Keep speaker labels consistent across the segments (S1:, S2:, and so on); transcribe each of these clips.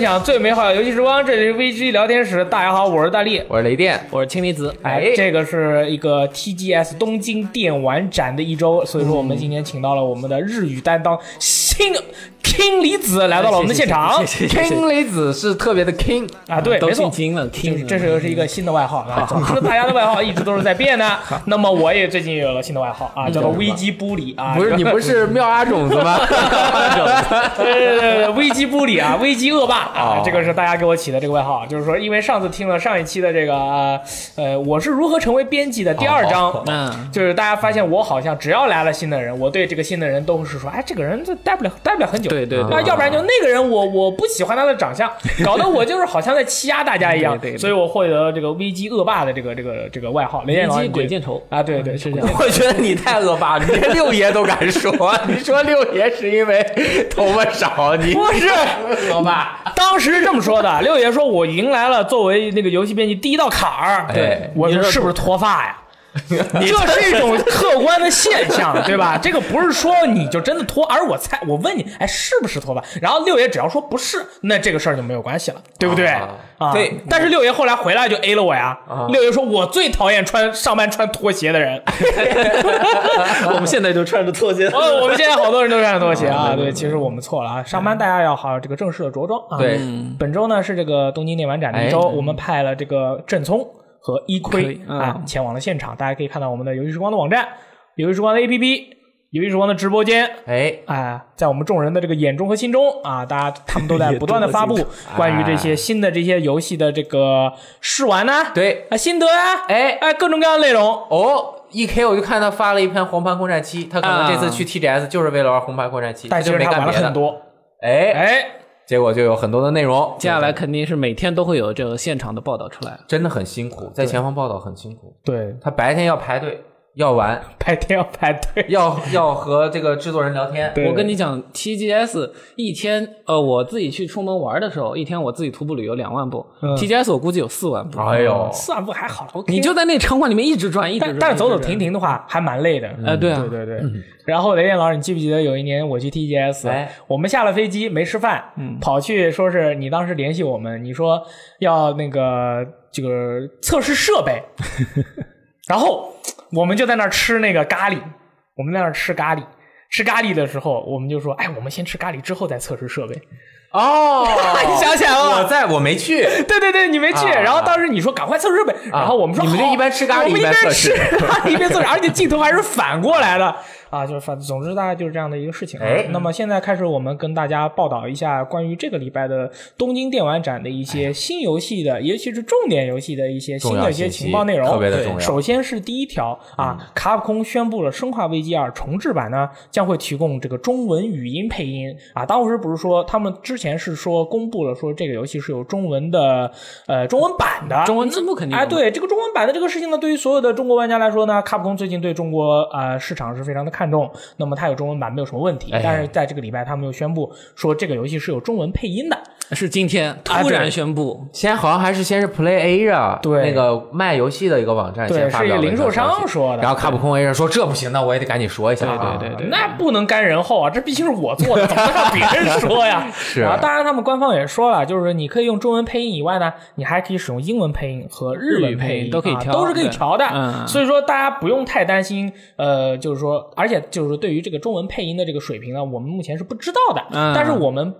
S1: 享最美好游戏时光，这里是 VG 聊天室。大家好，我是大力。
S2: 我是雷电，
S3: 我是氢离子，
S1: 哎，这个是一个 TGS 东京电玩展的一周，所以说我们今天请到了我们的日语担当新 King 李子来到了我们的现场
S3: 谢谢谢谢谢谢
S2: King 离子是特别的 King，
S1: 啊，对，
S3: 都
S1: 没
S3: 进
S1: 错。
S3: 京了，
S1: 这
S3: 听
S1: 是这是又是一个新的外号啊，总之大家的外号一直都是在 变的。那么我也最近有了新的外号
S3: 嗯
S1: 啊，叫做危机玻璃啊。
S2: 不是你不是妙蛙种子吗？
S1: 对对对对，危机玻璃啊，危机恶霸啊，
S2: 哦
S1: 这个是大家给我起的这个外号，啊就是说，因为上次听了上一期的这个呃，呃我是如何成为编辑的 第二章，
S3: 嗯，
S1: 就是大家发现我好像只要来了新的人，我对这个新的人都是说，哎，这个人这待不了，待不了很久。
S3: 对对
S1: 啊，
S3: 对，
S1: 要不然就那个人我我不喜欢他的长相，搞得我就是好像在欺压大家一样，
S3: 对对对
S1: 所以我获得了这个危机恶霸的这个这个这个外号，雷电老
S3: 一
S1: 师
S3: 击鬼见愁，
S1: 啊，对对是这样。
S2: 我觉得你太恶霸了，你连六爷都敢说， 你说六爷是因为头发少，你
S1: 不是
S2: 恶霸，
S1: 当时是这么说的，六爷说：“我迎来了作为那个游戏编辑第一道坎儿。”
S2: 哎
S1: 我说是不是脱 发呀？这是一种客观的现 象，对吧？这个不是说你就真的脱，而我猜，我问你，哎，是不是脱发？然后六爷只要说不是，那这个事儿就没有关系了，对不对？
S2: 啊对啊
S1: 但是六爷后来回来就 A 了我呀。六爷说，我最讨厌穿上班穿拖鞋的人。
S3: 我们现在就穿着拖鞋，
S1: 哦，我们现在好多人都穿着拖 鞋啊。对，其实我们错了啊。上班大家要好这个正式的着装啊。
S2: 对
S1: 嗯，本周呢是这个东京电玩展的一周，
S2: 哎
S1: 我们派了这个郑聪和一
S3: 可
S1: 亏
S3: 以
S1: 啊
S2: 嗯
S1: 前往了现场。大家可以看到我们的游戏时光的网站、游戏时光的 APP、游戏时光的直播间。
S2: 哎，
S1: 啊，在我们众人的这个眼中和心中啊，大家他们 都在不断的发布
S3: 眼中
S1: 关于这些新的这些游戏的这个试玩呢、
S2: 啊对
S1: 啊心得啊，
S2: 哎
S1: 哎各种各样的内容，
S2: 哦。E K，我就看他发了一篇《红盘空战七》，他可能这次去 TGS 就是为了玩《红盘空战七》，
S1: 啊但其
S2: 就
S1: 实
S2: 没
S1: 他
S2: 干
S1: 玩了
S2: 别
S1: 很
S2: 的。
S1: 多，
S2: 哎，
S1: 哎，
S2: 结果就有很多的内容，
S3: 接下来肯定是每天都会有这个现场的报道出来。
S2: 真的很辛苦，在前方报道很辛苦。
S1: 对，
S2: 他白天要排队，要 玩，
S1: 白天要排 队。
S2: 要要和这个制作人聊天。
S1: 对
S3: 我跟你讲，TGS 一天，呃，我自己去出门玩的时候，一天我自己徒步旅游两万步、
S1: 嗯
S3: t g s 我估计有四万步，
S2: 哎呦，
S1: 四万步还好，OK
S3: 你就在那场馆里面一直转，一直
S1: 但
S3: 转，
S1: 但是走走
S3: 一直转
S1: 停，停的话还蛮累的。嗯
S3: 哎，对啊
S1: 对，对对。然后雷电老师，你记不记得有一年我去 TGS，、
S2: 哎
S1: 我们下了飞机没吃饭，
S3: 嗯
S1: 跑去说是你当时联系我们，你说要那个这个测试设 备，然后我们就在那儿吃那个咖喱，我们在那儿吃咖喱。吃咖喱的时候，我们就说：“哎，我们先吃咖喱，之后再测试设备。
S2: 哦，
S1: 你 想起来了吧
S2: 我在我没去，
S1: 对对对，你没去。
S2: 啊
S1: 然后当时你说赶快测试呗，然后我们说
S2: 你们这
S1: 好
S2: 一边吃咖喱
S1: 我
S2: 一
S1: 们一
S2: 边
S1: 边
S2: 测
S1: 吃
S2: 试
S1: 咖喱一边测试，而且镜头还是反过来的啊，就是反，总之大概就是这样的一个事情啊。
S2: 哎
S1: 那么现在开始，我们跟大家报道一下关于这个礼拜的东京电玩展的一些新游戏的，尤其是重点游戏的一些新
S2: 重
S1: 的
S2: 要
S1: 一些
S2: 信息
S1: 情报内容，
S2: 特别的重要
S1: 首先是第一条啊，卡普空宣布了《生化危机二》重制版呢将会提供这个中文语音配音啊。当时不是说他们之前是说公布了说这个游戏是有中文的呃中文版的
S3: 中文字幕肯定有
S1: 哎，对这个中文版的这个事情呢，对于所有的中国玩家来说呢，卡普空最近对中国呃市场是非常的看重，那么它有中文版没有什么问题。
S2: 哎
S1: 但是在这个礼拜，他们又宣布说这个游戏是有中文配音的。
S3: 是今天
S1: 啊
S3: 突
S1: 对
S3: 然宣布，
S2: 先好像还是先是 Play Asia
S1: 对
S2: 那个卖游戏的一个网站
S1: 对
S2: 先发表了
S1: 是一个零售商
S2: 消息
S1: 说的
S2: 然后卡普空 Asia 说这不行，那我也得赶紧说一下啊。
S3: 对对对
S1: 那不能干人后啊，这毕竟是我做 的，怎么能让别人说呀？
S2: 是
S1: 啊，当然他们官方也说了，就是你可以用中文配音以外呢，你还可以使用英文配音和日
S3: 日
S1: 文
S3: 语配
S1: 音
S3: 音都可以
S1: 啊
S3: 调
S1: 都是可以
S3: 对
S1: 调的。
S3: 嗯
S1: 所以说大家不用太担心，呃，就是说，而且就是说对于这个中文配音的这个水平呢，我们目前是不知道的，
S3: 嗯
S1: 但是我们。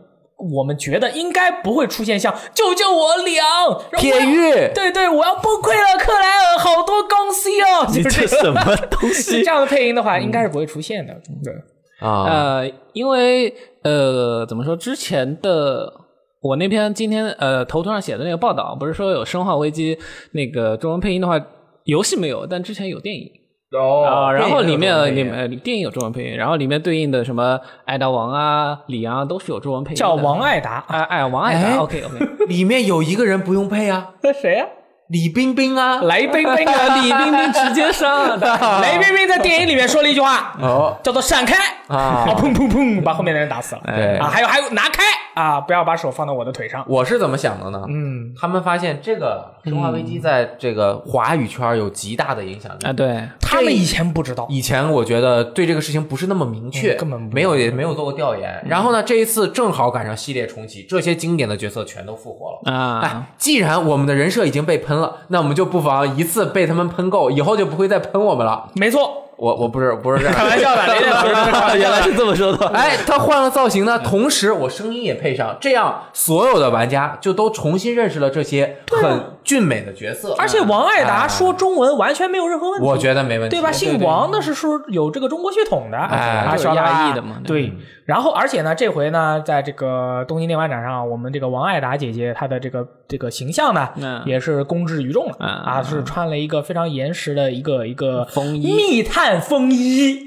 S1: 我们觉得应该不会出现像“救救我，里昂”
S2: 铁
S1: 狱，
S2: 玉，
S1: 对对，我要崩溃了，克莱尔，好多公司哦，就是 这个
S3: 么东嗯
S1: 这样的配音的话，应该是不会出现的。对，
S2: 啊，
S3: 呃，因为呃，怎么说？之前的我那篇今天呃头图上写的那个报道，不是说有《生化危机》那个中文配音的话，游戏没有，但之前有电影
S1: 哦
S3: 啊、然后里面里面呃电影有中文配音，然后里面对应的什么艾达王啊、里昂啊都是有中文配音的，
S1: 叫王爱达，
S3: 哎哎王艾
S2: 哎
S3: 达，OK OK，
S2: 里面有一个人不用配啊，
S1: 那 谁呀、
S2: 李冰冰啊。
S1: 来冰冰啊，
S3: 李冰冰直接上了的，
S1: 雷冰冰在电影里面说了一句话，
S2: 哦，
S1: 叫做“闪开”，
S4: 啊
S1: 啊，砰砰砰，把后面的人打死了。
S4: 对
S1: 啊，还有还有，拿开啊，不要把手放到我的腿上。
S4: 我是怎么想的呢？
S1: 嗯，
S4: 他们发现这个《生化危机》在这个华语圈有极大的影响力
S1: 哎
S3: 啊，。对，
S1: 他们以前不知道，
S4: 以前我觉得对这个事情不是那么明确，
S1: 嗯根本不嗯
S4: 没有也没有做过调研。然后呢，这一次正好赶上系列重启，这些经典的角色全都复活
S1: 嗯
S4: 了。
S3: 啊，
S4: 哎，既然我们的人设已经被喷了，那我们就不妨一次被他们喷够，以后就不会再喷我们了。
S1: 没错，
S4: 我我不是不是这样
S1: 开玩笑 的，人家不是这么开玩
S3: 哎原
S1: 笑
S3: 来
S1: 的。
S3: 是这么说 的。
S4: 哎，他换了造型呢，同时我声音也配上，这样所有的玩家就都重新认识了这些很俊美的角色。
S1: 啊
S4: 嗯
S1: 而且王爱达说中文完全没有任何问题，
S4: 我觉得没问题，嗯
S1: 对吧？姓王的是说有这个中国血统的，
S3: 哎
S1: 啊，
S3: 有
S1: 小
S3: 亚
S1: 拉
S3: 裔的嘛对
S1: 对，然后而且呢，这回呢，在这个东京电玩展上，我们这个王爱达姐姐她的这个这个形象呢
S3: 嗯，
S1: 也是公之于众了
S3: 嗯
S1: 啊，是穿了一个非常严实的一个一个
S3: 风衣
S1: 密探风衣，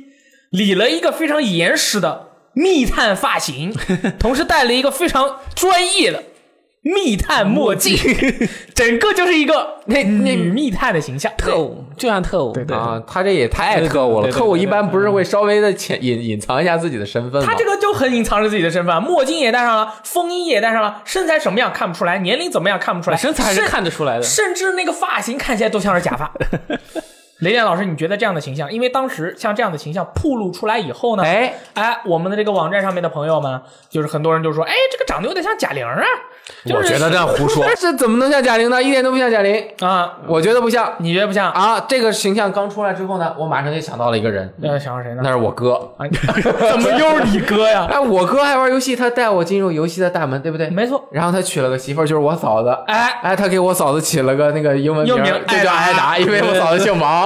S1: 理了一个非常严实的密探发型，同时戴了一个非常专业的。密探墨镜， 整个就是一个那女密探的形象，
S3: 嗯特务就像特务，对
S1: 对
S4: 啊，他这也太
S3: 对对
S4: 特务了。
S3: 对对对
S4: 特务一般不是会稍微的潜隐隐藏一下自己的身份吗？
S1: 他这个就很隐藏着自己的身份，啊墨镜也戴上了，风衣也戴上了，身材什么样看不出来，年龄怎么样看不出来，
S3: 身材还是
S1: 甚，
S3: 看得出来的。
S1: 甚至那个发型看起来都像是假发。雷电老师，你觉得这样的形象，因为当时像这样的形象暴露出来以后呢，哎
S4: 哎，
S1: 我们的这个网站上面的朋友们，就是很多人就说，哎，这个长得有点像贾玲啊，就是、
S4: 我觉得这样胡 说，这怎么能像贾玲呢？一点都不像贾玲，
S1: 啊、
S4: 我觉得不像
S1: 你觉得不像？
S4: 啊。这个形象刚出来之后呢，我马上就想到了一个人，
S1: 呃，想要谁呢
S4: 那？是我哥。
S1: 啊，怎么又是你哥呀？
S4: 哎，我哥爱玩游戏，他带我进入游戏的大门，对不对？
S1: 没错，
S4: 然后他娶了个媳妇儿，就是我嫂子。
S1: 哎，
S4: 哎，他给我嫂子起了个那个英文
S1: 英
S4: 名
S1: 名
S4: 儿，就叫
S1: 艾
S4: 艾
S1: 达
S4: 达，因为我嫂子姓 毛。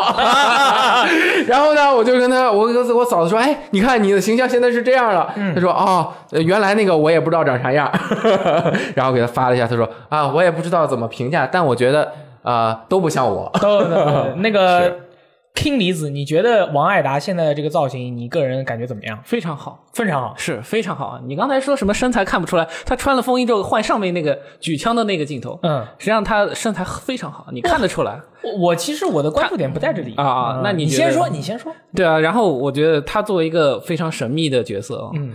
S4: 然后呢，我就跟他，我跟我嫂子说，哎，你看你的形象现在是这样了。
S1: 嗯
S4: 他说，哦，呃原来那个我也不知道长啥样。 然后给他发了一下，他说，啊，我也不知道怎么评价，但我觉得啊都不像我。
S1: 都都那个 King 离子，你觉得王爱达现在的这个造型，你个人感觉怎么样？
S3: 非常好，
S1: 非常好，
S3: 是非常好啊！你刚才说什么身材看不出来？他穿了风衣之后换上面那个举枪的那个镜头，
S1: 嗯，
S3: 实际上他身材非常好，你看得出来。
S1: 我我其实我的关注点不在这里
S3: 啊啊
S1: 嗯
S3: 那你
S1: 你
S3: 觉
S1: 先
S3: 得
S1: 说，
S3: 呢
S1: 你先说，
S3: 对啊，然后我觉得他作为一个非常神秘的角色啊，
S1: 嗯，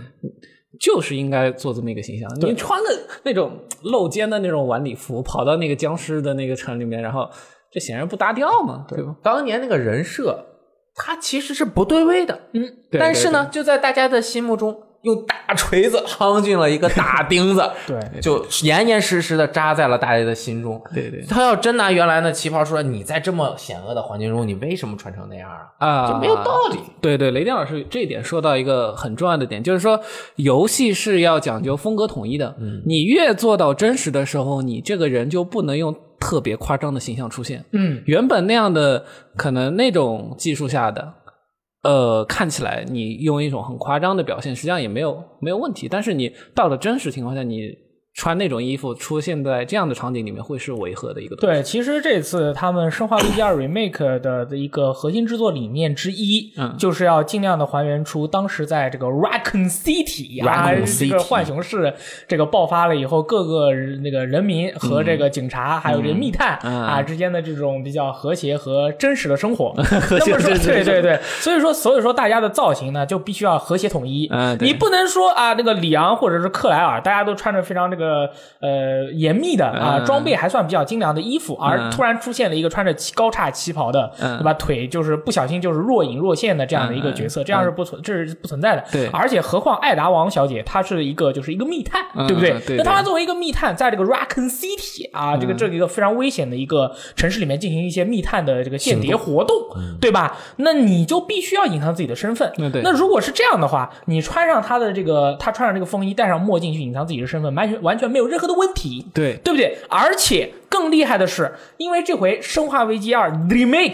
S3: 就是应该做这么一个形象。你穿个那种露肩的那种晚礼服，跑到那个僵尸的那个城里面，然后这显然不搭调嘛，对吧？
S4: 当年那个人设，他其实是不对位的。嗯，但是呢，就在大家的心目中。用大锤子夯进了一个大钉子，
S1: 对
S4: 就严严实实的扎在了大家的心中。
S3: 对对
S4: 他要真拿原来的旗袍说，你在这么险恶的环境中，你为什么穿成那样啊？
S3: 啊，
S4: 就没有道理。
S3: 对对，雷电老师这一点说到一个很重要的点，就是说游戏是要讲究风格统一的。嗯，你越做到真实的时候，你这个人就不能用特别夸张的形象出现。
S1: 嗯，
S3: 原本那样的，可能那种技术下的，呃，看起来你用一种很夸张的表现，实际上也没有没有问题。但是你到了真实情况下，你穿那种衣服出现在这样的场景里面，会是违和的一个东西。
S1: 对，其实这次他们《生化危机 二 Remake》的的一个核心制作理念之一，
S3: 嗯
S1: 就是要尽量的还原出当时在这个 Raccoon City 啊
S4: Raccoon，
S1: 这个
S4: City
S1: 浣熊市这个爆发了以后，各个人那个人民和这个警察、还有这个密探、
S3: 嗯
S1: 啊之间的这种比较和谐和真实的生活。
S3: 和谐
S1: 那么说
S3: 真实的
S1: 对
S3: 生活
S1: 对对，所以说所以说大家的造型呢就必须要和谐统一。
S3: 嗯对
S1: 你不能说啊那个里昂或者是克莱尔，大家都穿着非常这个呃严密的啊、
S3: 嗯
S1: 装备还算比较精良的衣服，而
S3: 嗯
S1: 突然出现了一个穿着旗高叉旗袍的，
S3: 嗯
S1: 对吧？腿就是不小心就是若隐若现的这样的一个角色，这样是不存这是不存在的。
S3: 对
S1: 而且何况艾达王小姐她是一个就是一个密探，
S3: 嗯
S1: 对不
S3: 嗯对
S1: 那她
S3: 对嗯
S1: 作为一个密探，在这个 Raccoon City 啊，这个这个一个非常危险的一个城市里面进行一些密探的这个间谍活动，对吧？那你就必须要隐藏自己的身份。
S3: 嗯对
S1: 那如果是这样的话，你穿上她的这个，她穿上这个风衣，戴上墨镜去隐藏自己的身份，完全完全没有任何的问题。
S3: 对
S1: 对不对？而且更厉害的是，因为这回《生化危机二 Remake》。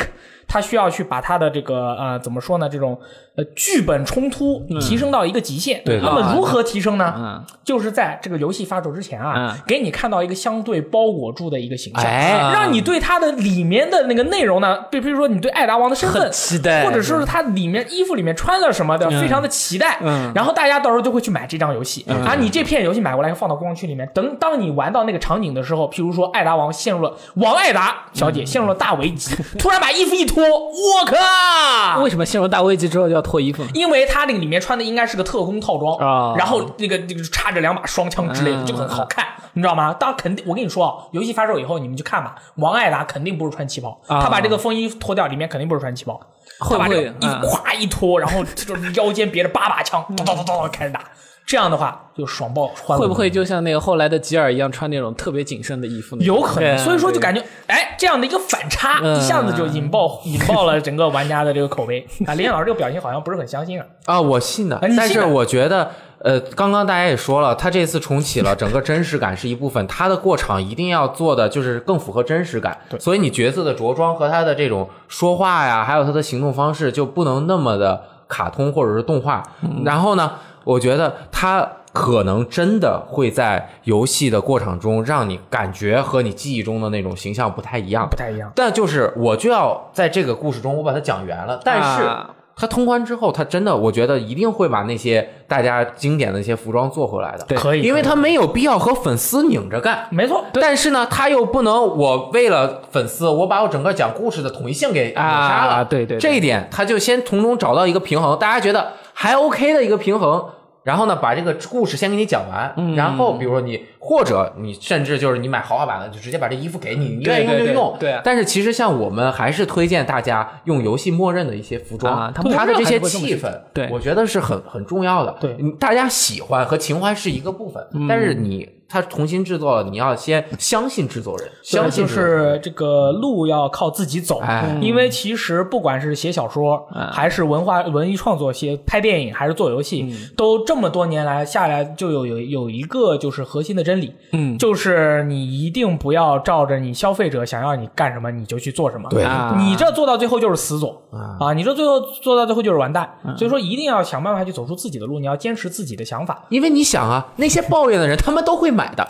S1: 它需要去把它的这个呃怎么说呢？这种呃剧本冲突提升到一个极限。
S4: 对的
S1: 那么如何提升呢？
S3: 嗯
S1: 就是在这个游戏发售之前啊，
S3: 嗯
S1: 给你看到一个相对包裹住的一个形象，
S4: 哎
S1: 让你对它的里面的那个内容呢，比比如说你对艾达王的身份
S3: 很期待
S1: 或者说是它里面衣服里面穿了什么的，非常的期待。
S3: 嗯
S1: 然后大家到时候就会去买这张游戏，啊，你这片游戏买过来放到光区里面，等当你玩到那个场景的时候，譬如说艾达王陷入了王艾达
S3: 嗯
S1: 小姐陷入了大危机，突然把衣服一脱，我靠！
S3: 嗯为什么陷入大危机之后就要脱衣服呢？
S1: 因为他那个里面穿的应该是个特工套装
S3: 啊
S1: 然后那个那个插着两把双枪之类的，
S3: 嗯
S1: 就很好看，你知道吗？当肯定，我跟你说啊，游戏发售以后你们去看吧，王艾达肯定不是穿旗袍，
S3: 啊
S1: 他把这个风衣脱掉，里面肯定不是穿旗袍，
S3: 会
S1: 他把
S3: 不
S1: 这个衣
S3: 会嗯
S1: 服咵一脱，然后就是腰间别着八把枪，咚咚咚咚开始打，这样的话就爽爆欢
S3: 会
S1: 乐
S3: 不会就像那个后来的吉尔一样，穿那种特别紧身的衣服呢？
S1: 有可能，
S3: 对
S1: 所以说就感觉，哎，这样的一个反差，
S3: 嗯
S1: 一下子就引爆引爆了整个玩家的这个口碑啊！林老师这个表情好像不是很相信啊，
S4: 啊，我信的
S1: 啊你，信
S4: 但是
S1: 的
S4: 我觉得，呃，刚刚大家也说了，他这次重启了，整个真实感是一部分，他的过场一定要做的就是更符合真实感，所以你角色的着装和他的这种说话呀，还有他的行动方式就不能那么的卡通或者是动画。
S1: 嗯
S4: 然后呢，我觉得他。可能真的会在游戏的过场中，让你感觉和你记忆中的那种形象不太一样
S1: 不。太一样。
S4: 但就是我就要在这个故事中我把它讲圆了，但是
S3: 啊
S4: 它通关之后，它真的我觉得一定会把那些大家经典的一些服装做回来的，
S3: 对
S1: 可以
S4: 因为它没有必要和粉丝拧着干。
S1: 没错，
S4: 但是呢，他又不能我为了粉丝，我把我整个讲故事的统一性给抹杀了。
S3: 啊对对对
S4: 这一点他就先从中找到一个平衡，大家觉得还 OK 的一个平衡。然后呢，把这个故事先给你讲完，
S3: 嗯
S4: 然后比如说你，或者你甚至就是你买豪华版的，就直接把这衣服给你，你愿意用就
S3: 对对
S4: 用。
S3: 对啊
S4: 但是其实像我们还是推荐大家用游戏默认的一些服装，
S3: 啊他默认
S4: 它的这些
S3: 还是会这么
S4: 气
S3: 去
S4: 氛，
S3: 对
S4: 我觉得是很很重要的。
S1: 对
S4: 嗯，大家喜欢和情怀是一个部分，但是你他重新制作了，你要先相信制作人，相信
S1: 就
S4: 制作人
S1: 是这个路要靠自己走，
S4: 哎嗯
S1: 因为其实不管是写小说，还是文化文艺创作、写拍电影，还是做游戏，
S4: 嗯
S1: 都这么多年来下来，就有有有一个就是核心的真理，
S3: 嗯
S1: 就是你一定不要照着你消费者想要你干什么你就去做什么，
S4: 对
S3: 啊，
S1: 你这做到最后就是死左
S4: 啊嗯
S1: 啊！你这最后做到最后就是完蛋，所以说一定要想办法去走出自己的路，你要坚持自己的想法。
S4: 因为你想啊，那些抱怨的人，他们都会买的。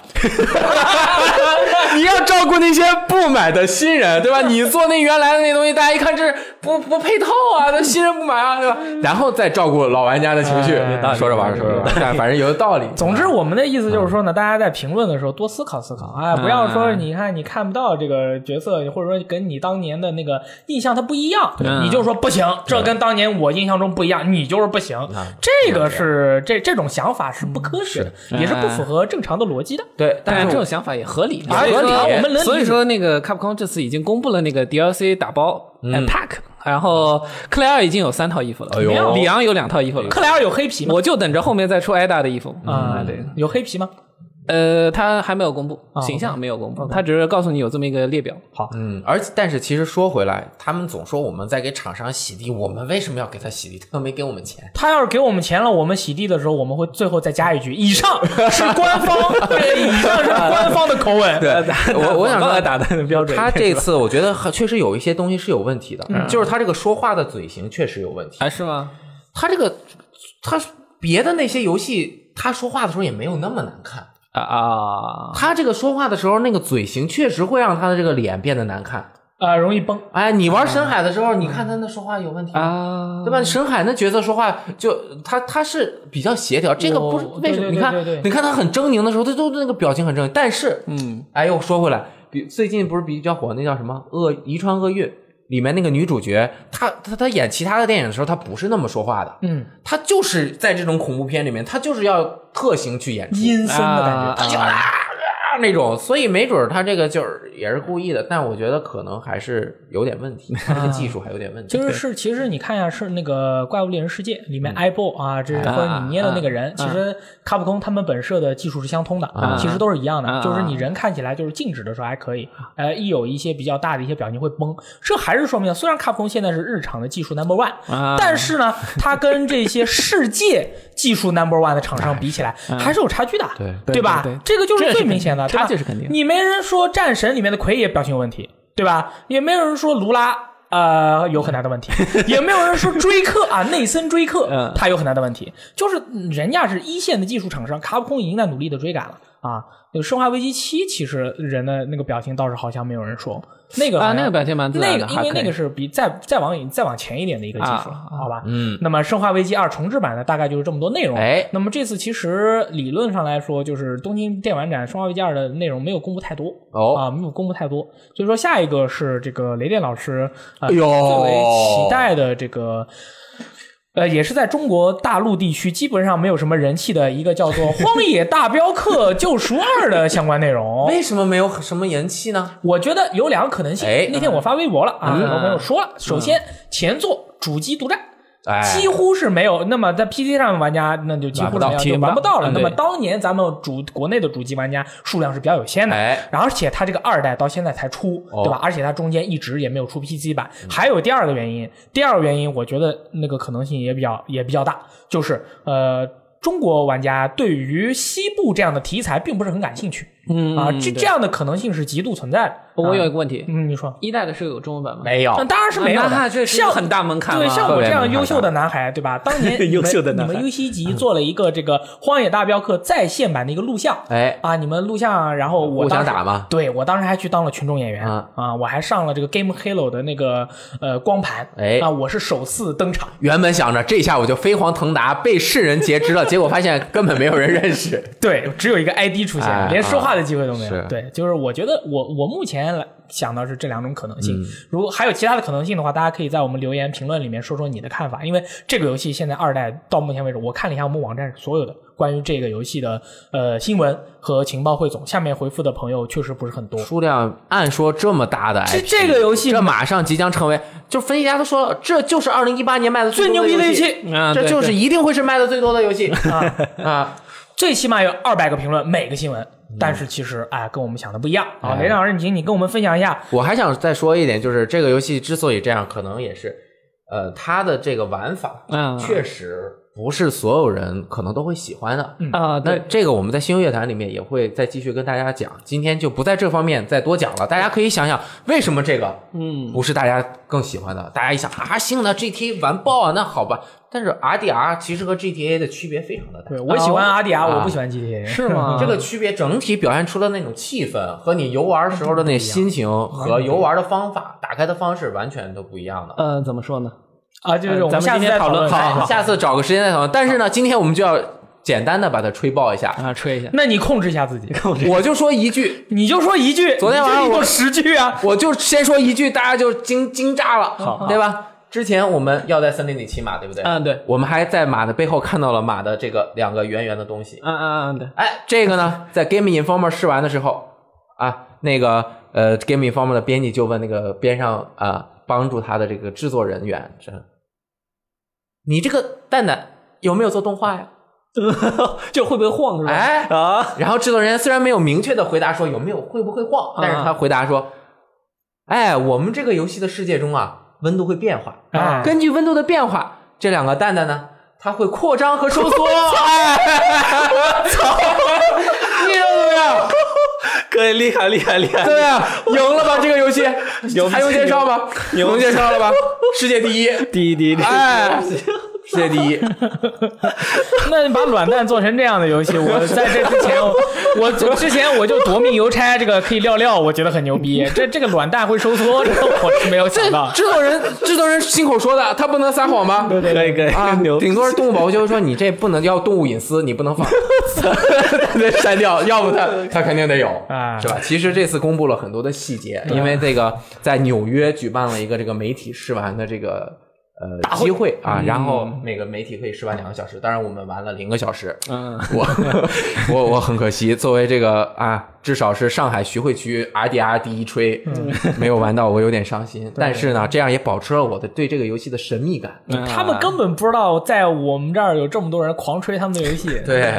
S4: 你要照顾那些不买的新人，对吧？你做那原来的那东西，大家一看这不不配套啊，那新人不买啊，对吧？ 然后再照顾老玩家的情绪，
S1: 哎
S4: 说着玩儿说着玩儿，但反正有道理。
S1: 总之，我们的意思就是说呢，大家在评论的时候多思考思考，哎，不要说你看你看不到这个角色，或者说跟你当年的那个印象它不一样，
S3: 嗯
S1: 你就说不行，这跟当年我印象中不一样，你就是不行。这个是这这种想法是不科学的，也是不符合正常的逻辑的。
S4: 对，但
S3: 但是
S4: 是
S3: 这
S4: 我
S3: 种想法也合理，
S1: 合理
S3: 所以说
S1: 我们能理解
S3: 所以说那个 Capcom 这次已经公布了那个 DLC 打包 and pack，然后克莱尔已经有三套衣服了，
S4: 哎呦
S3: 里昂有两套衣服了，
S1: 克莱尔有黑皮吗？
S3: 我就等着后面再出 IDA 的衣服。
S1: 啊
S3: 嗯，对，，
S1: 有黑皮吗？
S3: 呃，他还没有公布
S1: 啊
S3: 形象，没有公布，他只是告诉你有这么一个列表。
S1: 好，
S4: 嗯，而且但是其实说回来，他们总说我们在给厂商洗地，我们为什么要给他洗地？他又没给我们 钱。
S1: 他要是给我们钱了，我们洗地的时候，我们会最后再加一句：“以上是官方，对，以上是官方的口吻。”对，
S3: 呃
S4: 我我想
S3: 广告
S4: 说
S3: 打的标准，
S4: 他这次我觉得还确实有一些东西是有问题的，就是他这个说话的嘴型确实有问题。
S3: 啊是吗？
S4: 他这个他别的那些游戏，他说话的时候也没有那么难看。
S3: 啊啊，
S4: 他这个说话的时候，那个嘴型确实会让他的这个脸变得难看。
S1: 啊，容易崩。
S4: 哎，你玩深海的时候，你看他那说话有问题吗
S3: 啊，
S4: 对吧？沈海那角色说话就他他是比较协调，这个不是
S1: 有
S4: 为什么？
S1: 对对
S4: 你看
S1: 对对对，
S4: 你看他很狰狞的时候，他都那个表情很狰狞。但是，
S3: 嗯，
S4: 哎，又说回来，比最近不是比较火那叫什么《恶遗传恶月》里面那个女主角，她她她演其他的电影的时候，她不是那么说话的，
S1: 嗯，
S4: 她就是在这种恐怖片里面，她就是要特型去演出。
S1: 阴森的感觉。
S4: 他就啊
S3: 啊
S4: 啊那种，所以没准儿他这个就是也是故意的，但我觉得可能还是有点 问题，他这个技术还有点问题。
S1: 其实是，其实你看一下，是那个《怪物猎人世界》里面 i b o 啊，这是或者你捏的那个人，其实卡普空他们本社的技术是相通的，其实都是一样的，就是你人看起来就是静止的时候还可以，呃，一有一些比较大的一些表情会崩，这还是说明，虽然卡普空现在是日常的技术 number one，
S3: 啊
S1: 但是呢，它跟这些世界技术 number one 的厂商比起来，还是有差距的，
S4: 对
S1: 对吧
S3: 对对对？
S1: 这个就
S3: 这
S1: 是
S3: 是
S1: 最
S3: 肯
S1: 明显的，
S3: 定
S1: 对吧
S3: 差距是肯定的
S1: 你没人说战神里面的奎爷表情有问题，对吧？也没有人说卢拉。呃，有很大的问 题，也没有人说追客啊，内森追客
S3: 嗯，
S1: 他有很大的问题，就是嗯人家是一线的技术厂商，卡普空已经在努力的追赶了啊。那个《生化危机七》其实人的那个表情倒是好像没有人说，那个好
S3: 啊，
S1: 像
S3: 那个表情蛮自
S1: 那
S3: 然
S1: 个
S3: 的，
S1: 因为
S3: 还可
S1: 那
S3: 以
S1: 个是比再再往再往前一点的一个技术了，
S3: 啊
S1: 好吧？
S4: 嗯，
S1: 那么《生化危机二》重置版呢，大概就是这么多内容。
S4: 哎
S1: 那么这次其实理论上来说，就是东京电玩展《生化危机二》的内容没有公布太多。
S4: 哦
S1: 啊，没有公布太多，所以说下一个是这个雷电老师，呃、
S4: 哎呦
S1: 最为期待的这个呃，也是在中国大陆地区基本上没有什么人气的一个叫做《荒野大镖客：救赎二》的相关内
S3: 哎
S1: 容。
S4: 为什么没有什么人气呢？
S1: 我觉得有两个可能性
S4: 哎。
S1: 那天我发微博了啊，
S3: 嗯
S1: 我朋友说了，首先前作主机独占。
S4: 哎，
S1: 几乎是没有。那么在 PC 上玩家，那就几乎怎么样
S3: 玩不
S1: 就玩不到
S3: 到
S1: 了。那
S3: 嗯对
S1: 么当年咱们主国内的主机玩家数量是比较有限的，
S3: 嗯
S4: 哎
S1: 然后而且它这个二代到现在才出，
S4: 哦
S1: 对吧？而且它中间一直也没有出 PC 版。
S3: 嗯
S1: 还有第二个原因，第二个原因我觉得那个可能性也比较也比较大，就是呃。中国玩家对于西部这样的题材并不是很感兴趣，
S3: 嗯
S1: 啊，这这样的可能性是极度存在的。
S3: 我有
S1: 啊
S3: 一个问题，
S1: 嗯，你说，
S3: 一代的是有中文版吗？
S4: 没有
S1: 那，当然是没有
S3: 那
S1: 的，
S3: 那这是一
S1: 像
S3: 个很大门槛了
S1: 对，像
S4: 特
S1: 我
S4: 别
S1: 这样
S4: 能
S1: 优
S4: 看
S1: 秀的男孩，对吧？当 年你们
S3: 优秀的男孩
S1: 你们 U C 级做了一个这个《荒野大镖客》在线版的一个录像
S4: 哎，
S1: 啊，你们录像，然后我
S4: 互相
S1: 当时
S4: 打嘛，
S1: 对我当时还去当了群众演员
S4: 啊
S1: 啊，我还上了这个 Game Halo 的那个呃光盘，
S4: 哎
S1: 啊，我是首次登场。
S4: 原本想着这下我就飞黄腾达，被世人皆知了，结果发现根本没有人认识。
S1: 对，只有一个 ID 出现，
S4: 哎
S1: 连说话的机会都没有。
S4: 啊是
S1: 对，就是我觉得我我目前来想到是这两种可能
S4: 嗯
S1: 性。如果还有其他的可能性的话，大家可以在我们留言评论里面说说你的看法。因为这个游戏现在二代到目前为止，我看了一下我们网站所有的关于这个游戏的呃新闻和情报汇总，下面回复的朋友确实不是很多。
S4: 数量按说这么大的 IP，
S1: 这这个游戏
S4: 这马上即将成为，就分析家都说了，这就是二零一八年卖的
S1: 最牛
S4: 多
S1: 逼的
S4: 游嗯
S1: 一期，
S3: 啊，
S4: 这
S3: 对
S4: 就是
S3: 对
S4: 一定会是卖的最多的游戏啊啊！
S1: 最起码有二百个评论，每个新闻。但是其实哎，跟我们想的不一样啊。
S4: 哎
S1: 雷老师，你请你跟我们分享一下。
S4: 我还想再说一点，就是这个游戏之所以这样，可能也是，呃，它的这个玩法
S3: 嗯
S4: 确实不是所有人可能都会喜欢的。嗯
S3: 啊，
S4: 那
S3: 对，
S4: 这个我们在星游乐坛里面也会再继续跟大家讲，今天就不在这方面再多讲了。大家可以想想，为什么这个
S3: 嗯，
S4: 不是大家更喜欢的？大家一想啊，新的 GT 完爆啊，那好吧。但是 RDR 其实和 GTA 的区别非常的大
S1: 对，我喜欢阿迪亚，
S4: 啊
S1: 我不喜欢 GTA。
S3: 是吗？
S4: 这个区别整体表现出了那种气氛和你游玩时候的那心情和游玩的方法、打开的方式完全都不一样的。
S3: 呃，怎么说呢？
S1: 啊，就是我
S3: 咱们
S1: 下次
S3: 今天
S1: 再
S3: 讨
S1: 论
S3: 论
S1: 一下。
S3: 好好
S4: 下次找个时间再讨论。但是呢，今天我们就要简单的把它吹爆一下。
S3: 啊，吹一下，
S1: 那你控制一下自己，
S4: 我就说一句，
S1: 你就说一句。
S4: 昨天晚上
S1: 你就一
S4: 我
S1: 共十句啊，
S4: 我就先说一句，大家就惊惊炸了，好，对吧？之前我们要在森林里骑马，对不对？
S3: 嗯，对，
S4: 我们还在马的背后看到了马的这个两个圆圆的东西。
S3: 嗯嗯嗯，对，
S4: 哎，这个呢，在 Game Informer 试玩的时候啊，那个呃，Game Informer 的编辑就问那个边上啊、帮助他的这个制作人员，这你这个蛋蛋有没有做动画呀？
S3: 就会不会晃是吧？
S4: 哎
S3: 啊，
S4: 然后制作人员虽然没有明确的回答说有没有会不会晃，但是他回答说，哎，我们这个游戏的世界中啊，温度会变化，
S1: 啊
S4: 根据温度的变化，这两个蛋蛋呢，它会扩张和收 缩。哎，操，你说怎么样？
S3: 可以，厉害厉害厉害！
S4: 对啊，赢了吧这个游戏，还用介绍吗？用介绍了吧？世界第一，
S3: 滴滴滴，
S4: 哎，世界第一，
S1: 那你把卵蛋做成这样的游戏，我在这之前，我我之前我就夺命邮差这个可以料料，我觉得很牛逼。这这个卵蛋会收缩，这个我是没有想 到。
S4: 制作人制作人亲口说的，他不能撒谎吗？对
S3: 可以可以
S4: 啊，
S3: 牛逼！
S4: 顶多是动物保护就会说你这不能要动物隐私，你不 能放，得删掉，要不他他肯定得有
S1: 啊
S4: 是吧？其实这次公布了很多的细节，因为这个在纽约举办了一个这个媒体试玩的这个。呃，机会
S3: 嗯
S4: 啊，然后每个媒体可以试玩两个小时，当然我们玩了零个小时。
S3: 嗯，
S4: 我我我很可惜，作为这个啊，至少是上海徐汇区 RDR 第一吹，
S3: 嗯
S4: 没有玩到，我有点伤心。但是呢，这样也保持了我的对这个游戏的神秘感。
S1: 他们根本不知道在我们这儿有这么多人狂吹他们的游戏。
S4: 对，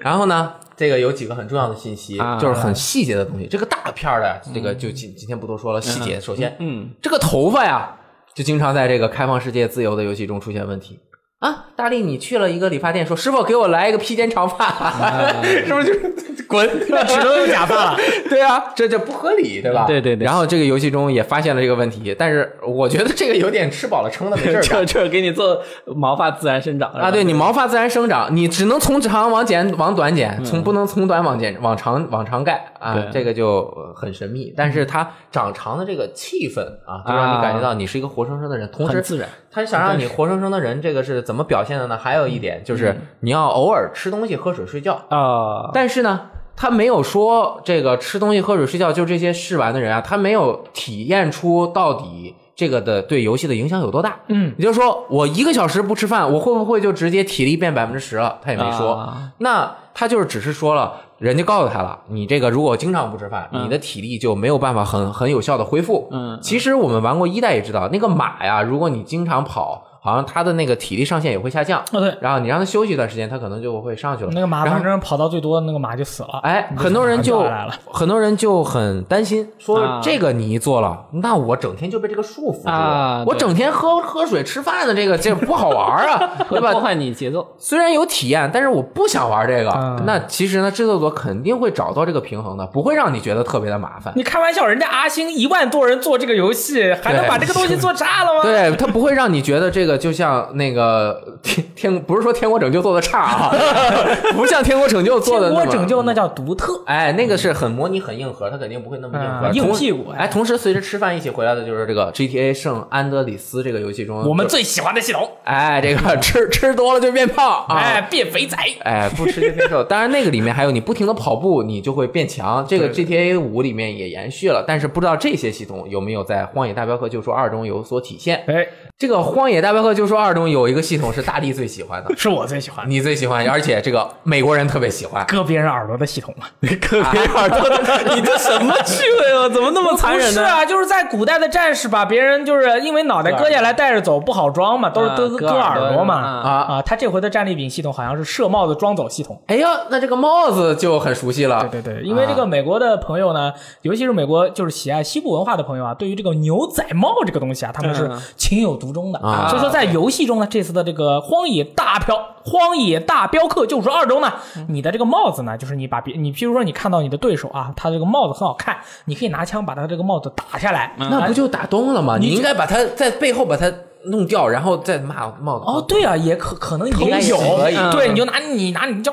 S4: 然后呢，这个有几个很重要的信息，
S3: 啊
S4: 就是很细节的东西。这个大片儿的，这个就今今天不多说了。细节，首先，
S3: 嗯，
S4: 这个头发呀，就经常在这个开放世界、自由的游戏中出现问题。啊，大力，你去了一个理发店，说师傅给我来一个披肩长
S3: 啊
S4: 发，是不是就是滚？
S1: 只能用假发了。
S4: 对啊，这这不合理，对吧？
S3: 对对对
S4: 然后这个游戏中也发现了这个问题，但是我觉得这个有点吃饱了撑的没事儿干。
S3: 这这给你做毛发自然生长
S4: 啊，对，你毛发自然生长，你只能从长往剪往短剪，从不能从短往剪往长往长盖啊
S3: 嗯对，
S4: 这个就呃很神秘。但是它长长的这个气氛啊，就让你感觉到你是一个活生生的人，同
S3: 很
S4: 时
S3: 自然。
S4: 他想让你活生生的人，这个是怎么表现的呢？还有一点就是
S3: 嗯
S4: 你要偶尔吃东西、喝水、睡觉，
S3: 啊，
S4: 但是呢。他没有说这个吃东西、喝水、睡觉，就这些试玩的人啊，他没有体验出到底这个的对游戏的影响有多大。
S1: 嗯
S4: 也就是说，我一个小时不吃饭，我会不会就直接体力变百分之十了？他也没说。
S3: 啊
S4: 那他就是只是说了，人家告诉他了，你这个如果经常不吃饭，你的体力就没有办法很很有效的恢复。
S3: 嗯嗯
S4: 其实我们玩过一代也知道，那个马呀，如果你经常跑，好像它的那个体力上限也会下降。
S1: 哦对，
S4: 然后你让它休息一段时间，它可能就会上去了。
S1: 那个马
S4: 然后
S1: 反正跑到最多，那个马就死了。
S4: 哎，很多人就
S1: 马上来了
S4: 很多人就很担心，说
S3: 啊
S4: 这个你一做了，那我整天就被这个束缚住了，
S3: 啊
S4: 我
S3: 对
S4: 整天喝喝水吃饭的这个这不好玩 啊，对
S3: 会破
S4: 吧？
S3: 坏你节奏。
S4: 虽然有体验，但是我不想玩这个。
S1: 啊
S4: 那其实呢，制作组肯定会找到这个平衡的，不会让你觉得特别的麻烦。
S1: 你开玩笑，人家阿星一万多人做这个游戏，还能
S4: 对
S1: 把这个东西做差了吗？
S4: 对他不会让你觉得这个就像那个天天不是说天国拯救做的差啊， 不像天国拯救做的
S1: 经
S4: 那么
S1: 过拯救那叫独特。
S4: 哎，那个是很模拟、很硬核，它肯定不会那么硬核。
S1: 嗯
S4: 同
S1: 硬屁股
S4: 哎，同时随着吃饭一起回来的就是这个 GTA 圣安德里斯这个游戏中，
S1: 我们
S4: 就
S1: 最喜欢的系统，
S4: 哎这个 吃吃多了就变胖啊。
S1: 哎，变肥仔。
S4: 哎不吃就变瘦。当然，那个里面还有你不停的跑步，你就会变强。这个 GTA 五里面也延续了，但是不知道这些系统有没有在《荒野大镖客：救赎二》中有所体现。
S1: 哎，
S4: 这个《荒野大镖客：救赎二》中有一个系统是大力最喜欢的，
S1: 是我最喜欢的，
S4: 你最喜欢，而且这个美国人特别喜欢。
S1: 割别人耳朵的系统嘛。啊
S4: 特
S3: 啊
S4: 别耳 朵的，你这什么
S3: 趣味啊，怎么那么残
S1: 不
S3: 忍
S1: 是
S3: 呢？
S1: 啊，就是在古代的战士把别人就是因为脑袋割下来带着走不好装嘛，都是
S3: 啊
S1: 都是
S3: 割
S1: 割
S3: 耳朵
S1: 耳朵嘛
S3: 啊
S4: 啊
S1: 啊！他这回的战利品系统好像是射帽子装走系统。
S4: 哎呀，那这个帽子就很熟悉了。啊
S1: 对对对，因为这个美国的朋友呢，尤其是美国就是喜爱西部文化的朋友啊，对于这个牛仔帽这个东西啊，他们是
S3: 嗯
S1: 情有独钟的。
S4: 啊
S1: 所以说，在游戏中呢，这次的这个《荒野大镖荒野大镖客救赎二》中呢，
S4: 嗯
S1: 你的这个帽子呢，就是你把别你，譬如说你看到你的对手啊，他这个帽子很好看，你可以拿枪把他这个帽子打下来。啊
S4: 那不就打洞了吗？你应该把它在背后把它弄掉，然后再骂帽子。
S1: 哦，，对啊，也可可能
S4: 应
S1: 也
S4: 该也
S1: 有
S4: 可以，
S1: 对，
S3: 嗯
S1: 你就拿你拿你就，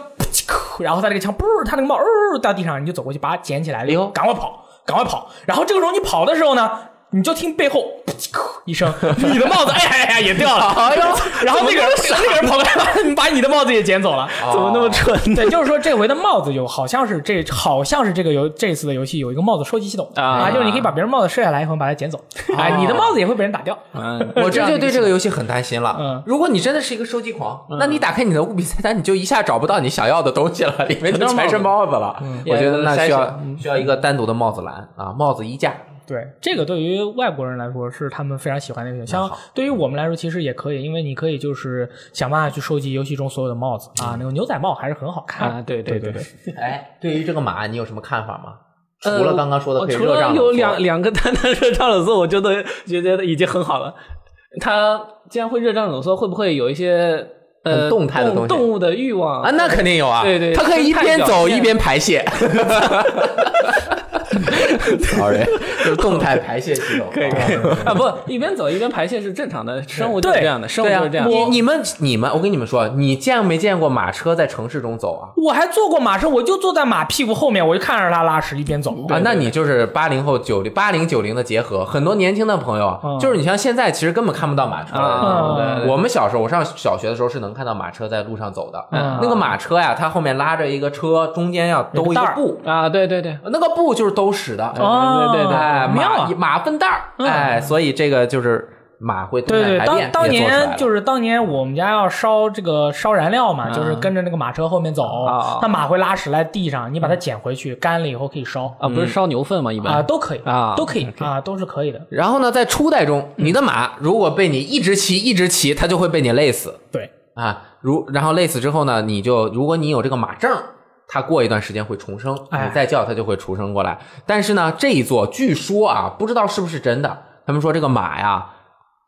S1: 然后他这个枪嘣，他那个帽哦到地上，你就走过去把它捡起
S3: 哎
S1: 来，
S4: 呦
S1: 赶快跑，赶快跑。然后这个时候你跑的时候呢，你就听背后一声，你的帽子哎哎哎也掉了，哎呦，然后那个人那个人跑过来把把你的帽子也捡走了。
S3: 啊哦怎么那么蠢呢？
S1: 对，就是说这回的帽子有，好像是这好像是这个游这次的游戏有一个帽子收集系统
S3: 啊哦
S1: 就是你可以把别人帽子射下来以后把它捡走，哎，你的帽子也会被人打掉。
S3: 嗯，
S4: 我这就对这个游戏很担心了
S1: 嗯。
S4: 如果你真的是一个收集狂，那你打开你的物品菜单，你就一下找不到你想要的东西了，里面就全是帽子了。我觉得那需
S3: 也
S4: 要需要一个单独的帽子栏啊，帽子衣架。
S1: 对，这个对于外国人来说是他们非常喜欢的一个选项。像对于我们来说，其实也可以，因为你可以就是想办法去收集游戏中所有的帽子啊，那个牛仔帽还是很好看
S3: 嗯啊对
S1: 对
S3: 对
S1: 对，
S4: 哎，对于这个马，你有什么看法吗？除
S3: 呃
S4: 了刚刚说的
S3: 我
S4: 可以
S3: 除
S4: 啊热胀冷
S3: 了有
S4: 缩
S3: 两两个单单热胀冷缩，我觉得觉得已经很好了。它既然会热胀冷缩，会不会有一些
S4: 很
S3: 呃
S4: 动态的东西
S3: 动动物的欲望
S4: 啊，那肯定有啊，
S3: 对对
S4: 他可以一边走
S3: 看脚
S4: 一边排泄。Sorry，就是动态排泄系统。可以可以，
S3: 啊不一边走一边排泄是正常的，生物就是
S1: 对
S3: 这样的，生物
S4: 对
S3: 就
S4: 啊
S3: 是这样，
S4: 你
S3: 的。
S4: 你们你们，我跟你们说，你见没见过马车在城市中走啊？
S1: 我还坐过马车，我就坐在马屁股后面，我就看着它拉屎一边走。
S4: 啊，那你就是八零后九零八零九零的结合，很多年轻的朋友，啊
S1: 嗯
S4: 就是你像现在其实根本看不到马车的。
S3: 啊
S1: 对对
S3: 对
S4: 我们小时候，我上小学的时候是能看到马车在路上走的。
S1: 嗯
S4: 那个马车呀，它后面拉着一个车，中间要兜
S1: 有
S4: 一个
S1: 个袋儿
S4: 布，
S3: 啊对对对，
S4: 那个布就是兜屎的。
S1: 哦，
S3: 对对对
S4: 哎，
S1: 妙
S4: 马
S1: 啊！
S4: 马粪袋儿，哎，所以这个就是马会动
S1: 对对，
S4: 态排便
S1: 当当
S4: 也做出来
S1: 年
S4: 了
S1: 就是当年我们家要烧这个烧燃料嘛，
S3: 嗯
S1: 就是跟着那个马车后面走
S3: 啊，
S1: 那马会拉屎在地上，你把它捡回去，干了以后可以烧
S3: 啊
S4: 嗯
S3: 不是烧牛粪吗？一
S1: 啊，
S3: 般
S1: 都可以
S3: 啊
S1: 都可以啊，都是可以的。
S4: 然后呢，在初代中，
S1: 嗯
S4: 你的马如果被你一直骑一直骑，它就会被你累死
S1: 对，
S4: 啊。如然后累死之后呢，你就如果你有这个马证，它过一段时间会重生，
S1: 哎
S4: 你再叫它就会重生过来。但是呢，这一座据说啊，不知道是不是真的，他们说这个马呀，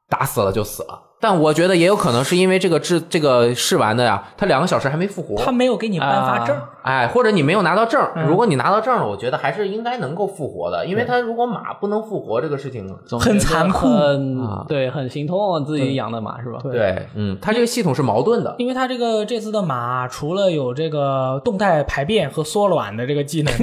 S4: 打死了就死了。但我觉得也有可能是因为这个制这个试完的呀，它两个小时还没复活，
S1: 他没有给你颁发证儿。
S3: 啊
S4: 哎，或者你没有拿到证儿，如果你拿到证儿，我觉得还是应该能够复活的，因为它如果马不能复活这个事情，
S3: 总
S1: 很
S3: 觉得
S1: 残酷
S3: 很
S4: 啊
S3: 对，很心痛自己养的马是吧？
S1: 对
S4: 对，嗯，它这个系统是矛盾的，
S1: 因为它这个这次的马除了有这个动态排便和缩卵的这个 技能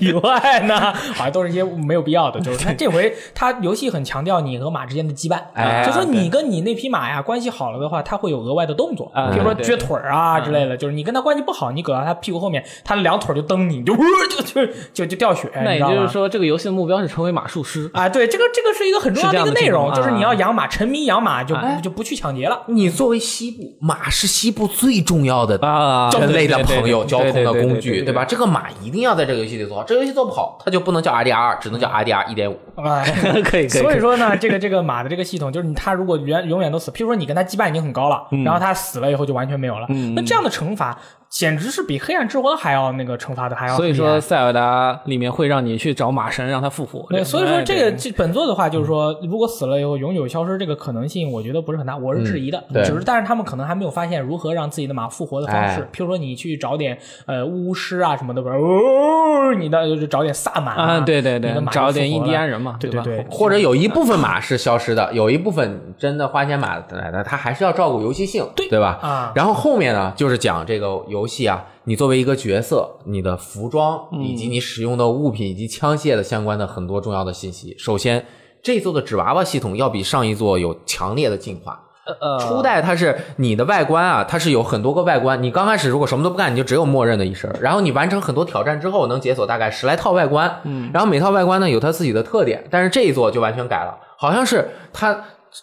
S1: 以外呢，好像都是一些没有必要的。就是它这回它游戏很强调你和马之间的羁绊，
S4: 哎
S1: 就说你跟你那匹码呀关系好了的话，他会有额外的动作，
S3: 啊
S1: 比如说
S3: 对
S1: 撅腿儿啊之类的。就是你跟他关系不好，你搁到他屁股后面，他两腿就蹬你，你就呃就就就就掉血，
S3: 那
S1: 你
S3: 也
S1: 知道
S3: 就是
S1: 吗？
S3: 说，这个游戏的目标是成为马术师。
S1: 啊，对，这个这个是一个很重要的一个内容，
S3: 是这样的啊
S1: 就是你要养马，沉迷养马就
S3: 哎
S1: 就不去抢劫了。
S4: 你作为西部马是西部最重要的
S3: 啊
S4: 人类的朋友，
S3: 对对对
S4: 交通的
S3: 对对
S4: 工
S3: 对对
S4: 具，
S3: 对
S4: 对吧？这个马一定要在这个游戏里做好，这个游戏做不好，它就不能叫 RDR，只能叫 RDR 一点五。
S1: 哎，
S3: 可以可以，
S1: 所以说呢，这个这个马的这个系统，就是你他如果原永远都死，譬如说你跟他羁绊已经很高了，
S3: 嗯
S1: 然后他死了以后就完全没有了，那这样的惩罚简直是比黑暗之魂还要那个惩罚的还要。
S3: 所以
S4: 啊
S3: 说，，塞尔达里面会让你去找马神，让他复活。
S1: 对，所以说这
S3: 哎
S1: 个
S3: 对
S1: 这本作的话，就是说如果死了以后永久消失这个可能性，我觉得不是很大，我是
S3: 嗯
S1: 质疑的。
S4: 对
S1: 只是但是他们可能还没有发现如何让自己的马复活的方式，
S3: 哎
S1: 譬如说你去找点呃巫师啊什么的，不是，哦，你的就是找点萨满
S3: 啊，对对对
S1: 你的马，就
S3: 找点
S1: 复活
S3: 印
S1: 了
S3: 第安人嘛，
S1: 对
S3: 吧？
S1: 对，
S4: 或者有一部分马是消失的，有一部分真的花钱买来的，它还是要照顾游戏性，对对吧？
S1: 啊
S4: 然后后面呢，就是讲这个游戏啊，你作为一个角色，你的服装以及你使用的物品以及枪械的相关的很多重要的信息。首先，这一座的纸娃娃系统要比上一座有强烈的进化。
S3: 呃，
S4: 初代它是你的外观啊，它是有很多个外观。你刚开始如果什么都不干，你就只有默认的一身儿。然后你完成很多挑战之后，能解锁大概十来套外观。嗯，然后每套外观呢有它自己的特点，但是这一座就完全改了，好像是它。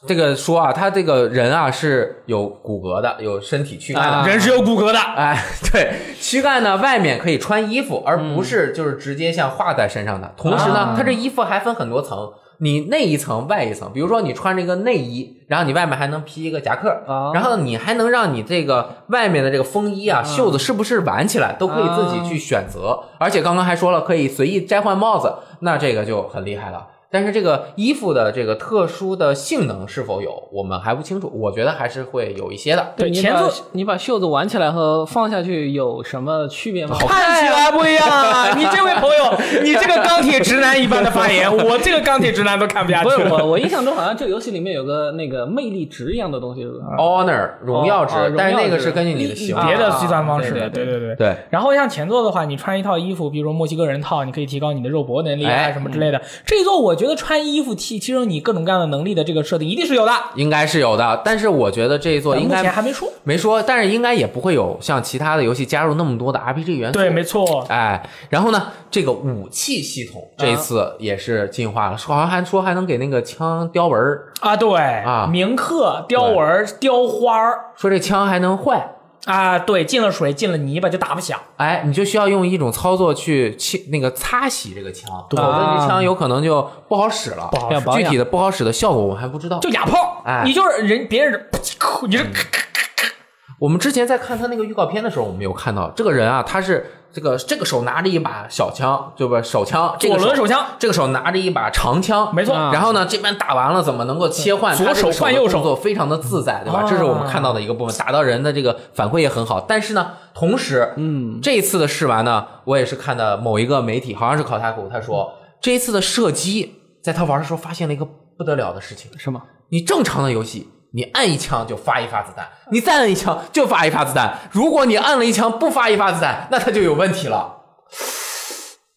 S4: 这个说啊，它这个人啊是有骨骼的，有身体躯干的，
S3: 啊
S1: 人是有骨骼的。
S4: 哎， 对，躯干呢外面可以穿衣服，而不是就是直接像画在身上的。同时呢，它这衣服还分很多层，你内一层外一层。比如说你穿着一个内衣，然后你外面还能披一个夹克，
S3: 啊
S4: 然后你还能让你这个外面的这个风衣啊，袖子是不是挽起来，都可以自己去选择。而且刚刚还说了，可以随意摘换帽子，那这个就很厉害了。但是这个衣服的这个特殊的性能是否有，我们还不清楚。我觉得还是会有一些的。
S1: 对
S3: 你
S1: 前
S3: 把
S1: 作
S3: 你把袖子挽起来和放下去有什么区别吗？
S1: 看起来不一样 啊！你这位朋友，你这个钢铁直男一般的发言，我这个钢铁直男都看不下
S4: 啊
S1: 去
S3: 不是
S1: 了。
S3: 我，我印象中好像这个游戏里面有个那个魅力值一样的东西，是吧？
S4: Honor 荣耀值，
S3: 哦荣耀
S4: 但是那个
S3: 值
S4: 是根据你的行为。
S1: 别的计算方式，
S3: 啊
S1: 对对
S3: 对对
S1: 对。
S4: 对，
S1: 然后像前作的话，你穿一套衣服，比如说墨西哥人套，你可以提高你的肉搏能力啊
S4: 哎
S1: 什么之类的。这一座我觉得穿衣服提提升你各种各样的能力的这个设定一定是有的，
S4: 应该是有的，但是我觉得这一座
S1: 但
S4: 应
S1: 目前还
S4: 该
S1: 没出。
S4: 没说，但是应该也不会有像其他的游戏加入那么多的 RPG 元素。
S1: 对，没错。
S4: 哎，然后呢，这个武器系统这一次也是进化了，说好像还说还能给那个枪雕纹儿，
S1: 啊，对
S4: 啊
S1: 铭刻、雕纹儿、雕花儿
S4: 说这枪还能坏。
S1: 啊，对，进了水、进了泥巴就打不响。
S4: 哎，你就需要用一种操作去清那个擦洗这个枪，否则这枪有可能就不好使了。
S3: 好使
S4: 具体的不好使的效果我们还不知道。
S1: 就哑炮，
S4: 哎
S1: 你就是人别人你这
S4: 我们之前在看他那个预告片的时候，我们有看到这个人啊，他是这个这个手拿着一把小枪，对吧？手枪，这
S1: 左
S4: 个
S1: 轮手枪，
S4: 这个手拿着一把长枪，
S1: 没错嗯
S4: 然后呢，这边打完了怎么能够切换？
S1: 左
S4: 他这个
S1: 手换右手
S4: 手的动作非常的自在，对吧
S1: 啊？
S4: 这是我们看到的一个部分，打到人的这个反馈也很好。但是呢，同时，嗯，这一次的试玩呢，我也是看的某一个媒体，好像是考塔古，他说这一次的射击，在他玩的时候发现了一个不得了的事情。
S3: 是吗？
S4: 你正常的游戏，你按一枪就发一发子弹，你再按一枪就发一发子弹。如果你按了一枪不发一发子弹，那它就有问题了。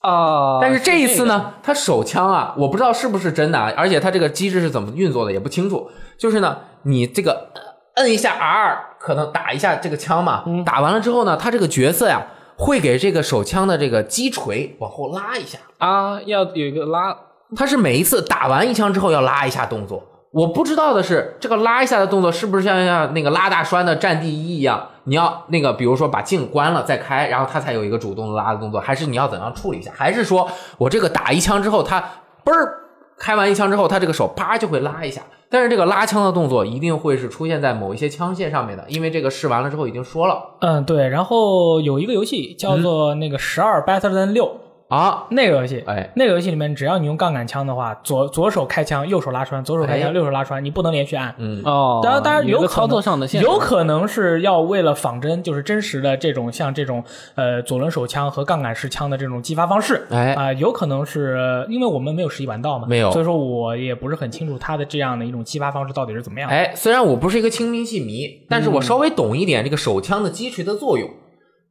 S3: 啊，
S4: 但是这一次呢，它手枪啊，我不知道是不是真的，啊，而且它这个机制是怎么运作的也不清楚。就是呢，你这个呃摁一下 R，可能打一下这个枪嘛，打完了之后呢，它这个角色呀、会给这个手枪的这个击锤往后拉一下，
S3: 啊，要有一个拉
S4: 他是每一次打完一枪之后要拉一下动作。我不知道的是，这个拉一下的动作是不是像像那个拉大栓的战地一一样，你要那个比如说把镜关了再开，然后它才有一个主动的拉的动作，还是你要怎样处理一下？还是说我这个打一枪之后，它嘣儿开完一枪之后，它这个手啪就会拉一下？但是这个拉枪的动作一定会是出现在某一些枪械上面的，因为这个试完了之后已经说了
S1: 嗯，对。然后有一个游戏
S4: 嗯
S1: 叫做那个十二 Better Than 六
S4: 啊，
S1: 那个游戏，
S4: 哎，
S1: 那个游戏里面只要你用杠杆枪的话，左左手开枪，右手拉栓，左手开枪，
S4: 哎
S1: 右手拉栓，你不能连续按。
S4: 嗯，
S3: 哦，
S1: 当然，当然
S3: 有
S1: 可
S3: 一个
S1: 能
S3: 操作上的限制，
S1: 有可能是要为了仿真，就是真实的这种像这种呃左轮手枪和杠杆式枪的这种激发方式。
S4: 哎
S1: 啊、有可能是因为我们没有实际玩到嘛，
S4: 没有
S1: 所以说我也不是很清楚它的这样的一种激发方式到底是怎么
S3: 啊
S1: 样的。
S4: 哎
S3: 嗯
S4: 哎，虽然我不是一个清兵器迷，但是我稍微懂一点这个手枪的击锤的作用。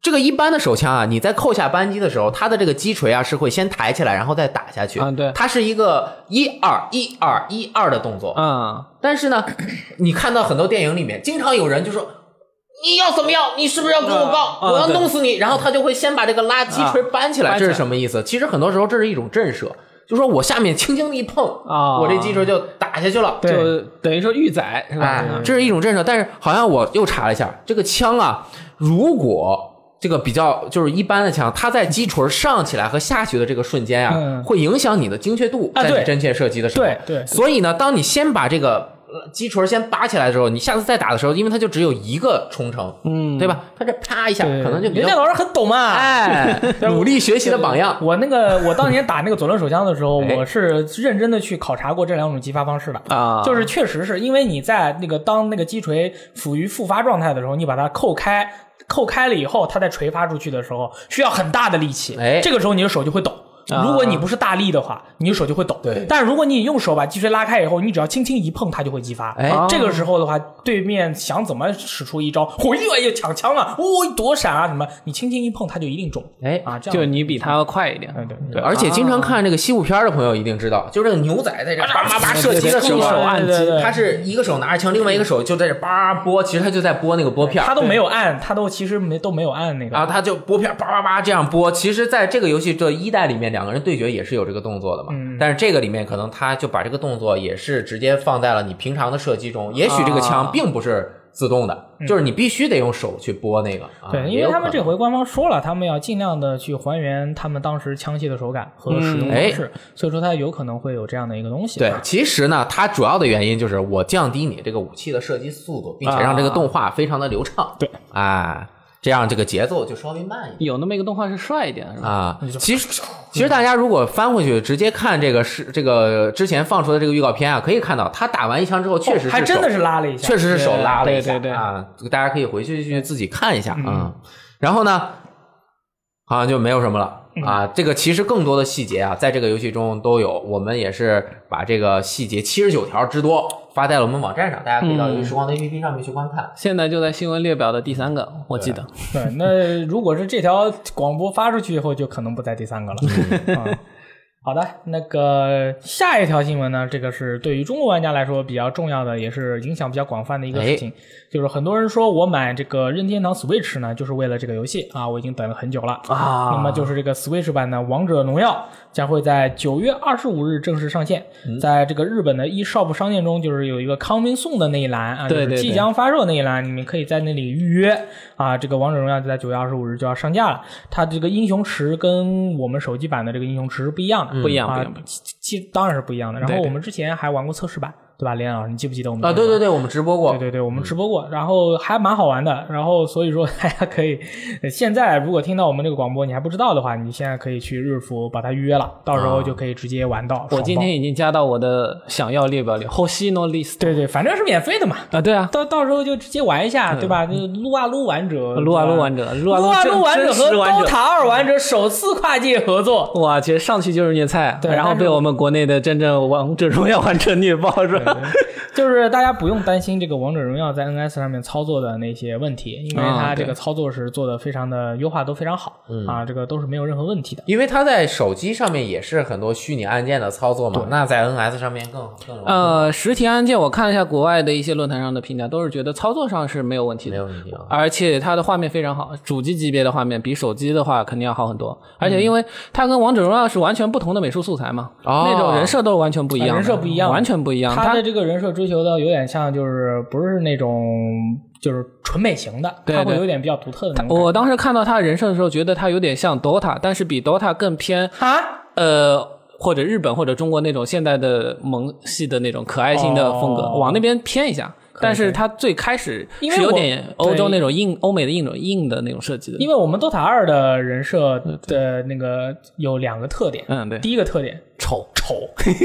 S4: 这个一般的手枪啊，你在扣下扳机的时候，它的这个击锤啊是会先抬起来，然后再打下去。
S3: 啊对
S4: 它是一个一二一二一二的动作。
S3: 啊、
S4: 但是呢，你看到很多电影里面，经常有人就说。你要怎么样？你是不是要跟我杠？
S3: 啊啊
S4: 我要
S3: 对
S4: 弄死你！然后他就会先把这个垃圾锤搬起来，
S3: 啊搬起
S4: 这
S3: 来
S4: 是什么意思？其实很多时候这是一种震慑，就说我下面轻轻的一碰，
S3: 啊
S4: 我这击锤就打下去了。
S1: 对
S3: 就等于说预载是吧？啊
S4: 哎，这是一种震慑。但是好像我又查了一下，这个枪啊，如果这个比较就是一般的枪，它在击锤上起来和下去的这个瞬间啊，
S1: 嗯
S4: 会影响你的精确度，
S1: 啊
S4: 在你
S1: 对
S4: 真切射击的时候。
S1: 对对
S4: 所以呢，当你先把这个。呃击锤先拔起来的时候，你下次再打的时候，因为它就只有一个冲程，嗯，对吧？它这啪一下，可能就比
S1: 人家
S4: 较
S1: 老师很懂嘛。
S4: 哎，努力学习的榜样
S1: 我那个我当年打那个左轮手枪的时候，
S4: 哎
S1: 我是认真的去考察过这两种击发方式的。
S4: 啊就
S1: 就是确实是因为你在那个当那个击锤处于复发状态的时候，你把它扣开，扣开了以后，它再锤发出去的时候，需要很大的力气。
S4: 哎啊
S1: 这个时候你的手就会抖。如果你不是大力的话，你的手就会抖。
S4: 对
S1: 但如果你用手把击锤拉开以后，你只要轻轻一碰，它就会击发。
S4: 哎
S1: 这个时候的话，对面想怎么使出一招，我又要抢枪了，我躲闪啊什么，你轻轻一碰，它就一定中。
S4: 哎
S1: 啊，这样
S3: 就你比他要快一点，
S1: 嗯对
S3: 对，
S4: 而且经常看这个西部片的朋友一定知道，就是这个牛仔在这叭叭叭射击的时候
S3: 一手
S4: 啊，
S3: 按
S1: 对对对
S3: 击，
S4: 他是一个手拿着枪，另外一个手就在这叭拨，其实他就在拨那个拨片儿，
S1: 他都没有按，他都其实没都没有按那个。
S4: 然后他就拨片儿叭叭叭这样拨。其实，在这个游戏这一代里面，两个人对决也是有这个动作的嘛。但是这个里面可能他就把这个动作也是直接放在了你平常的射击中，也许这个枪并不是自动的，就是你必须得用手去拨那个。啊
S1: 对，
S4: 也
S1: 因为
S4: 有可
S1: 他
S4: 能
S1: 们这回官方说了，他们要尽量的去还原他们当时枪械的手感和使用
S4: 嗯哎
S1: 方式，所以说它有可能会有这样的一个东西。
S4: 对，其实呢，它主要的原因就是我降低你这个武器的射击速度，并且让这个动画非常的流畅。
S1: 对，
S4: 啊，这样这个节奏就稍微慢一点。
S3: 有那么一个动画是帅一点是吧？
S4: 啊，其实其实大家如果翻回去直接看这个是这个之前放出的这个预告片啊，可以看到他打完一枪之后确实是手、
S1: 哦还真的是拉了一下，
S4: 确实是手拉了一下，
S3: 对对对
S4: 啊，这个大家可以回去去自己看一下啊、然后呢，好像就没有什么了。啊，这个其实更多的细节啊，在这个游戏中都有。我们也是把这个细节七十九条之多发在了我们网站上，大家可以到游戏时光的 APP 上面去观看。
S3: 现在就在新闻列表的第三个，我记得
S1: 对，那如果是这条广播发出去以后，就可能不在第三个了。嗯好的，那个下一条新闻呢？这个是对于中国玩家来说比较重要的，也是影响比较广泛的一个事情，就是很多人说我买这个任天堂 Switch 呢，就是为了这个游戏啊，我已经等了很久了。
S3: 啊
S1: 那么就是这个 Switch 版的《王者荣耀》将会在九月二十五日正式上线，
S3: 嗯
S1: 在这个日本的 eShop 商店中，就是有一个 Coming Soon 的那一栏啊，就
S3: 对
S1: 是
S3: 对对
S1: 即将发售那一栏，你们可以在那里预约啊。这个《王者荣耀》就在九月二十五日就要上架了，它这个英雄池跟我们手机版的这个英雄池是不一样的，
S3: 嗯不一样，不一
S1: 啊
S3: 样，不一样，
S1: 其其当然是不一样的。然
S3: 对
S1: 后
S3: 对
S1: 我们之前还玩过测试版，对吧，林老师？你记不记得我们
S4: 啊，对对对，我们直播过，
S3: 哦
S1: 对对对，我们直播过，然后还蛮好玩的。然后所以说 大家可以，呃现在如果听到我们这个广播你还不知道的话，你现在可以去日服把它预约了，到时候就可以直接玩到。
S3: 啊我
S1: 爽
S3: 今
S1: 爆
S3: 天已经加到我的想要列表里，Hoshino list
S1: 对对，反正是免费的嘛，
S3: 啊，对啊，
S1: 到到时候就直接玩一下，对吧？就撸啊撸玩者，
S3: 撸啊
S1: 对吧
S3: 撸玩。者，撸
S1: 撸
S3: 啊
S1: 啊撸
S3: 撸
S1: 玩者和
S3: 真实玩
S1: 高
S3: 者。嗯
S1: 塔二玩者首次跨界合作，
S3: 哇，其实上去就是虐菜，
S1: 对
S3: 然后
S1: 但是
S3: 被我们国内的真正王者荣耀玩者虐爆是吧？
S1: 就是大家不用担心这个王者荣耀在 NS 上面操作的那些问题，因为
S3: 啊
S1: 它这
S3: 对
S1: 个操作是做的非常的优化都非常好
S3: 嗯
S1: 啊，这个都是没有任何问题的。
S4: 因为它在手机上面也是很多虚拟按键的操作嘛，那在 NS 上面更更容易。
S3: 呃，实体按键我看了一下国外的一些论坛上的评价，都是觉得操作上是没有问题
S4: 没
S3: 的
S4: 有，问题啊。
S3: 而且它的画面非常好，主机级别的画面比手机的话肯定要好很多。而
S1: 嗯
S3: 且因为它跟王者荣耀是完全不同的美术素材嘛，
S4: 哦
S3: 那种人设都是完全不一样的，
S1: 啊人设不一样
S3: 完全不一样。
S1: 他
S3: 它
S1: 的这个人设追求的有点像，就是不是那种就是纯美型的，
S3: 对
S1: 他会
S3: 对
S1: 有点比较独特的那种
S3: 我
S1: 感
S3: 当时看到他人设的时候，觉得他有点像 DOTA，但是比 DOTA 更偏
S1: 觉。啊，
S3: 呃。或者日本或者中国那种现代的萌系的那种可爱性的风格，
S1: 哦
S3: 往那边偏一下。但是它最开始
S1: 因为
S3: 是有
S1: 我
S3: 点欧洲
S1: 对
S3: 那种硬、欧美的硬种硬的那种设计的。
S1: 因为我们 DOTA 二的人设的那个有两个特点，
S3: 嗯，对，
S1: 第一个特点
S3: 丑，
S1: 丑，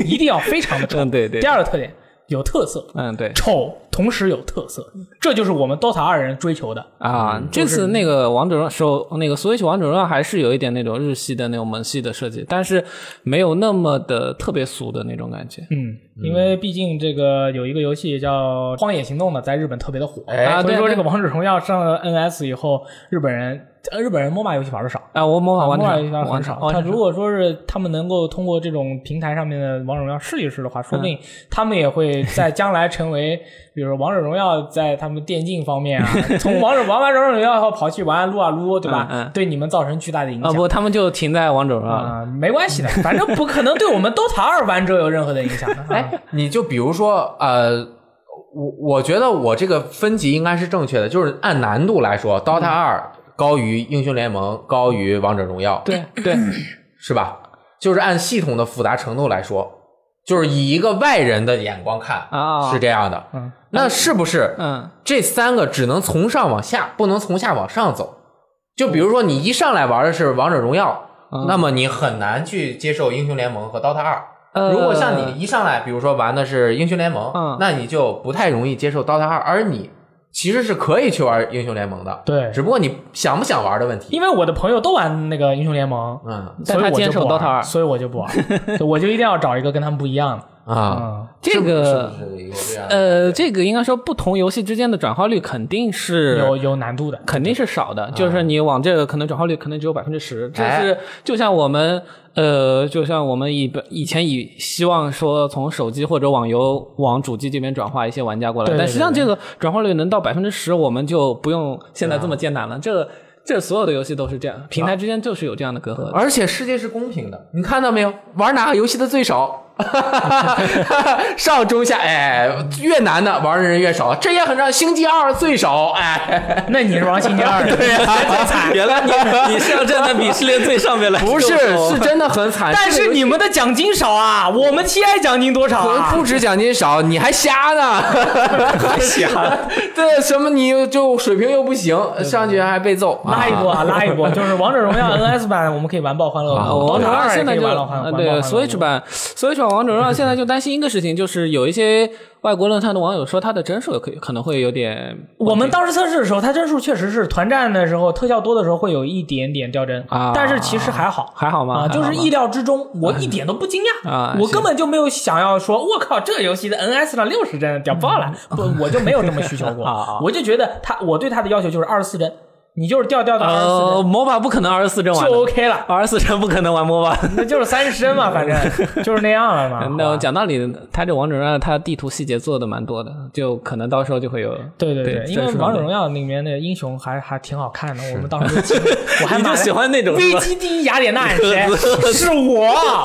S1: 一定要非常的丑，
S3: 嗯，对对，
S1: 第二个特点有特色，
S3: 嗯对，
S1: 丑同时有特色，这就是我们 DOTA 二人追求的。
S3: 啊，这次那个王者荣耀手那个 Switch 王者荣耀还是有一点那种日系的那种萌系的设计，但是没有那么的特别俗的那种感觉。
S1: 嗯，因为毕竟这个有一个游戏叫《荒野行动》呢，在日本特别的火，
S3: 啊
S1: 所以
S3: 对
S1: 说
S3: 对
S1: 这个王者荣耀上了 NS 以后，日本人呃日本人 MOBA 游戏玩的少。
S3: 啊，我模仿
S1: 玩
S3: 王者
S1: 玩
S3: 荣耀
S1: 很
S3: 王者
S1: 少。他如果说是他们能够通过这种平台上面的王者荣耀试一试的话，
S3: 嗯
S1: 说不定他们也会在将来成为，比如王者荣耀在他们电竞方 面啊，从王者玩完王者荣耀后跑去玩撸啊撸，对
S3: 嗯
S1: 吧
S3: 嗯？
S1: 对你们造成巨大的影
S3: 啊
S1: 响。
S3: 不，他们就停在王者荣耀了。
S1: 啊，没关系的，反正不可能对我们 DOTA 二玩者有任何的影响的。 哎，
S4: 你就比如说，呃，我我觉得我这个分级应该是正确的，就是按难度来说，《DOTA 二》高于《英雄联盟》，高于《王者荣耀》，
S3: 对对，
S4: 是吧？就是按系统的复杂程度来说，就是以一个外人的眼光看
S3: 啊
S4: 是这样的。
S1: 嗯，
S4: 那是不是
S3: 嗯，
S4: 这三个只能从上往下，不能从下往上走？就比如说你一上来玩的是王者荣耀，
S3: 嗯
S4: 那么你很难去接受英雄联盟和 DOTA 二。
S3: 呃
S4: 如果像你一上来，比如说玩的是英雄联盟，
S3: 嗯
S4: 那你就不太容易接受 DOTA 二，而你其实是可以去玩英雄联盟的，
S1: 对
S4: 只不过你想不想玩的问题。
S1: 因为我的朋友都玩那个英雄联盟，
S4: 嗯
S1: 所以我
S3: 但他
S1: 就
S3: 坚
S1: 不
S3: 守
S1: 玩
S3: DOTA 二
S1: 所以我就不 玩，对我就一定要找一个跟他们不一样的。
S4: 啊，
S1: 嗯，
S3: 这个
S4: 是不是有这样的
S3: 呃，这个应该说不同游戏之间的转化率肯定是
S1: 有有难度的。
S3: 肯定是少的，就是你往这个可能转化率可能只有百分之十，这
S4: 哎
S3: 是就像我们呃，就像我们以以前以希望说从手机或者网游往主机这边转化一些玩家过来
S1: 对，对
S3: 但实际上
S1: 对
S3: 这个转化率能到百分之十，我们就不用现在这么艰难
S1: 啊
S3: 了。这个这所有的游戏都是这样，平台之间就是有这样的隔阂的。
S4: 而且世界是公平的，
S2: 你看到没有？玩哪个游戏的最少？ 上中下，哎，越难的玩的人越少，这也很让《星际二》最少，哎，
S1: 那你是玩星期二的？对呀、最 惨。
S3: 啊原来哎 你你是要站在鄙视链最上面来
S2: 不是
S3: 说，我
S2: 是真的很 惨。
S1: 但
S2: 这
S1: 是
S2: 个游戏
S1: 你们的奖金少啊，我们 TI 奖金多少
S2: 可能
S1: 啊？
S2: 不止奖金少，你还瞎 呢，还瞎，对，什么你就水平又不 行，上去还被揍，
S1: 拉一波啊，拉一波！就是王者荣耀 NS 版，我们可以玩爆欢乐谷
S2: 啊
S1: 王
S3: 王
S1: 者
S3: 者
S1: 荣
S3: 荣
S1: 耀
S3: 耀现在
S1: 也
S3: 就
S1: 可以玩欢
S3: 呃
S1: 乐
S3: 对 Switch 版 Switch 版王者荣耀现在就担心一个事情，就是有一些外国论坛的网友说它的帧数有可可能会有点
S1: 我们当时测试的时候，它帧数确实是团战的时候特效多的时候会有一点点掉帧
S3: 啊
S1: 但是其实还好。
S3: 还好吗？
S1: 啊，就是
S3: 还好吗
S1: 意料之中， 我一点都不惊讶
S3: 啊
S1: 我
S3: 是
S1: 根本就没有想要说，我靠，这游戏的 NS 上六十帧屌爆了，不，我就没有这么需求
S3: 嗯 啊
S1: 过
S3: 啊，
S1: 我就觉得它，我对它的要求就是二十四帧，你就是掉掉到二十四
S3: 呃
S1: 帧
S3: ，MOBA 不可能二十四帧玩
S1: 就
S3: 的，
S1: OK 了，
S3: 二十四帧不可能玩 MOBA。
S1: 那就是三十帧嘛，反 正就是那样了嘛。
S3: 嗯那
S1: 好吧
S3: 讲道理，它这王者荣耀它地图细节做的蛮多的，就可能到时候就会有。
S1: 对对对，
S3: 对
S1: 因为
S3: 真是
S1: 王者
S3: 的
S1: 荣耀里面的英雄还还挺好看的，我们当时 就我还
S3: 你
S1: 买
S3: 就喜
S1: 了。
S3: 欢那种是
S1: V
S3: 吧
S1: G 啊第一雅典 娜是谁？是我，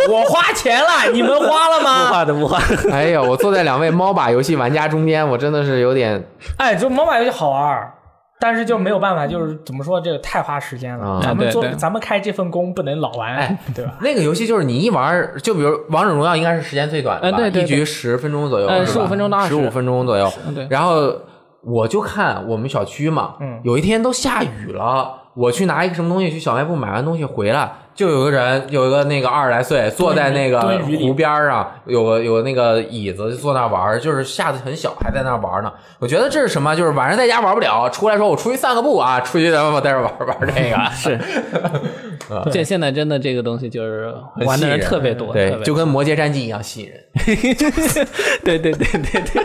S1: 我花钱了，你们花了
S3: 不
S1: 吗？
S3: 画的 不画的。
S2: 哎呀，我坐在两位猫把游戏玩家中间，我真的是有点
S1: 哎，就 MOBA 游戏好玩儿，但是就没有办法，就是怎么说，这个太花时间了。
S2: 啊
S1: 咱们
S3: 对
S1: 做，
S3: 对
S1: 咱们开这份工不能老玩，对吧？
S4: 那个游戏就是你一玩儿，就比如王者荣耀应该是时间最短的吧，
S3: 哎对对对
S4: 一局十分钟左右，
S3: 呃
S4: 是吧
S3: 15分钟到20
S4: 15分钟左右。
S3: 对
S4: 然后我就看我们小区嘛，
S1: 嗯
S4: 有一天都下雨了，我去拿一个什么东西去小卖部买完东西回来，就有个人有一个那个二十来岁坐在那个
S1: 蹲雨里
S4: 湖边儿上，有个有那个椅子就坐那玩儿，就是下的很小，还在那玩儿呢。我觉得这是什么？就是晚上在家玩不了，出来说我出去散个步啊，出去咱们在这玩儿玩儿这个。
S3: 是，这现在真的这个东西就是
S4: 很
S3: 玩的
S4: 吸
S3: 人
S4: 引人
S3: 特别多，特
S4: 对，
S3: 别
S4: 就跟《魔界战记》一样吸引人。
S3: 对对对对对，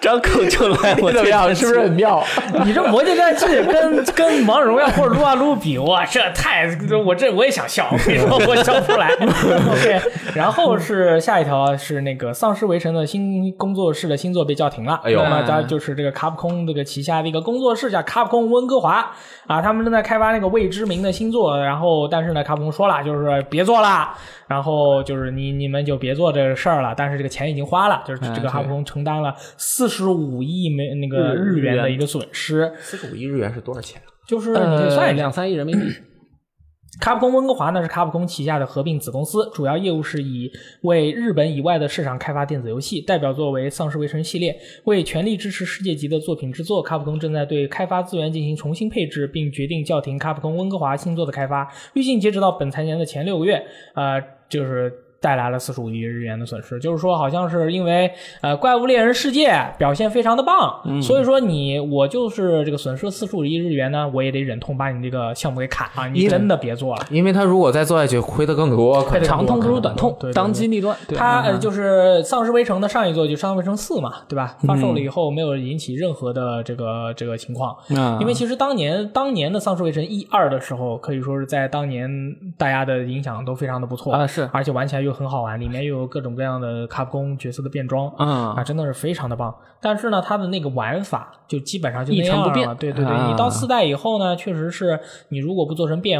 S3: 张口就来， 我
S2: 怎么样？
S3: 天天
S2: 是不是很妙？
S1: 你这《魔界战记》跟跟王者荣耀或者撸啊撸比，哇，这太我这我也想笑，我跟你说我笑不出来。OK，然后是下一条是那个《丧尸围城》的新工作室的新作被叫停了。
S4: 哎呦
S1: 那么它就是这个卡普空这个旗下的一个工作室叫卡普空温哥华啊，他们正在开发那个未知名的新作，然后但是呢，卡普空说了，就是说别做了，然后就是你你们就别做这个事儿了，但是这个钱已经花了，就是这个卡普空承担了四十五亿美那个日元的一个损失。
S4: 四十五亿日元是多少钱？啊
S1: 就是你
S3: 呃
S1: 得算一下，
S3: 两三亿人民币，
S1: 卡普空温哥华呢是卡普空旗下的合并子公司，主要业务是以为日本以外的市场开发电子游戏，代表作为《丧尸围城》系列，为全力支持世界级的作品制作。卡普空正在对开发资源进行重新配置，并决定叫停卡普空温哥华新作的开发，预计截止到本财年的前六个月，呃，就是。带来了四十五亿日元的损失，就是说好像是因为呃《怪物猎人世界》表现非常的棒，
S3: 嗯
S1: 所以说你我就是这个损失四十五亿日元呢，我也得忍痛把你这个项目给砍了，你真的别做了。
S4: 因为他如果再做下去，亏的更多，可
S1: 亏得更
S4: 能
S3: 长痛不如短痛
S1: 对对，对
S3: 当机立断。哦对
S1: 它呃就是《丧尸围城》的上一座就《丧尸围城四》嘛，对吧？发售了以后没有引起任何的这个这个情况，
S3: 嗯
S1: 因为其实当年当年的《丧尸围城》一二的时候，可以说是在当年大家的影响都非常的不错
S3: 啊是
S1: 而且玩起来又很好玩，里面又有各种各样的卡普空角色的变装，
S3: 嗯
S1: 啊，真的是非常的棒。但是呢，它的那个玩法就基本上就那
S3: 一成
S1: 样
S3: 不
S1: 了，
S3: 变
S1: 对对对，
S3: 啊
S1: 你到四代以后呢，确实是你如果不做成变，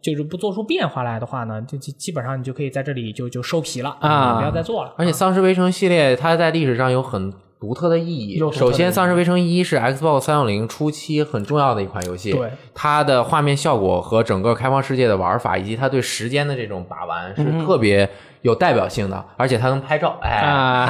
S1: 就是不做出变化来的话呢，就基基本上你就可以在这里就就收皮了
S3: 啊
S1: 不要再做了。
S4: 而且《丧尸围城》系列，它在历史上有很独特的意义
S1: 有。独特的
S4: 首
S1: 意
S4: 先，
S1: 义
S4: 《丧尸围城一》是 Xbox 三六零初期很重要的一款游戏，
S1: 对
S4: 它的画面效果和整个开放世界的玩法，以及它对时间的这种把玩
S1: 嗯
S4: 是特别有代表性的，而且它能拍照。哎，
S3: 啊，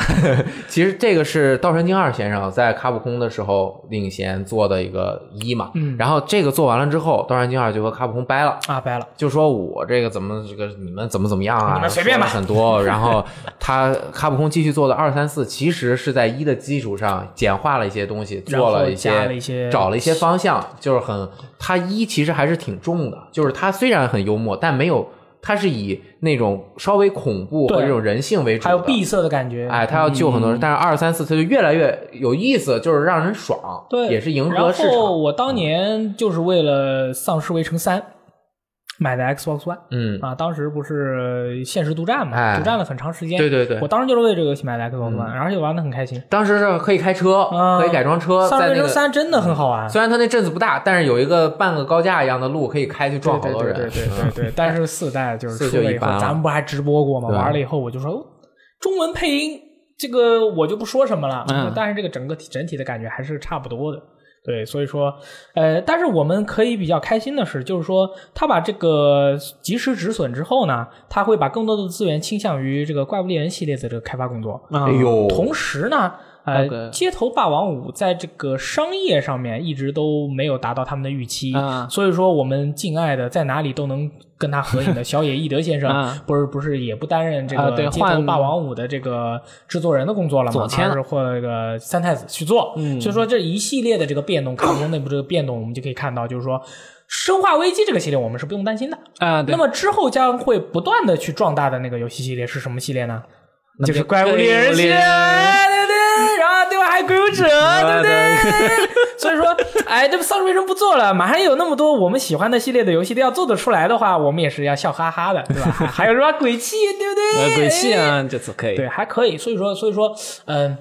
S4: 其实这个是稻盛静二先生在卡普空的时候领衔做的一个一嘛，
S1: 嗯
S4: 然后这个做完了之后，稻盛静二就和卡普空掰了。
S1: 啊，掰了，
S4: 就说我这个怎么这个你们怎么怎么样啊？
S1: 你们随便吧
S4: 说了 很多。然后他卡普空继续做的二三四，其实是在一的基础上简化了一些东西，
S1: 然后
S4: 做了一
S1: 加
S4: 些，
S1: 了一些
S4: 找了一些方向，就是很他一其实还是挺重的，就是他虽然很幽默，但没有他是以那种稍微恐怖
S1: 对
S4: 和这种人性为主的，
S1: 还有嗯闭塞的感觉，
S4: 哎，他要救很多人，但是二三四他就越来越有意思，就是让人爽，
S1: 对，
S4: 也是迎合市
S1: 然后
S4: 场，
S1: 我当年就是为了《丧尸围城三》买的 Xbox One
S4: 嗯，
S1: 啊，当时不是限时独占嘛，
S4: 哎
S1: 独占了很长时间。
S4: 对对对嗯
S1: 我。当时就是为这个游戏买的 Xbox One，、而且玩的很开心。
S4: 当时是可以开车，
S1: 啊
S4: 可以改装车，
S1: 丧
S4: 在
S1: 尸
S4: 那
S1: 围城
S4: 个嗯
S1: 三》真的很好玩。
S4: 虽然它那阵子不大，但是有一个半个高架一样的路可以开去
S1: 对
S4: 嗯撞好
S1: 对
S4: 多
S1: 对
S4: 人。
S1: 对对对 对，但是四代就是
S4: 四
S1: 出
S4: 就
S1: 了以
S4: 一
S1: 后
S4: 般，了
S1: 咱们不还直播过吗？
S4: 对
S1: 玩了以后我就说，哦中文配音这个我就不说什么了，
S3: 嗯
S1: 但是这个整个体整体的感觉还是差不多的。对，所以说，呃，但是我们可以比较开心的是，就是说，他把这个及时止损之后呢，他会把更多的资源倾向于这个怪物猎人系列的这个开发工作。
S4: 哎呦，
S1: 同时呢，呃，
S3: 那个
S1: 街头霸王五在这个商业上面一直都没有达到他们的预期，
S3: 啊
S1: 所以说我们敬爱的在哪里都能跟他合影的小野义德先生，
S3: 啊
S1: 不是不是也不担任这
S3: 啊
S1: 个
S3: 对
S1: 街头
S3: 换
S1: 霸王五的这个制作人的工作了嘛
S3: 左，迁
S1: 而
S3: 了
S1: 是或这个三太子去做，
S3: 嗯
S1: 所以说这一系列的这个变动，卡普空内部这个变动，我们就可以看到，就是说。生化危机这个系列我们是不用担心的，
S3: 啊，
S1: 那
S3: 对，
S1: 么之后将会不断的去壮大的那个游戏系列是什么系列呢？就是怪物猎人系列，
S3: 怪物猎人
S1: 对对，然后对吧？还有鬼武者，
S3: 啊
S1: 对 不对？所以说，哎，这不丧尸围城不做了，马上有那么多我们喜欢的系列的游戏都要做得出来的话，我们也是要笑哈哈的，对 吧？还还有什么鬼泣，对不对？
S3: 呃，鬼泣啊，这次可以。
S1: 对，还可以。所以说，所以说，嗯、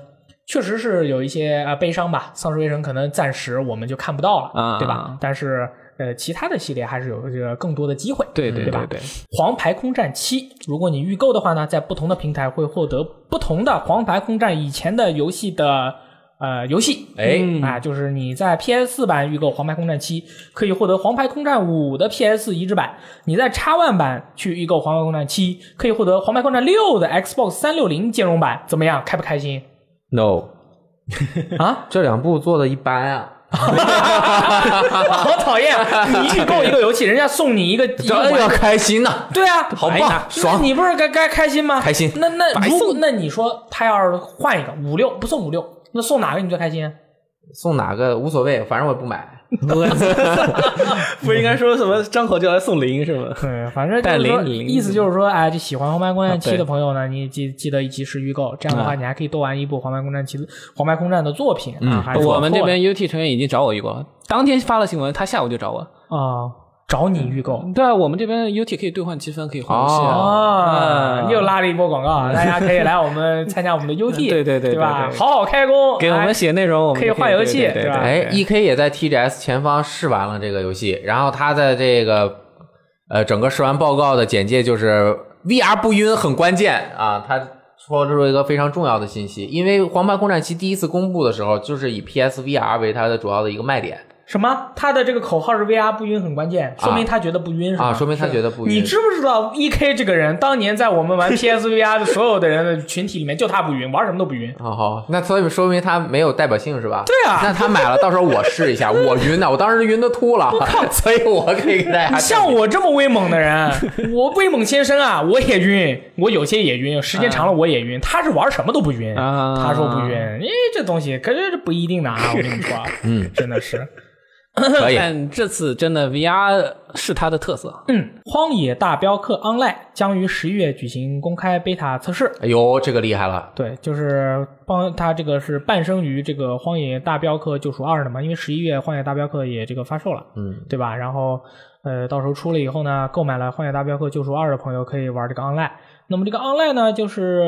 S1: 确实是有一些啊、呃悲伤吧，《丧尸围城》可能暂时我们就看不到了，
S3: 啊
S1: 对吧？但是呃，其他的系列还是有这个更多的机会，
S3: 对对
S1: 对吧
S3: 对对，
S1: 黄牌空战七，如果你预购的话呢，在不同的平台会获得不同的黄牌空战以前的游戏的呃游戏。
S4: 哎
S1: 嗯啊，就是你在 PS 4版预购《黄牌空战七》，可以获得《黄牌空战五》的 PS 移植版；你在 X One 版去预购《黄牌空战七》，可以获得《黄牌空战六》的 Xbox 三六零兼容版。怎么样，开不开心？
S4: no
S1: 啊，
S4: 这两部做的一般啊。
S1: 我好讨厌！你预购一个游戏，人家送你一个一
S4: 这
S1: 个玩
S4: 要开心呐、
S1: 对啊，好
S4: 棒爽
S1: 你不是该该开心吗？
S4: 开心
S1: 那那
S4: 白
S1: 如
S4: 送
S1: 果那你说他要是换一个五六不送五六，那送哪个你最开心？啊
S4: 送哪个无所谓，反正我也不买。
S3: 不应该说什么张口就来送零是吗？
S1: 对，反正
S3: 带
S1: 就是说，
S3: 零零
S1: 意思就是说，哎，这喜欢《黄牌空战
S3: 啊
S1: 七》
S3: 对啊
S1: 的朋友呢，你记记得及时预购，这样的话你还可以多玩一部《黄牌空战七》《黄牌空战》的作品啊。还是
S3: 嗯我们
S1: 不
S3: 这
S1: 错的
S3: 边 UT 成员已经找我预购了，当天发了新闻，他下午就找我。
S1: 啊，找你预购
S3: 对啊，我们这边 UT 可以兑换积分，可以换游戏
S4: 哦
S3: 啊。
S1: 啊，
S3: 嗯
S1: 又拉了一波广告， 啊，大家可以来我们参加我们的 UT，
S3: 对对对对
S1: 对吧？
S3: 对
S1: 好好开工，
S3: 给我
S1: 哎
S3: 们写内容，我们
S1: 可以
S3: 就
S1: 换游戏
S3: 对
S1: 是
S3: 对对
S1: 吧
S3: 对
S4: 哎，E K 也在 T G S 前方试完了这个游戏，然后他的这个呃整个试玩报告的简介就是 V R 不晕很关键啊，他说出了一个非常重要的信息，因为《黄牌空战七》第一次公布的时候，就是以 P S V R 为它的主要的一个卖点，
S1: 什么？他的这个口号是 VR 不晕很关键，说明他觉得不晕是吧？
S4: 啊，说明他觉得不
S1: 你
S4: 晕。
S1: 知不知道 E K 这个人当年在我们玩 PSVR 的所有的人的群体里面，就他不晕，玩什么都不晕。
S4: 好哦好，那所以说明他没有代表性是吧？
S1: 对啊
S4: 那他买了，到时候我试一下。我晕呐，我当时晕的吐了，所以我可以给大家。
S1: 像我这么威猛的人，我威猛先生啊，我也晕，我有些也晕，时间长了我也晕。他是玩什么都不晕，
S3: 啊
S1: 他说不晕，哎，这东西可是不一定的啊，我跟你说，嗯，真的是。
S4: 可以
S3: 但这次真的 VR 是它的特色，
S1: 嗯，《荒野大镖客 Online》将于十一月举行公开 beta 测试。
S4: 哎呦，这个厉害了，
S1: 对，就是帮它这个是伴生于这个《荒野大镖客：救赎二》的嘛，因为十一月《荒野大镖客》也这个发售了，
S4: 嗯，
S1: 对吧？然后呃，到时候出了以后呢，购买了《荒野大镖客：救赎二》的朋友可以玩这个 online。那么这个 online 呢，就是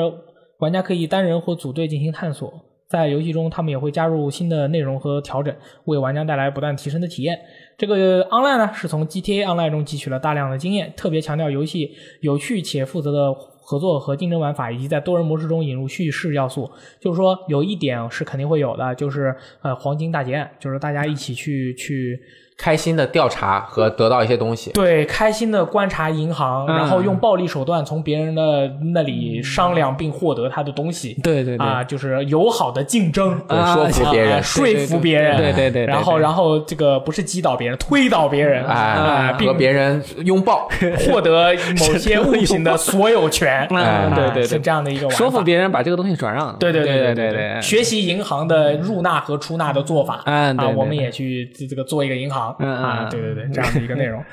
S1: 玩家可以单人或组队进行探索，在游戏中他们也会加入新的内容和调整，为玩家带来不断提升的体验。这个 online 呢，是从 GTA Online 中汲取了大量的经验，特别强调游戏有趣且负责的合作和竞争玩法，以及在多人模式中引入叙事要素。就是说，有一点是肯定会有的，就是呃，黄金大劫案，就是大家一起去去
S4: 开心的调查和得到一些东西，
S1: 对，开心的观察银行，
S3: 嗯
S1: 然后用暴力手段从别人的那里商量并获得他的东西。
S3: 对对
S1: 啊，就是友好的竞争，
S4: 对嗯
S3: 啊
S4: 说服别
S1: 啊
S4: 人，
S1: 说服别人，
S3: 对对对对
S1: 然后，然后这个不是击倒别人，推倒别人，
S4: 哎
S1: 啊，，
S4: 和
S1: 并
S4: 别人拥 抱，
S1: 获得某些物品的所有 权。
S3: 哎
S1: 啊
S3: 对对对
S1: 是这样的一个玩法
S3: 说服别人把这个东西转让，
S1: 对对
S3: 对
S1: 对
S3: 对
S1: 对，学习银行的入纳和出纳的做法，
S3: 嗯对
S1: 啊，
S3: 对
S1: 我们
S3: 对
S1: 也去这这个做一个银行，
S3: 嗯嗯
S1: 啊，
S3: 嗯
S1: 对对对，这样的一个内容，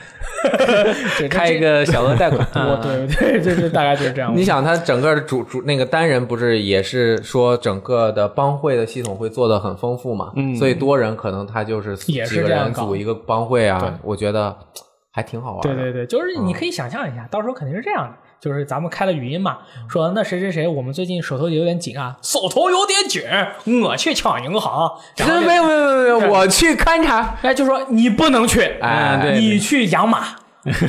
S3: 对，开一个小额贷款，
S1: 我
S3: 嗯
S1: 对对对对，大概就是这样。
S4: 你想，他整个的主主那个单人不是也是说整个的帮会的系统会做的很丰富嘛？嗯，所以多人可能他就是
S1: 也是
S4: 几个
S1: 这样
S4: 人
S1: 搞
S4: 组一个帮会
S1: 对
S4: 啊，我觉得还挺好玩的。嗯
S1: 对对对，就是你可以想象一下，到时候肯定是这样的，就是咱们开了语音嘛，
S4: 嗯
S1: 说那谁谁谁，我们最近手头有点紧啊，手头有点紧，我去抢银行，然后
S4: 真
S1: 那
S4: 没有没有没有没有，我去勘 察。
S1: 哎就说你不能去，
S4: 哎
S3: 对对
S1: 你去养马，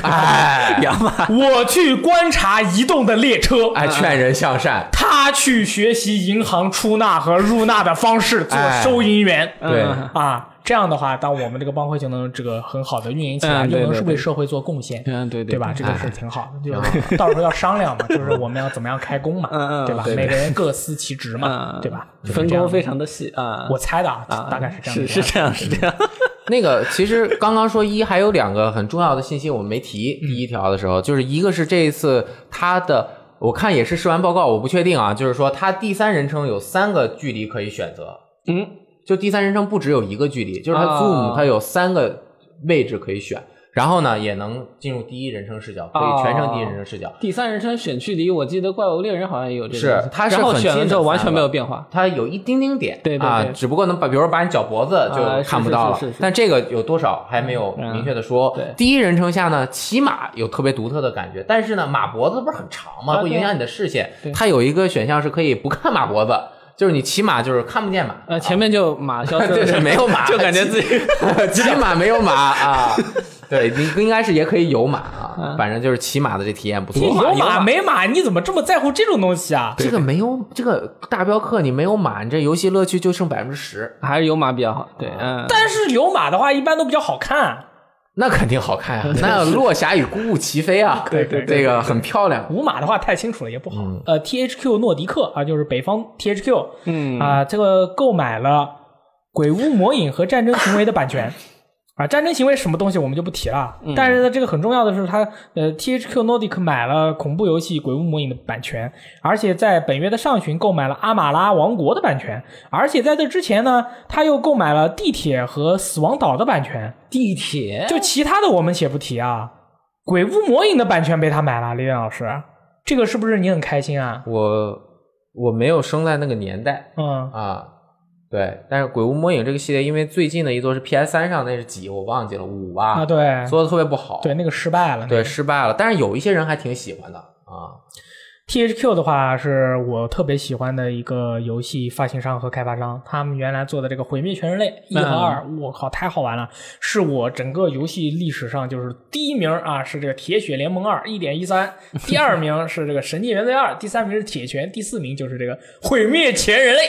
S4: 哎
S3: 养马，
S1: 我去观察移动的列车，
S4: 哎，劝人向善。
S1: 他去学习银行出纳和入纳的方式做
S4: 哎
S1: 收银员
S4: 对，
S3: 嗯
S1: 啊。这样的话，当我们这个帮会就能这个很好的运营起来，又
S3: 嗯对
S1: 能
S3: 对
S1: 是
S3: 对
S1: 为社会做贡献。
S3: 嗯对嗯
S1: 对吧？？这个是挺好的，就是到时候要商量嘛，就是我们要怎么样开工嘛
S3: 嗯嗯，
S1: 对吧？
S3: 对对
S1: 每个人各司其职嘛，
S3: 嗯
S1: 对吧？就是
S3: 分
S1: 这样
S3: 工非常的细啊，
S1: 我猜的啊，
S3: 啊
S1: 大概是这样的。
S3: 是是这样是这样，
S4: 那个其实刚刚说一还有两个很重要的信息我们没提。第一条的时候，就是一个是这一次它的，我看也是试完报告，我不确定啊，就是说它第三人称有三个距离可以选择。
S3: 嗯，
S4: 就第三人称不只有一个距离，就是它
S3: 啊
S4: zoom 它有三个位置可以选，然后呢也能进入第一人称视角，可以全程第一人称视角。
S3: 第三人称选距离，我记得怪物猎人好像也有这个
S4: 是
S3: 东西，
S4: 它是
S3: 然后
S4: 很
S3: 选
S4: 近
S3: 了
S4: 的
S3: 之后完
S4: 三
S3: 全
S4: 个
S3: 没有变化，
S4: 它有一丁丁点，
S3: 对对
S4: 啊
S3: 对，
S4: 只不过能把，比如说把你脚脖子就
S3: 啊是
S4: 看不到了，
S3: 是是是是
S4: 但这个有多少还没有明确的说。
S3: 嗯对
S4: 第一人称下呢，骑马有特别独特的感觉，但是呢，马脖子不是很长吗？
S3: 啊
S4: 会影
S3: 对
S4: 响你的视线
S3: 对。
S4: 它有一个选项是可以不看马脖子，就是你骑马就是看不 见马，
S3: 呃，前面就马消失
S4: 对
S3: 了，
S4: 没有
S1: 啊
S4: 马
S3: 就感觉自
S1: 哎
S3: 己
S4: 骑马没有马 啊，对，你应该是也可以有马啊，反正就是骑马的这体验不错。
S1: 有
S3: 嗯有马
S1: 马没马，你怎么这么在乎这种东西啊？
S4: 这个没有这个大镖客，你没有马，你这游戏乐趣就剩百分之十，
S3: 还是有马比较好。对，嗯，
S1: 但是有马的话，一般都比较好看。
S4: 那肯定好 看啊！那落霞与孤鹜齐飞啊，
S1: 对对对
S4: 这个很漂亮。
S1: 无马的话太清楚了也不好。呃，THQ 诺迪克啊，就是北方 THQ，
S3: 嗯
S1: 啊，这个购买了《鬼屋魔影》和《战争行为》的版权。啊，战争行为什么东西我们就不提了，但是呢，这个很重要的是它，呃，THQ Nordic 买了恐怖游戏《鬼屋魔影》的版权，而且在本月的上旬购买了《阿马拉王国》的版权，而且在这之前呢，他又购买了《地铁》和《死亡岛》的版权，
S3: 地铁
S1: 就其他的我们且不提啊，《鬼屋魔影》的版权被他买了，李亮老师，这个是不是你很开心啊？
S4: 我我没有生在那个年代
S1: 嗯，
S4: 啊，对，但是《鬼屋魔影》这个系列，因为最近的一座是 PS 三上那是几，我忘记了，五吧
S1: 啊，，对，
S4: 做的特别不好，
S1: 对，那个失败了，
S4: 对，失败了。但是有一些人还挺喜欢的啊，
S1: THQ 的话是我特别喜欢的一个游戏发行商和开发商，他们原来做的这个《毁灭全人类》一和二，我靠，太好玩了！是我整个游戏历史上就是第一名啊，是这个《铁血联盟二》一点一 三，第二名是这个《神界原罪二》，第三名是《铁拳》，第四名就是这个《毁灭全人类》。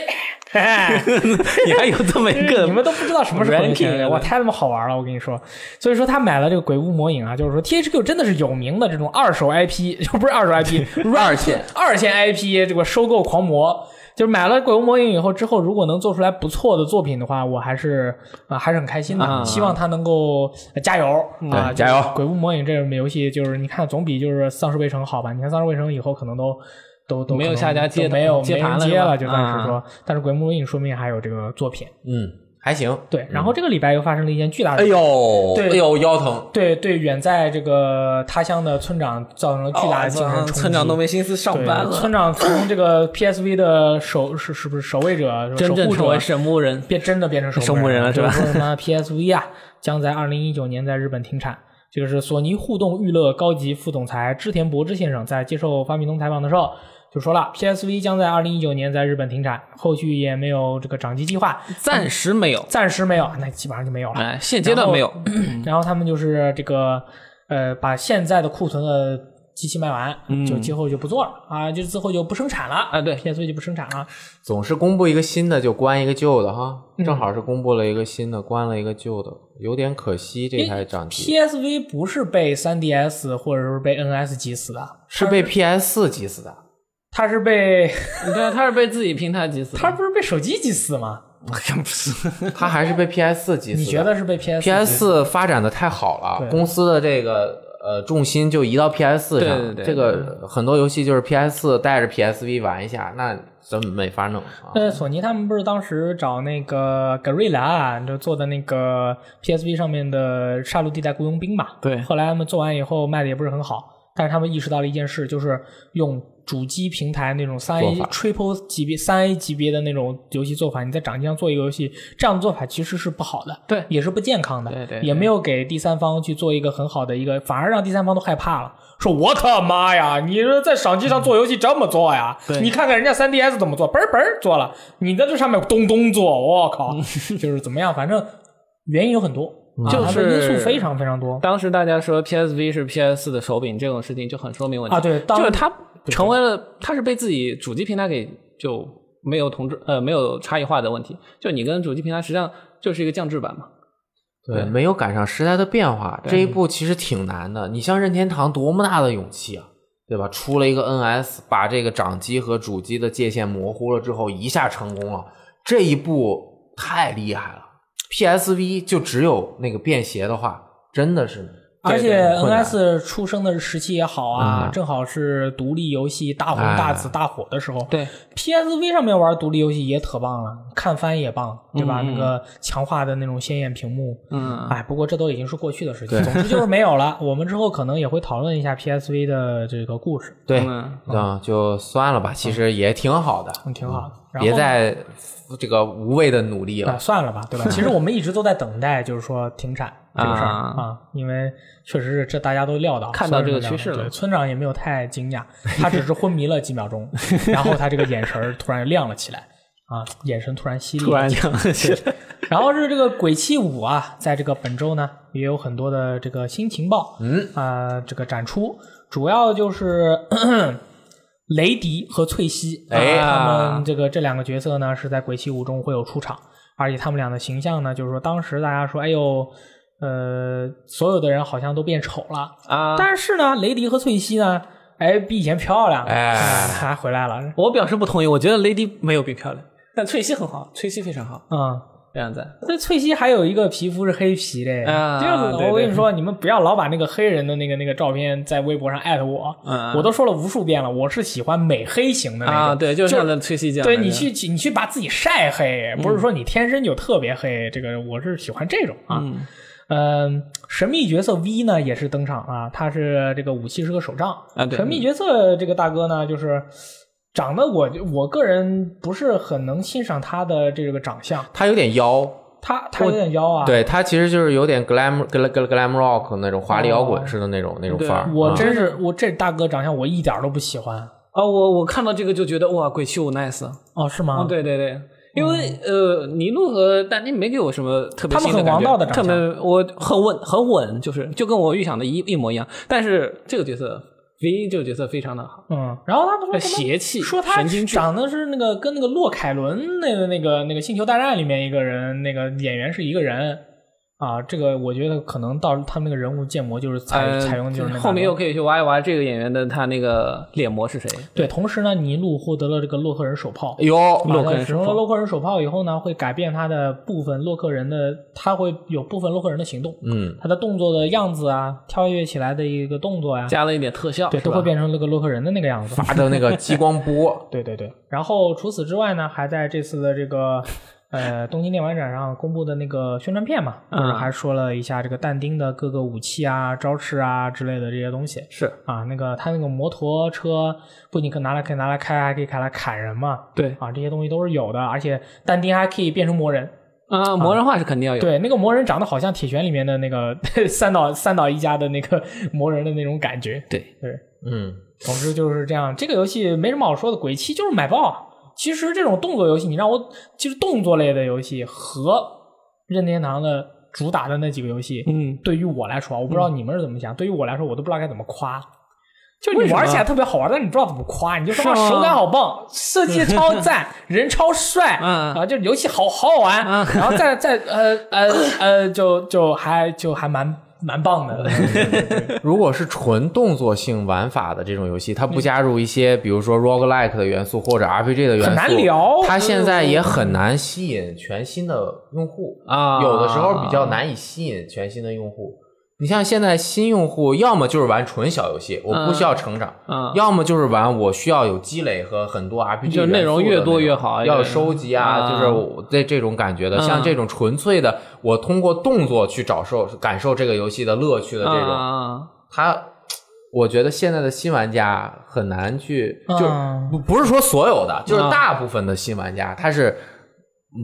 S3: 你还有这么一
S1: 你
S3: 个
S1: 们都不知道什么是鬼灭
S3: ranking
S1: 人，哇，太他妈好玩了！我跟你说，所以说他买了这个《鬼屋魔影》啊，就是说 THQ 真的是有名的这种二手 IP，就不 是二手 IP，
S4: 二线
S1: 二线 IP 这个收购狂魔，就是买了《鬼屋魔影》以后，之后如果能做出来不错的作品的话，我还是啊、还是很开心的。
S3: 啊嗯
S1: 希望他能够、呃加油啊、
S2: 对加油
S1: 就是鬼屋魔影》这种游戏，就是你看总比就是《丧尸围城》好吧？你看《丧尸围城》以后可能都。都都
S3: 没有
S1: 可能
S3: 下家接
S1: 都没有
S3: 接
S1: 没人
S3: 盘了
S1: 接
S3: 是吧
S1: 了，就暂时
S3: 啊
S1: 说。但是《鬼屋魔影》说明还有这个作品，
S4: 嗯，还行。
S1: 对。然后这个礼拜又发生了一件巨大的
S4: 哎呦，
S1: 对
S4: 哎呦，腰疼。
S1: 对对，远在这个他乡的村长造成了巨大的精神冲击。
S3: 哦嗯村长都没心思上
S1: 对
S3: 班
S1: 村
S3: 了，
S1: 长从这个 PSV 的守是是不是守卫者、
S3: 真
S1: 守
S3: 正
S1: 护
S3: 成为
S1: 者，
S3: 神木人。
S1: 变真的变成
S3: 守
S1: 护
S3: 护人了是
S1: 就
S3: 吧
S1: 说什 么 PSV 啊，将在二零一九年在日本停产。这个是索尼互动娱乐高级副总裁织田博之先生在接受发明通采访的时候就说了，PSV 将在二零一九年在日本停产，后续也没有这个掌机计划，
S3: 暂时没有，
S1: 暂时没有，那基本上就没有了。
S3: 哎，现阶段 没有。
S1: 然后他们就是这个呃，把现在的库存的机器卖完，
S3: 嗯
S1: 就之后就不做了啊，就之后就不生产了
S3: 哎
S1: 啊，对，PSV 就不生产了。
S4: 总是公布一个新的就关一个旧的哈，
S1: 嗯
S4: 正好是公布了一个新的，关了一个旧的，有点可惜这台掌机
S1: PSV 不是被 3DS 或者是被 NS 挤死的，
S4: 是被 PS 四挤死的。
S1: 它是被
S3: 对，啊他是被自己平台挤死的。
S1: 它不是被手机挤死 吗？
S3: 不是，
S4: 它还是被 PS 四挤死的。
S1: 你觉得是被 PS
S4: PS 四发展的太好了，
S1: 对
S4: 公司的这个呃重心就移到 PS 四上。
S3: 对对对
S4: 这个很多游戏就是 PS 四带着 PSV 玩一下，那真没法弄啊。
S1: 那索尼他们不是当时找那个 Gorilla 就做的那个 PSV 上面的《杀戮地带雇佣兵》嘛？
S3: 对
S1: 后来他们做完以后卖的也不是很好，但是他们意识到了一件事，就是用主机平台那种三 A
S4: 做法
S1: Triple 级别、三 A 级别的那种游戏做法，你在掌机上做一个游戏，这样的做法其实是不好的，
S3: 对
S1: 也是不健康的，
S3: 对对对
S1: 也没有给第三方去做一个很好的一个，反而让第三方都害怕了。说我他妈呀！你这在掌机上做游戏这么做呀？
S3: 对
S1: 你看看人家 3DS 怎么做，嘣儿嘣儿做了，你在这上面咚咚做，我 靠，就是怎么样？反正原因有很多，啊
S3: 就
S1: 它的因素
S3: 是
S1: 非常非常多
S3: 当时大家说 PSV 是 PS 四的手柄这种事情，就很说明问题
S1: 啊。，对，当
S3: 就是它成为了，它是被自己主机平台给就没有同质呃没有差异化的问题，就你跟主机平台实际上就是一个降智版嘛。
S4: 对，呃没有赶上时代的变化，这一步其实挺难的。你像任天堂多么大的勇气啊，对吧？出了一个 NS，把这个掌机和主机的界限模糊了之后，一下成功了，这一步太厉害了。PSV 就只有那个便携的话，真的是
S1: 而且
S4: 困难
S1: NS 出生的时期也好啊，
S4: 嗯
S1: 正好是独立游戏大红大紫大火的时候。
S3: 哎对
S1: PSV 上面玩独立游戏也特棒了，看番也棒，对吧？
S3: 嗯
S1: 那个强化的那种鲜艳屏幕，
S3: 嗯
S1: 哎，不过这都已经是过去的事情。总之就是没有了。我们之后可能也会讨论一下 PSV 的这个故事，
S4: 对，
S3: 嗯
S4: 嗯，就算了吧，其实也挺好的，
S1: 嗯，挺好的。然后
S4: 别再这个无谓的努力
S1: 啊，
S4: 了。
S1: 算了吧， 对吧？其实我们一直都在等待，就是说停产这个事儿
S3: 啊
S1: 啊，因为确实是这大家都料到，
S3: 看到
S1: 所有人
S3: 这
S1: 都
S3: 个趋势
S1: 料到
S3: 了
S1: 对村长也没有太惊讶，他只是昏迷了几秒钟，然后他这个眼神儿突然亮了起来啊，眼神突然犀利，
S3: 突然讲
S1: 然后是这个《鬼泣五》啊，在这个本周呢也有很多的这个新情报，嗯啊、这个展出主要就是 咳咳雷迪和翠西，啊他
S4: 哎
S3: 呀
S1: 们这个这两个角色呢是在《鬼泣五》中会有出场，而且他们俩的形象呢，就是说当时大家说，哎呦，呃，所有的人好像都变丑了，
S3: 啊，
S1: 但是呢，雷迪和翠西呢，哎，比以前漂亮，
S4: 哎
S1: 还回来了，
S3: 我表示不同意，我觉得 Lady 没有变漂亮，但翠西很好，翠西非常好，
S1: 嗯。
S3: 非常赞。
S1: 那翠西还有一个皮肤是黑皮的，
S3: 啊
S1: 就是
S3: 对
S1: 我
S3: 对
S1: 跟你说，你们不要老把那个黑人的那个那个照片在微博上艾特我，
S3: 嗯
S1: 我都说了无数遍了，我是喜欢美黑型的那种。
S3: 啊，对，就
S1: 就是
S3: 像那翠西讲的，嗯
S1: 对你去你去把自己晒黑，不是说你天生就特别黑，这个我是喜欢这种啊。
S3: 嗯
S1: 嗯，神秘角色 V 呢也是登场啊，他是这个武器是个手杖
S3: 啊对
S1: 神秘角色这个大哥呢，就是长得我我个人不是很能欣赏他的这个长相，
S4: 他有点妖，
S1: 他他有点妖啊，
S4: 对他其实就是有点 glam glam glam glam rock 那种华丽摇滚似的那种那种范儿。
S1: 哦我
S4: 嗯
S1: 真是我这大哥长相我一点儿都不喜欢
S3: 啊，我我看到这个就觉得哇，鬼泣五 nice，
S1: 哦，是吗？
S3: 哦，，对对对，因为、呃，尼禄和丹妮没给我什么特
S1: 嗯
S3: 别
S1: 他们
S3: 新的
S1: 很
S3: 感
S1: 王
S3: 觉
S1: 道的长
S3: 特别我很稳很稳，就是就跟我预想的一一模一样。但是这个角色 V 这个角色非常的好，
S1: 嗯，然后他们说什么
S3: 邪气
S1: 说他
S3: 神经质
S1: 长得是那个跟那个洛凯伦那个那个那个星球大战里面一个人那个演员是一个人啊，这个我觉得可能到他们那个人物建模就是采、
S3: 呃
S1: 采用就是那个
S3: 后面又可以去挖一挖这个演员的他那个脸模是谁，
S1: 对，同时呢，尼禄获得了这个洛克人手炮。
S2: 有
S3: 洛克人
S1: 使
S3: 手
S1: 用了
S3: 炮
S1: 洛克人手炮以后呢，会改变他的部分洛克人的，他会有部分洛克人的行动，
S4: 嗯，
S1: 他的动作的样子啊，跳跃起来的一个动作呀、啊
S3: 加了一点特效，
S1: 对，
S3: 是
S1: 都
S3: 吧
S1: 会变成那个洛克人的那个样子。
S2: 发的那个激光波，
S1: 对对对。然后除此之外呢，还在这次的这个 呃东京电玩展上公布的那个宣传片嘛，就是
S3: 嗯
S1: 还说了一下这个但丁的各个武器啊、招式啊之类的这些东西。
S3: 是
S1: 啊，那个他那个摩托车不仅可以拿来可以拿来开，还可以拿来砍人嘛。
S3: 对
S1: 啊，这些东西都是有的，而且但丁还可以变成魔人。
S3: 啊，魔人化是肯定要有，
S1: 对，那个魔人长得好像铁拳里面的那个 三岛三岛一家的那个魔人的那种感觉。
S3: 对
S1: 对，
S4: 嗯，
S1: 总之就是这样，这个游戏没什么好说的，鬼泣就是买爆啊。其实这种动作游戏，你让我就是动作类的游戏和任天堂的主打的那几个游戏，
S3: 嗯，
S1: 对于我来说啊，我不知道你们是怎么想，对于我来说，我都不知道该怎么夸。就你
S3: 为什么
S1: 玩起来特别好玩，但你不知道怎么夸，你就说
S3: 是
S1: 哇
S3: 吗
S1: 手感好棒，设计超赞，人超帅，
S3: 嗯
S1: 然后就游戏好好好玩，
S3: 嗯
S1: 然后再再呃呃呃，就就还就还蛮蛮棒的。
S4: 如果是纯动作性玩法的这种游戏，它不加入一些比如说 roguelike 的元素或者 RPG 的元素，
S1: 嗯很难聊嗯
S4: 它现在也很难吸引全新的用户
S3: 啊
S4: 有的时候比较难以吸引全新的用户。你像现在新用户，要么就是玩纯小游戏，我不需要成长；
S3: 嗯
S4: 要么就是玩我需要有积累和很多 RPG，
S3: 就是内容
S4: 元素的
S3: 越多
S4: 那种
S3: 越好
S4: 要有
S3: 对
S4: 收集啊，
S3: 啊
S4: 就是我这这种感觉的。
S3: 嗯
S4: 像这种纯粹的，我通过动作去找受感受这个游戏的乐趣的这种，
S3: 啊，
S4: 他，我觉得现在的新玩家很难去，就
S3: 啊
S1: 嗯
S4: 不不是说所有的，就是
S3: 嗯
S4: 大部分的新玩家，他是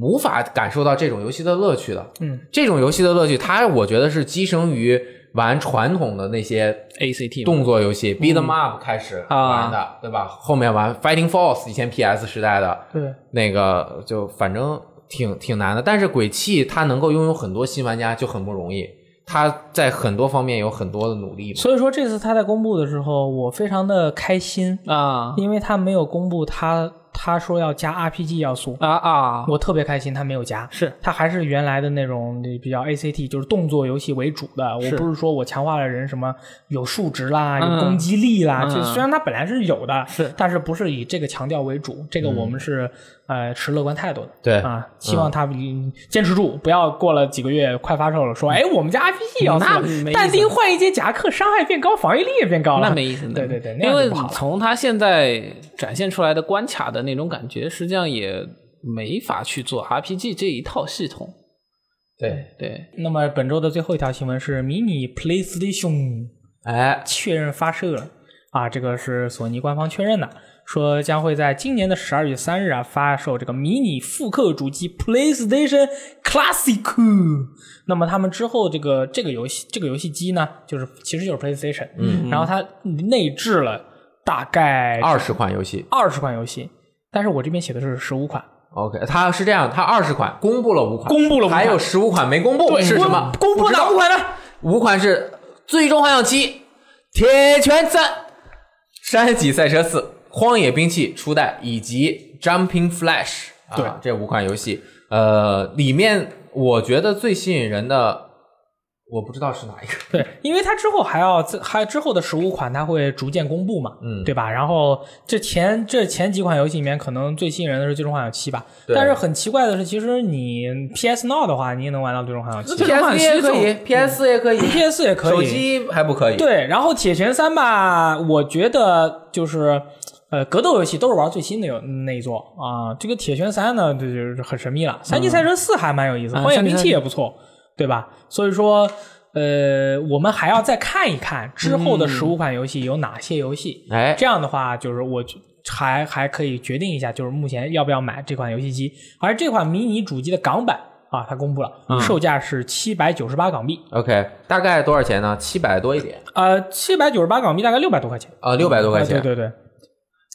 S4: 无法感受到这种游戏的乐趣的。
S1: 嗯，
S4: 这种游戏的乐趣，它我觉得是寄生于玩传统的那些
S3: A C T
S4: 动作游戏，beat em up 开始玩的，对吧？后面玩 Fighting Force，以前 PS 时代的，
S1: 对，
S4: 那个就反正挺挺难的。但是鬼泣它能够拥有很多新玩家就很不容易，它在很多方面有很多的努力嘛。
S1: 所以说这次他在公布的时候，我非常的开心，
S3: 啊
S1: 因为他没有公布他他说要加 RPG 要素，
S3: 啊啊，
S1: 我特别开心他没有加，
S3: 是
S1: 他还是原来的那种比较 ACT，就是动作游戏为主的。我
S3: 是
S1: 不是说我强化了人什么有数值啦，
S3: 嗯
S1: 有攻击力啦，
S3: 嗯
S1: 这虽然它本来是有的，
S3: 是
S1: 但是不是以这个强调为主，这个
S3: 嗯
S1: 我们是、呃持乐观态度的。
S4: 对
S1: 啊，希望他坚持住，不要过了几个月快发售了，说哎，我们家 RPG 要
S3: 嗯那
S1: 死
S3: 没意思
S1: 但丁换一件夹克，伤害变高，防御力也变高了，
S3: 那没意思，
S1: 对对对，那
S3: 因
S1: 样
S3: 为
S1: 就不好了。
S3: 从他现在展现出来的关卡的那种感觉，实际上也没法去做 RPG 这一套系统。
S4: 对，
S3: 对，
S1: 那么本周的最后一条新闻是迷你 PlayStation
S4: 哎，
S1: 确认发射了啊，这个是索尼官方确认的，说将会在今年的十二月三日啊发售这个迷你复刻主机 PlayStation Classic。那么他们之后这个这个游戏这个游戏机呢，就是其实就是 PlayStation，嗯，然后它内置了大概
S4: 二十款游戏
S1: 二十款游戏，但是我这边写的是十五款，
S4: ，OK，它是这样，它二十款公布了五款，
S1: 公布了五款
S4: 还有十五款没公布是什么？
S1: 公布
S4: 不知
S1: 哪
S4: 道
S1: 五款呢？
S4: 五款是《最终幻想七》《铁拳三》《山脊赛车四》《荒野兵器》初代以及《Jumping Flash》啊，
S1: 对
S4: 这五款游戏，呃，里面我觉得最吸引人的，我不知道是哪一个，
S1: 对，因为它之后还要自还之后的十五款，它会逐渐公布嘛，
S4: 嗯
S1: 对吧？然后这前这前几款游戏里面，可能最吸引人的是《最终幻想七》吧。
S4: 对
S1: 但是很奇怪的是，其实你 PS Now 的话，你也能玩 到《最终幻想 七》
S3: 最终幻想七
S4: 也可以，PS 四也可以，
S1: ，PS 也可以，
S4: 手机还不可以，
S1: 对。然后《铁拳三》吧，我觉得就是。呃，格斗游戏都是玩最新的有那一座啊、这个《铁拳三》呢，这就是很神秘了。《三级赛车四》还蛮有意思，
S3: 嗯啊
S1: 荒野
S3: 三级
S1: 兵
S3: 赛
S1: 器》也不错，对吧？所以说，呃，我们还要再看一看之后的十
S3: 嗯
S1: 五款游戏有哪些游戏。
S4: 哎
S1: 这样的话，就是我就还还可以决定一下，就是目前要不要买这款游戏机。而这款迷你主机的港版啊，它公布了，
S3: 嗯
S1: 售价是七百九十八港币，
S4: OK，大概多少钱呢？七百多一点，
S1: 呃，七百九十八港币大概六百多块钱。
S4: 啊，六百多块钱。
S1: 啊对对对，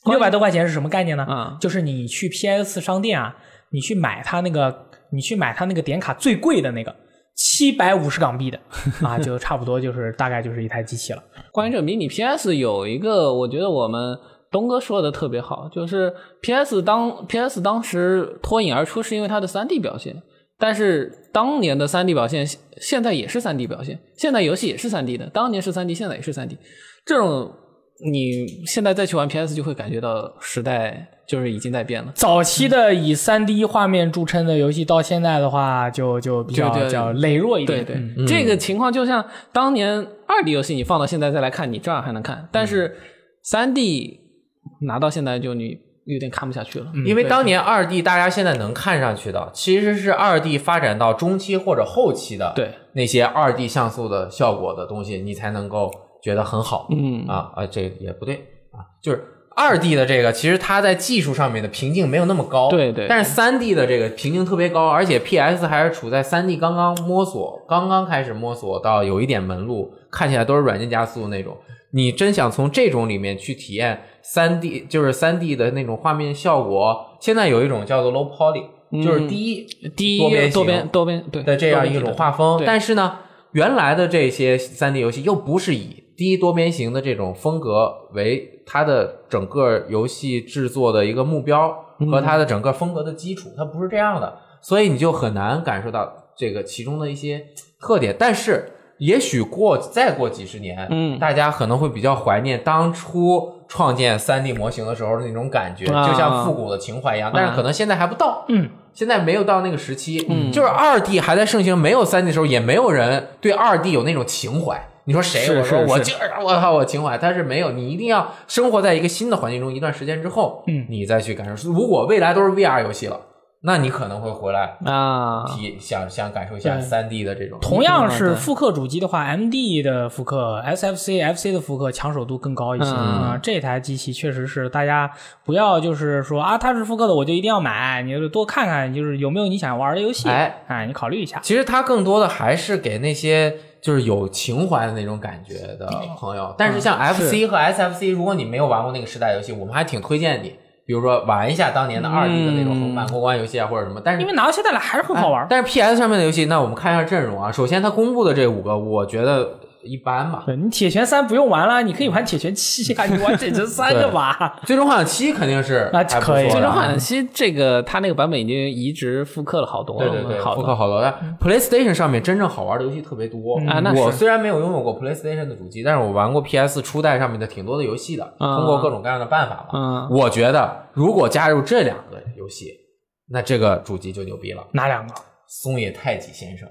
S1: 六百多块钱是什么概念呢？
S3: 嗯
S1: 就是你啊去 PS 商店啊，你去买它那个，你去买它那个点卡最贵的那个，七百五十港 币的啊，就差不多就是大概就是一台机器了。
S3: 关于这个迷你 PS 有一个，我觉得我们东哥说的特别好，就是 PS 当 PS 当时脱颖而出是因为它的 3D 表现，但是当年的 3D 表现现现在也是 3D 表现，现在游戏也是 3D 的，当年是 3D，现在也是 3D，这种你现在再去玩 PS 就会感觉到时代就是已经在变了。
S1: 早期的以三 D 画面著称的游戏，到现在的话就就比较
S3: 就就
S1: 较羸弱一
S3: 对
S1: 点。嗯
S3: 对，
S4: 嗯
S3: 这个情况就像当年二 D 游戏，你放到现在再来看，你照样还能看，但是嗯三 D 拿到现在就你有点看不下去了。
S4: 嗯因为当年二 D 大家现在能看上去的，其实是二 D 发展到中期或者后期的，
S3: 对
S4: 那些二 D 像素的效果的东西，你才能够觉得很好。
S3: 嗯
S4: 啊啊，这也不对啊，就是二 D 的这个，其实它在技术上面的瓶颈没有那么高，
S3: 对对
S4: 但是三 D 的这个瓶颈特别高，而且 PS 还是处在三 D 刚刚摸索，刚刚开始摸索到有一点门路，看起来都是软件加速那种。你真想从这种里面去体验三 D，就是三 D 的那种画面效果，现在有一种叫做 low poly，、就是
S3: 嗯
S4: 低
S3: 第一
S4: 多边形
S3: 多边多边对
S4: 的这样一种画风。
S3: 对
S4: 但是呢，原来的这些三 D 游戏又不是以低多边形的这种风格为它的整个游戏制作的一个目标
S3: 嗯
S4: 和它的整个风格的基础，它不是这样的，所以你就很难感受到这个其中的一些特点。但是也许过再过几十年，
S3: 嗯
S4: 大家可能会比较怀念当初。创建三 D 模型的时候的那种感觉，
S3: 啊
S4: 就像复古的情怀一样，但是可能现在还不到。
S1: 嗯，
S4: 现在没有到那个时期，
S3: 嗯
S4: 就是二 D 还在盛行，没有三 D 的时候，也没有人对二 D 有那种情怀。你说谁？
S3: 是
S4: 我说
S3: 是
S4: 我
S3: 是
S4: 就是我靠我情怀，但是没有，你一定要生活在一个新的环境中一段时间之后，
S1: 嗯
S4: 你再去感受。如果未来都是 VR 游戏了，那你可能会回来
S3: 啊，
S4: 体想想感受一下
S1: 对
S4: 三 D 的这种。
S1: 同样
S3: 对
S1: 是复刻主机的话，MD 的复刻、SFC、FC 的复刻抢手度更高一些
S3: 嗯
S1: 啊、这台机器确实是大家不要就是说啊，它是复刻的，我就一定要买，你就多看看，就是有没有你想玩的游戏，
S4: 哎
S1: 哎你考虑一下。
S4: 其实它更多的还是给那些就是有情怀的那种感觉的朋
S1: 嗯
S4: 友。但是像 FC 和 SFC，如果你没有玩过那个时代游戏，我们还挺推荐你，比如说玩一下当年的二 D 的那种横版过关游戏啊，或者什么。但
S3: 哎
S4: 是
S1: 因为拿到现在来还是很好玩。
S4: 但是 PS 上面的游戏，那我们看一下阵容啊。首先，它公布的这五个，我觉得一般吧。
S1: 对你铁拳三不用玩了，你可以玩铁拳 七啊，你玩铁拳三干嘛？
S4: 最终幻想七肯定是
S1: 那
S4: 还不
S1: 可以
S4: 错的啊
S3: 最终幻想七这个它那个版本已经移植复刻了好多
S4: 对
S3: 了，
S4: 对对，
S3: 好
S4: 复
S3: 多
S4: 刻好多。但 PlayStation 上面真正好玩的游戏特别多
S3: 嗯
S4: 嗯
S3: 啊那是
S4: 我虽然没有拥有过 PlayStation 的主机，但是我玩过 PS 初代上面的挺多的游戏的，
S3: 嗯
S4: 通过各种各样的办法嘛。
S3: 嗯
S4: 我觉得如果加入这两个游戏，那这个主机就牛逼了。
S1: 哪两个？
S4: 松野太己先生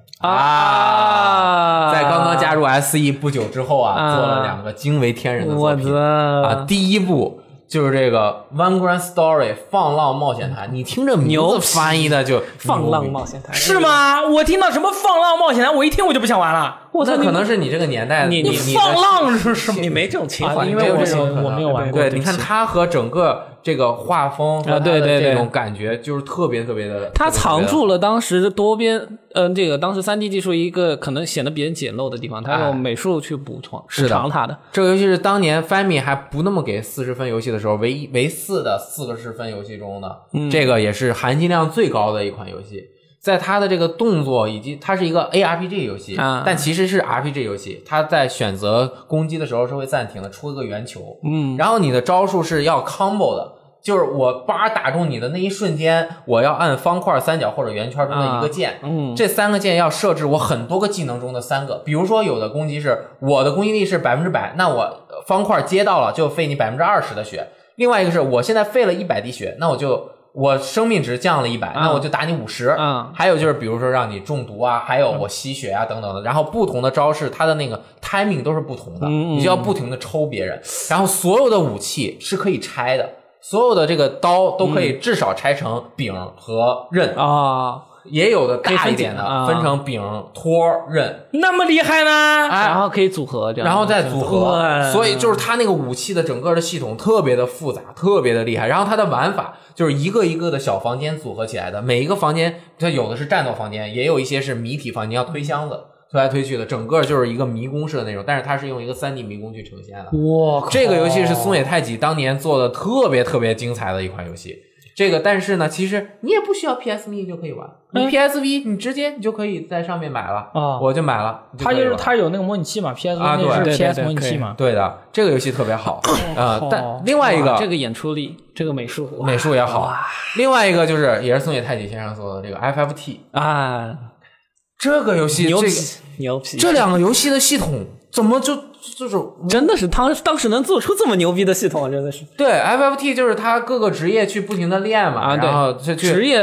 S3: 啊，
S4: 在刚刚加入 SE 不久之后啊，
S3: 啊
S4: 做了两个惊为天人的作
S3: 我
S4: 品
S3: 的
S4: 啊。第一部就是这个《One Grand Story》放浪冒险台，你听这名字
S3: 牛逼
S4: 翻译的就
S3: 放浪
S4: 牛逼
S3: 冒险台
S1: 是？吗？我听到什么放浪冒险台，我一听我就不想玩了。
S3: 我操，
S4: 那
S3: 你
S4: 可能是你这个年代的，
S3: 你
S4: 你
S3: 你
S4: 你
S1: 放
S4: 的
S1: 浪是什么？
S3: 你没这种情
S1: 啊，
S3: 怀，
S1: 因
S3: 没
S1: 为
S3: 有
S1: 我
S3: 这
S1: 没
S3: 种
S1: 有我没有玩过。
S4: 对，你看它和整个这个画风和它
S3: 啊对
S4: 的
S3: 对对
S4: 这种感觉，就是特别特别的。
S3: 它
S4: 特别特
S3: 藏
S4: 别的
S3: 住了当时多边，嗯、这个当时三 D 技术一个可能显得比较简陋的地方，它用美术去补充
S4: 哎是的
S3: 补偿它的。
S4: 这个游戏是当年 Fami 还不那么给四十分游戏的时候，唯一唯四的四个十分游戏中的，这个也是含金量最高的一款游戏。在它的这个动作以及它是一个 ARPG 游戏，
S3: 啊
S4: 但其实是 RPG 游戏。它在选择攻击的时候是会暂停的，出一个圆球，
S3: 嗯，
S4: 然后你的招数是要 combo 的，就是我叭打中你的那一瞬间，我要按方块、三角或者圆圈中的一个键，
S3: 嗯
S4: 这三个键要设置我很多个技能中的三个。比如说，有的攻击是我的攻击力是百分之百，那我呃方块接到了就费你百分之二十的血；另外一个是我现在费了一百滴血，那我就。我生命值降了一
S3: 啊
S4: 百，那我就打你五十。
S3: 嗯
S4: 还有就是，比如说让你中毒啊，还有我吸血啊等等的。然后不同的招式，它的那个 timing 都是不同的，
S3: 嗯嗯
S4: 你就要不停的抽别人。然后所有的武器是可以拆的，所有的这个刀都可以至少拆成柄和刃，
S3: 嗯啊，
S4: 也有的
S3: 以
S4: 大
S3: 分
S4: 一点
S3: 解
S4: 的
S3: 啊
S4: 分成柄、托、刃，
S1: 那么厉害呢？
S4: 哎
S3: 然后可以组合这样，
S4: 然后再组合
S1: 哎
S3: 哇，
S4: 所以就是它那个武器的整个的系统特别的复杂，特别的厉害。然后它的玩法就是一个一个的小房间组合起来的，每一个房间它有的是战斗房间，也有一些是谜题房间，要推箱子推来推去的，整个就是一个迷宫式的那种。但是它是用一个三 D 迷宫去呈现的。
S1: 我靠
S4: 这个游戏是松野太己当年做的特别特别精彩的一款游戏。这个，但是呢，其实你也不需要 PSV 就可以玩，你 PSV 你直接你就可以在上面买了，
S1: 哎啊
S4: 我就买了。
S1: 它就
S4: 可以
S1: 是
S4: 玩
S1: 它有那个模拟器嘛，PS
S4: 啊对
S1: 那
S3: 对
S1: 是
S3: 对
S1: PS
S3: 对
S1: 模拟器
S3: 可以
S1: 嘛，
S4: 对的，这个游戏特别 好啊、呃
S1: 靠
S4: 但另外一
S3: 哦哇
S4: 个
S3: 这个演出力，这个美术哇
S4: 美术也好，另外一个就是也是松野太己先生做的这个 FFT
S3: 啊，
S4: 这个游戏，这
S3: 牛
S4: 个
S3: 皮牛皮，
S4: 这两个游戏的系统怎么就就是
S3: 真的是当当时能做出这么牛逼的系统，真的是
S4: 对 FFT 就是他各个职业去不停的练嘛，
S3: 啊对
S4: 然后去去
S3: 职业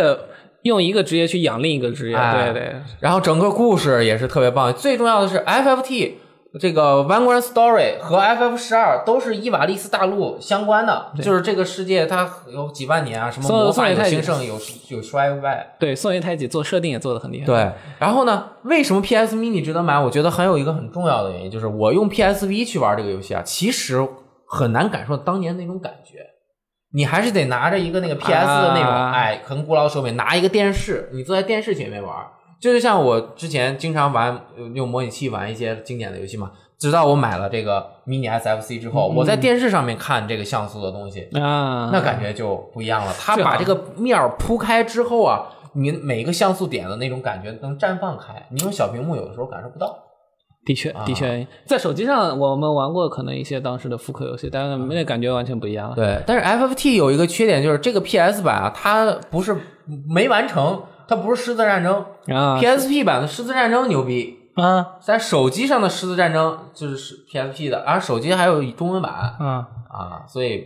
S3: 用一个职业去养另一个职业，
S4: 哎
S3: 对对，
S4: 然后整个故事也是特别棒。最重要的是，FFT 这个《Vanguard Story》和 FF 十二都是伊瓦利斯大陆相关的，就是这个世界它有几万年啊，什么
S3: 所以
S4: 魔法
S3: 所以
S4: 有
S3: 它也
S4: 兴盛有有衰败。
S3: 对宋叶太己做设定也做的很厉害，
S4: 对，然后呢？为什么 PS Mini 值得买？我觉得还有一个很重要的原因，就是我用 PSV 去玩这个游戏啊，其实很难感受当年那种感觉。你还是得拿着一个那个 PS 的那种，
S3: 啊
S4: 哎，很古老的手柄，拿一个电视，你坐在电视前面玩。这就像我之前经常玩呃用模拟器玩一些经典的游戏嘛，直到我买了这个 Mini SFC 之
S3: 嗯
S4: 后，我在电视上面看这个像素的东西，
S3: 啊，
S4: 那感觉就不一样了。它
S3: 最好
S4: 把这个面儿铺开之后啊，你每个像素点的那种感觉能绽放开，你用小屏幕有的时候感受不到。
S3: 的确
S4: 啊
S3: 的确，在手机上我们玩过可能一些当时的复刻游戏，但是那感觉完全不一样了。
S4: 对，但是 FFT 有一个缺点就是这个 PS 版啊，它不是没完成，它不是《狮子战争》
S3: 啊，
S4: PSP 版的《狮子战争》牛逼，
S1: 啊
S4: 在手机上的《狮子战争》就是 PSP 的，而手机还有中文版
S1: 啊
S4: 啊，所以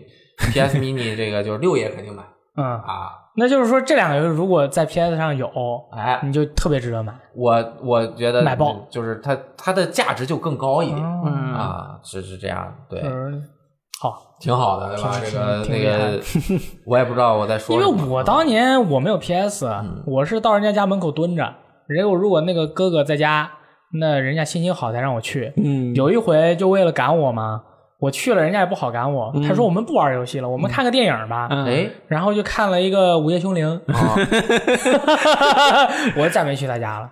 S4: PS Mini 这个就是六爷肯定买
S1: 嗯，
S4: 啊，
S1: 那就是说这两个游戏如果在 PS 上有，
S4: 哎，
S1: 你就特别值得买。
S4: 我我觉得
S1: 买爆
S4: 就是它它的价值就更高一点。
S1: 嗯，
S3: 嗯，
S4: 啊，是是这样，对，
S1: 就是好，
S4: 挺好的，对吧？这个
S1: 挺
S4: 那
S1: 厉害的
S4: 个，我也不知道我在说
S1: 因为
S4: 什么。
S1: 我当年我没有 PS，我
S4: 嗯
S1: 是到人家家门口蹲着，人家如果那个哥哥在家，那人家心情好才让我去。
S3: 嗯，
S1: 有一回就为了赶我嘛，我去了，人家也不好赶我，
S4: 嗯
S1: 他说我们不玩游戏了，我们看个电影吧。
S3: 嗯
S4: 哎，
S1: 然后就看了一个《午夜凶铃》
S4: 啊
S1: 我再没去他家了。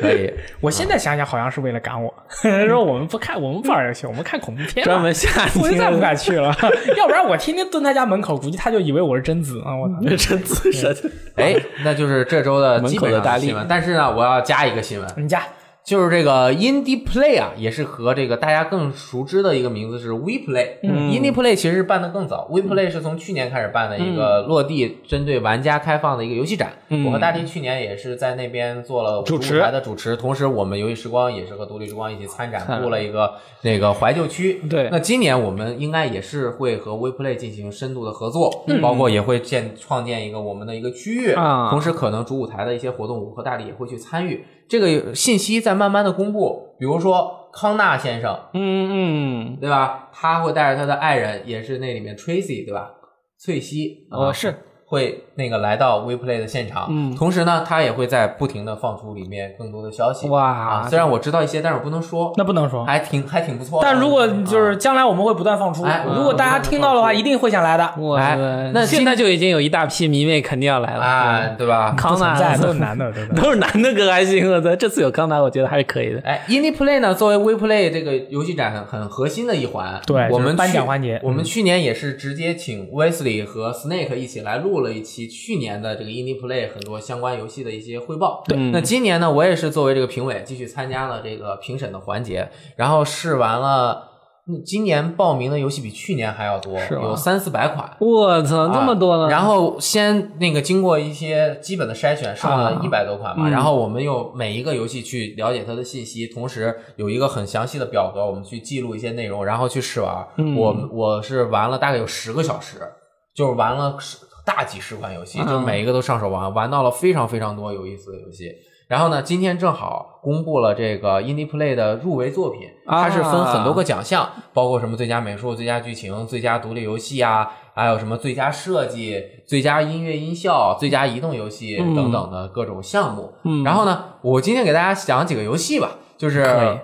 S4: 可以，
S1: 我现在想想，好像是为了赶我， 说我们不看，我们不玩游戏，我们看恐怖片吧。
S3: 专门下
S1: 我就再不
S3: 了
S1: 敢去了， 要不然我天天蹲他家门口，估计他就以为我是贞子啊！我操，
S3: 真资深，
S4: 哎，那就是这周的
S3: 门
S4: 基
S3: 口
S4: 本
S3: 的
S4: 上
S3: 大
S4: 的
S3: 力
S4: 新闻。但是呢，我要加一个新闻，
S1: 你家
S4: 就是这个 Indie Play 啊，也是和这个大家更熟知的一个名字是 We Play。Indie
S3: 嗯
S4: Play 其实是办的更早，We Play 是从去年开始办的一
S3: 嗯
S4: 个落地针对玩家开放的一个游戏展。我和大力去年也是在那边做了
S3: 主持
S4: 舞台的主持，同时我们游戏时光也是和独立时光一起参展，布了一个那个怀旧区。
S3: 对
S4: 那今年我们应该也是会和 We Play 进行深度的合作，
S3: 嗯
S4: 包括也会建创建一个我们的一个区域
S3: 啊
S4: 同时可能主舞台的一些活动，我和大力也会去参与。这个信息在慢慢的公布，比如说康纳先生，
S3: 嗯嗯，
S4: 对吧？他会带着他的爱人，也是那里面 Tracy，对吧？翠西，啊
S3: 哦是
S4: 会那个来到 WePlay 的现场。
S3: 嗯
S4: 同时呢，他也会在不停的放出里面更多的消息。啊，
S3: 哇，
S4: 虽然我知道一些，但是我不能说，
S1: 那不能说。
S4: 还挺还挺不错的。
S1: 但如果就是将来我们会不断放出，
S4: 哎嗯
S1: 如果大家听到的话，一定会想来的。
S3: 我
S4: 哎那
S3: 现在就已经有一大批迷妹肯定要来了嗯
S4: 啊，对吧？
S3: 康
S1: 存在
S4: 啊
S3: 纳
S1: 都是男的，对不对？
S3: 都是男的哥还行，我操，这次有康纳，我觉得还是可以的。
S4: 哎，Indie Play 呢，作为 WePlay 这个游戏展很很核心的一环，
S1: 对就
S4: 我
S1: 是
S4: 们去
S1: 颁奖环节嗯
S4: 我们去年也是直接请 Wesley 和 Snake 一起来录了一期去年的这个 Indie Play 很多相关游戏的一些汇报。对，
S3: 嗯
S4: 那今年呢，我也是作为这个评委继续参加了这个评审的环节，然后试玩了。嗯今年报名的游戏比去年还要多，
S3: 是吗
S4: 有三四百款。
S3: 我操，这么多
S4: 啊
S3: 了，
S4: 然后先那个经过一些基本的筛选，剩了一百多款嘛、
S3: 嗯
S4: 然后我们又每一个游戏去了解它的信息，同时有一个很详细的表格，我们去记录一些内容，然后去试玩。
S3: 嗯
S4: 我我是玩了大概有十个小时，就是玩了十大几十款游戏，
S3: 嗯
S4: 就每一个都上手玩，玩到了非常非常多有意思的游戏。然后呢，今天正好公布了这个 Indie Play 的入围作品，
S3: 啊
S4: 它是分很多个奖项，包括什么最佳美术、最佳剧情、最佳独立游戏啊，还有什么最佳设计、最佳音乐音效、最佳移动游戏
S3: 嗯
S4: 等等的各种项目。
S3: 嗯
S4: 然后呢，我今天给大家讲几个游戏吧，就是
S3: 可以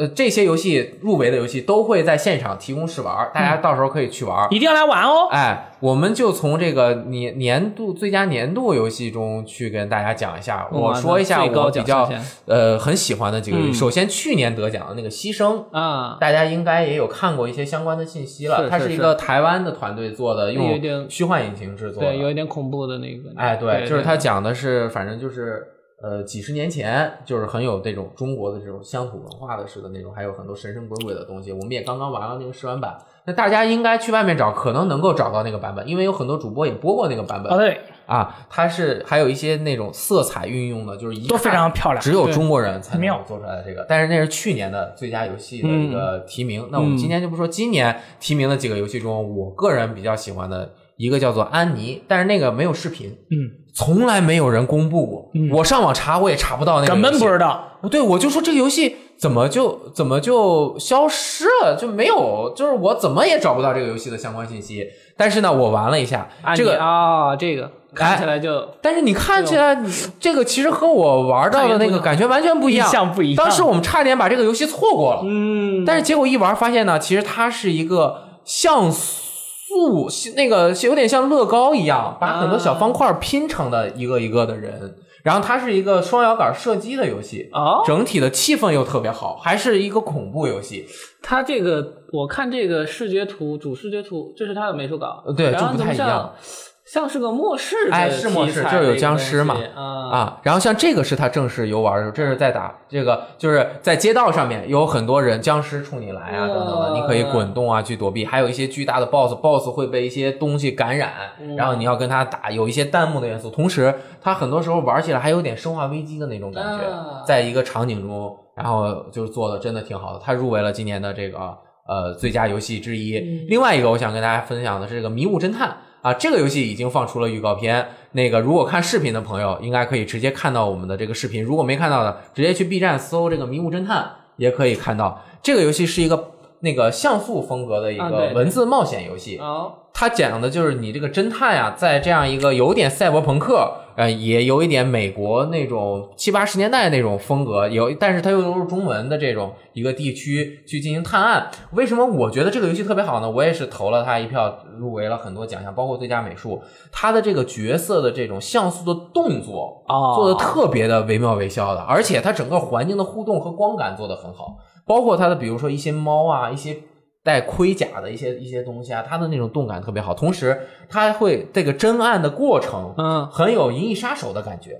S4: 呃，这些游戏入围的游戏都会在现场提供试玩，大家到时候可以去玩。
S1: 一定要来玩 哦。
S4: 哎，我们就从这个年年度最佳年度游戏中去跟大家讲一下，我说一下
S3: 最高
S4: 我比
S3: 奖
S4: 较
S3: 项先
S4: 呃很喜欢的几个游戏。
S3: 嗯
S4: 首先，去年得奖的那个《牺牲》，
S3: 啊，
S4: 大家应该也有看过一些相关的信息了。
S3: 是
S4: 它
S3: 是
S4: 是一
S3: 是
S4: 个台湾的团队做的，
S3: 有一
S4: 用
S3: 点
S4: 虚幻引擎制作的。
S3: 对，有一点恐怖的那个，
S4: 哎，对，
S3: 对
S4: 就是他讲的是，反正就是呃，几十年前就是很有这种中国的这种乡土文化的似的那种，还有很多神神鬼鬼的东西。我们也刚刚玩了那个试玩版，那大家应该去外面找，可能能够找到那个版本，因为有很多主播也播过那个版
S1: 啊，
S4: 本
S1: 对，
S4: 啊。它是还有一些那种色彩运用的，就是一
S1: 都非
S4: 看
S1: 常漂亮。
S4: 只有中国人才能
S1: 妙
S4: 够做出来的这个，但是那是去年的最佳游戏的一个提名。那我
S1: 嗯
S4: 们今天就不说今年提名的几个游戏中，我个人比较喜欢的一个叫做《安妮》，但是那个没有视频，
S1: 嗯，
S4: 从来没有人公布过。我上网查，我也查不到那个游戏，
S1: 根本不知道。
S4: 对，我就说这个游戏怎么就怎么就消失了，就没有，就是我怎么也找不到这个游戏的相关信息。但是呢，我玩了一下，
S3: 啊
S4: 哎这
S3: 你
S4: 个
S3: 啊，这个看起来就
S4: 但是你看起来，你这个其实和我玩到的那个感觉完全不一样，
S1: 印象不一样
S4: 当时我们差点把这个游戏错过了，
S3: 嗯，
S4: 但是结果一玩发现呢，其实它是一个像素，那个有点像乐高一样，把很多小方块拼成的一个一个的人。然后它是一个双摇杆射击的游戏，
S3: 哦，
S4: 整体的气氛又特别好，还是一个恐怖游戏。
S3: 它这个我看这个视觉图主视觉图，这是它的美术稿
S4: 呃，对
S3: 然后
S4: 就不
S3: 怎么
S4: 太一样
S3: 像，像是个末世的
S4: 哎是末世就是有僵尸嘛
S3: 啊
S4: 啊，然后像这个是他正式游玩的时候，这是在打这个，就是在街道上面有很多人僵尸冲你来啊，等等的，
S3: 哇
S4: 你可以滚动啊去躲避，还有一些巨大的 BOSS，BOSS 会被一些东西感染，然后你要跟他打，有一些弹幕的元素，同时他很多时候玩起来还有点生化危机的那种感觉
S3: 啊，
S4: 在一个场景中，然后就是做的真的挺好的，他入围了今年的这个呃最佳游戏之一。
S3: 嗯
S4: 另外一个我想跟大家分享的是这个《迷雾侦探》。啊，这个游戏已经放出了预告片。那个如果看视频的朋友，应该可以直接看到我们的这个视频；如果没看到的，直接去 B 站搜这个《迷雾侦探》，也可以看到。这个游戏是一个那个像素风格的一
S3: 啊
S4: 个
S3: 对
S4: 文字冒险游戏。
S3: 哦，
S4: 它讲的就是你这个侦探呀、在这样一个有点赛博朋克，呃，也有一点美国那种七八十年代那种风格，有，但是它又都是中文的这种一个地区去进行探案。为什么我觉得这个游戏特别好呢？我也是投了它一票，入围了很多奖项，包括最佳美术。它的这个角色的这种像素的动作
S3: 哦
S4: 做的特别的惟妙惟肖的，而且它整个环境的互动和光感做的很好，包括它的比如说一些猫啊，一些带盔甲的一些一些东西啊，它的那种动感特别好。同时，它会这个侦案的过程
S3: 嗯，
S4: 很有《银翼杀手》的感觉。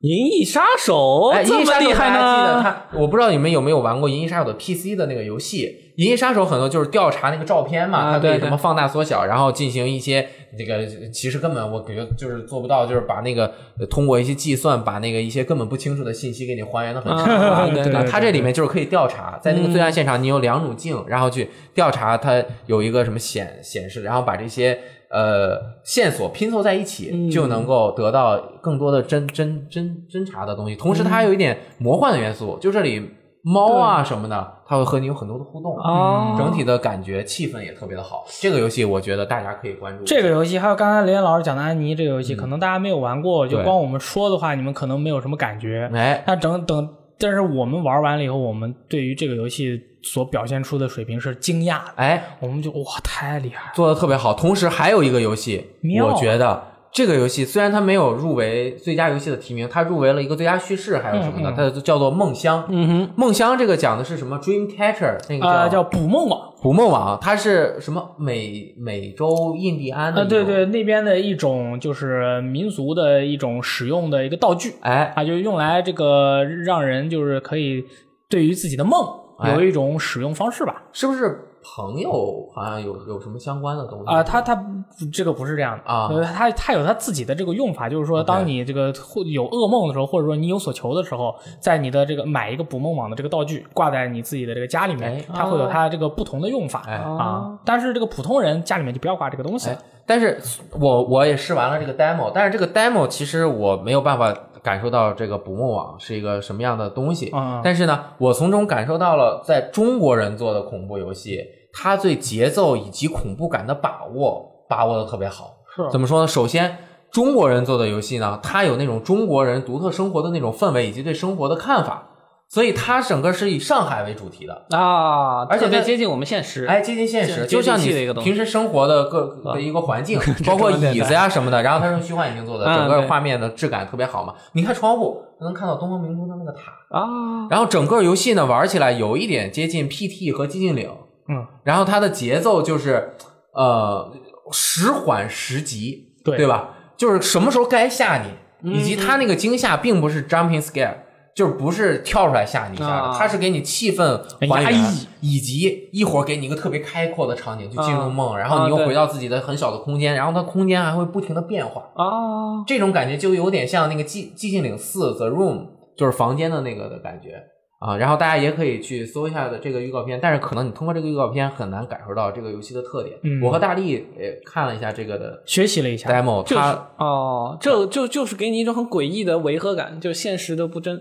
S3: 银翼杀手
S4: 哎，《银
S3: 哦这
S4: 翼
S3: 么
S4: 杀手》
S3: 厉害
S4: 大家记得
S3: 呢？
S4: 它，我不知道你们有没有玩过《银翼杀手》的 PC 的那个游戏，《银翼杀手》很多就是调查那个照片嘛，
S3: 啊
S4: 它可以
S3: 对
S4: 什么放大缩小，然后进行一些这个，其实根本我感觉就是做不到，就是把那个呃通过一些计算把那个一些根本不清楚的信息给你还原的很 清楚。
S3: 啊
S1: 对对
S4: 啊，
S1: 对
S4: 它这里面就是可以调查，在那个罪
S1: 嗯
S4: 案现场，你有两种镜，然后去调查它有一个什么显显示，然后把这些呃线索拼凑在一
S1: 嗯
S4: 起，就能够得到更多的侦侦侦侦查的东西。同时，它还有一点魔幻的元素，就这里猫啊什么的，它会和你有很多的互动，
S3: 哦
S4: 整体的感觉气氛也特别的好。这个游戏我觉得大家可以关注。
S1: 这个游戏还有刚才雷岩老师讲的安妮这个游戏，可能大家没有玩过，就
S4: 嗯对
S1: 光我们说的话，你们可能没有什么感觉。
S4: 哎，
S1: 但等等，但是我们玩完了以后，我们对于这个游戏所表现出的水平是惊讶的，
S4: 哎，
S1: 我们就哇太厉害了，
S4: 做的特别好。同时还有一个游戏，
S1: 妙啊
S4: 我觉得这个游戏虽然它没有入围最佳游戏的提名，它入围了一个最佳叙事，还有什么的，
S1: 嗯嗯
S4: 它叫做《梦乡》。
S3: 嗯哼，
S4: 梦乡这个讲的是什么？Dream Catcher 那
S1: 呃，
S4: 个
S1: 叫捕梦网，
S4: 捕梦网，它是什么美美洲印第安的、
S1: 呃，对，对，那边的一种就是民俗的一种使用的一个道具
S4: 哎，
S1: 啊，就用来这个让人就是可以对于自己的梦
S4: 哎
S1: 有一种使用方式吧。
S4: 是不是朋友好像有有什么相关的东西
S1: 啊、它它不这个不是这样的
S4: 嗯啊
S1: 呃它它有它自己的这个用法，就是说，当你这个或有噩梦的时候，或者说你有所求的时候，在你的这个买一个捕梦网的这个道具挂在你自己的这个家里面
S4: 哎，
S1: 它会有它这个不同的用法、
S4: 哎
S1: 啊。但是这个普通人家里面就不要挂这个东西了
S4: 哎，但是我我也试完了这个 demo，但是这个 demo 其实我没有办法感受到这个捕梦网是一个什么样的东西。
S1: 嗯嗯
S4: 但是呢，我从中感受到了在中国人做的恐怖游戏，它对节奏以及恐怖感的把握把握的特别好。
S3: 是
S4: 怎么说呢？首先。中国人做的游戏呢，它有那种中国人独特生活的那种氛围，以及对生活的看法。所以它整个是以上海为主题的，
S3: 啊，
S4: 而且
S3: 特别
S4: 它
S3: 接近我们现实。
S4: 哎，接近现
S3: 这
S4: 实，
S3: 是
S4: 就像
S3: 接地
S4: 你
S3: 气的一个东西
S4: 平时生活的各
S3: 啊
S4: 的一个环 境，包括椅子呀什么的，然后它是用虚幻引擎做的，
S3: 嗯
S4: 整个
S3: 对
S4: 画面的质感特别好嘛。你看窗户，能看到东方明珠的那个塔，
S3: 啊，
S4: 然后整个游戏呢玩起来有一点接近 PT 和寂静岭，
S1: 嗯，
S4: 然后它的节奏就是呃时缓时急，
S1: 对
S4: 对吧？就是什么时候该吓
S3: 嗯
S4: 你，以及它那个惊吓并不是 jumping scare。就是不是跳出来吓你一下的
S3: 啊，
S4: 它是给你气氛还
S1: 压
S4: 原
S1: 抑，
S4: 以及一会儿给你一个特别开阔的场景，就进入梦，然
S3: 啊
S4: 后你
S3: 对
S4: 又回到自己的很小的空间，然后它空间还会不停的变化，
S3: 啊，
S4: 这种感觉就有点像那个寂寂静岭四 The Room，就是房间的那个的感觉啊。然后大家也可以去搜一下的这个预告片，但是可能你通过这个预告片很难感受到这个游戏的特点。
S1: 嗯
S4: 我和大力也看了一下这个的
S1: 学习了一下，
S4: demo，
S3: 就是
S4: 它
S3: 哦，这就就是给你一种很诡异的违和感，就现实的不真，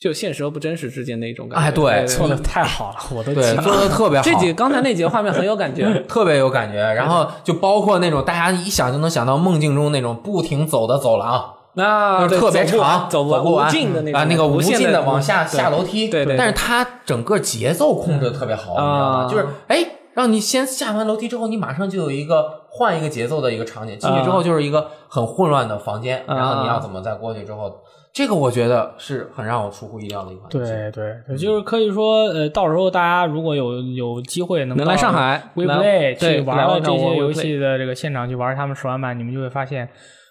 S3: 就现实和不真实之间的一种感觉。
S4: 哎对
S1: 做的太好了，我都
S4: 对
S1: 记
S4: 做的特别好，
S3: 这几个刚才那几个画面很有感 觉
S4: 特别有感觉。然后就包括那种大家一想就能想到梦境中那种不停走的走廊。
S3: 啊，
S4: 就是
S3: 对
S4: 特别
S3: 走不完
S4: 长，
S3: 走
S4: 走
S3: 完
S4: 不
S3: 无
S4: 完
S3: 尽的那种
S4: 啊，那个无
S3: 限
S4: 尽
S3: 的
S4: 的往下下楼梯，
S3: 对对对
S4: 但是它整个节奏控制的特别好，你知道
S3: 啊
S4: 吗？就是哎，让你先下完楼梯之后，你马上就有一个换一个节奏的一个场景，进去之
S3: 嗯
S4: 后就是一个很混乱的房间，
S3: 啊
S4: 然后你要怎么再过去之后，这个我觉得是很让我出乎意料的一款游戏。
S1: 对对，对就是可以说，呃，到时候大家如果有有机会能
S3: 能来上海
S1: w e
S3: 来
S1: Play 去
S3: 对
S1: 玩
S3: 来
S1: 到
S3: 一
S1: 这
S3: 趟我
S1: 些
S3: We
S1: 游
S3: Play
S1: 戏的这个现场去玩他们手玩版，你们就会发现，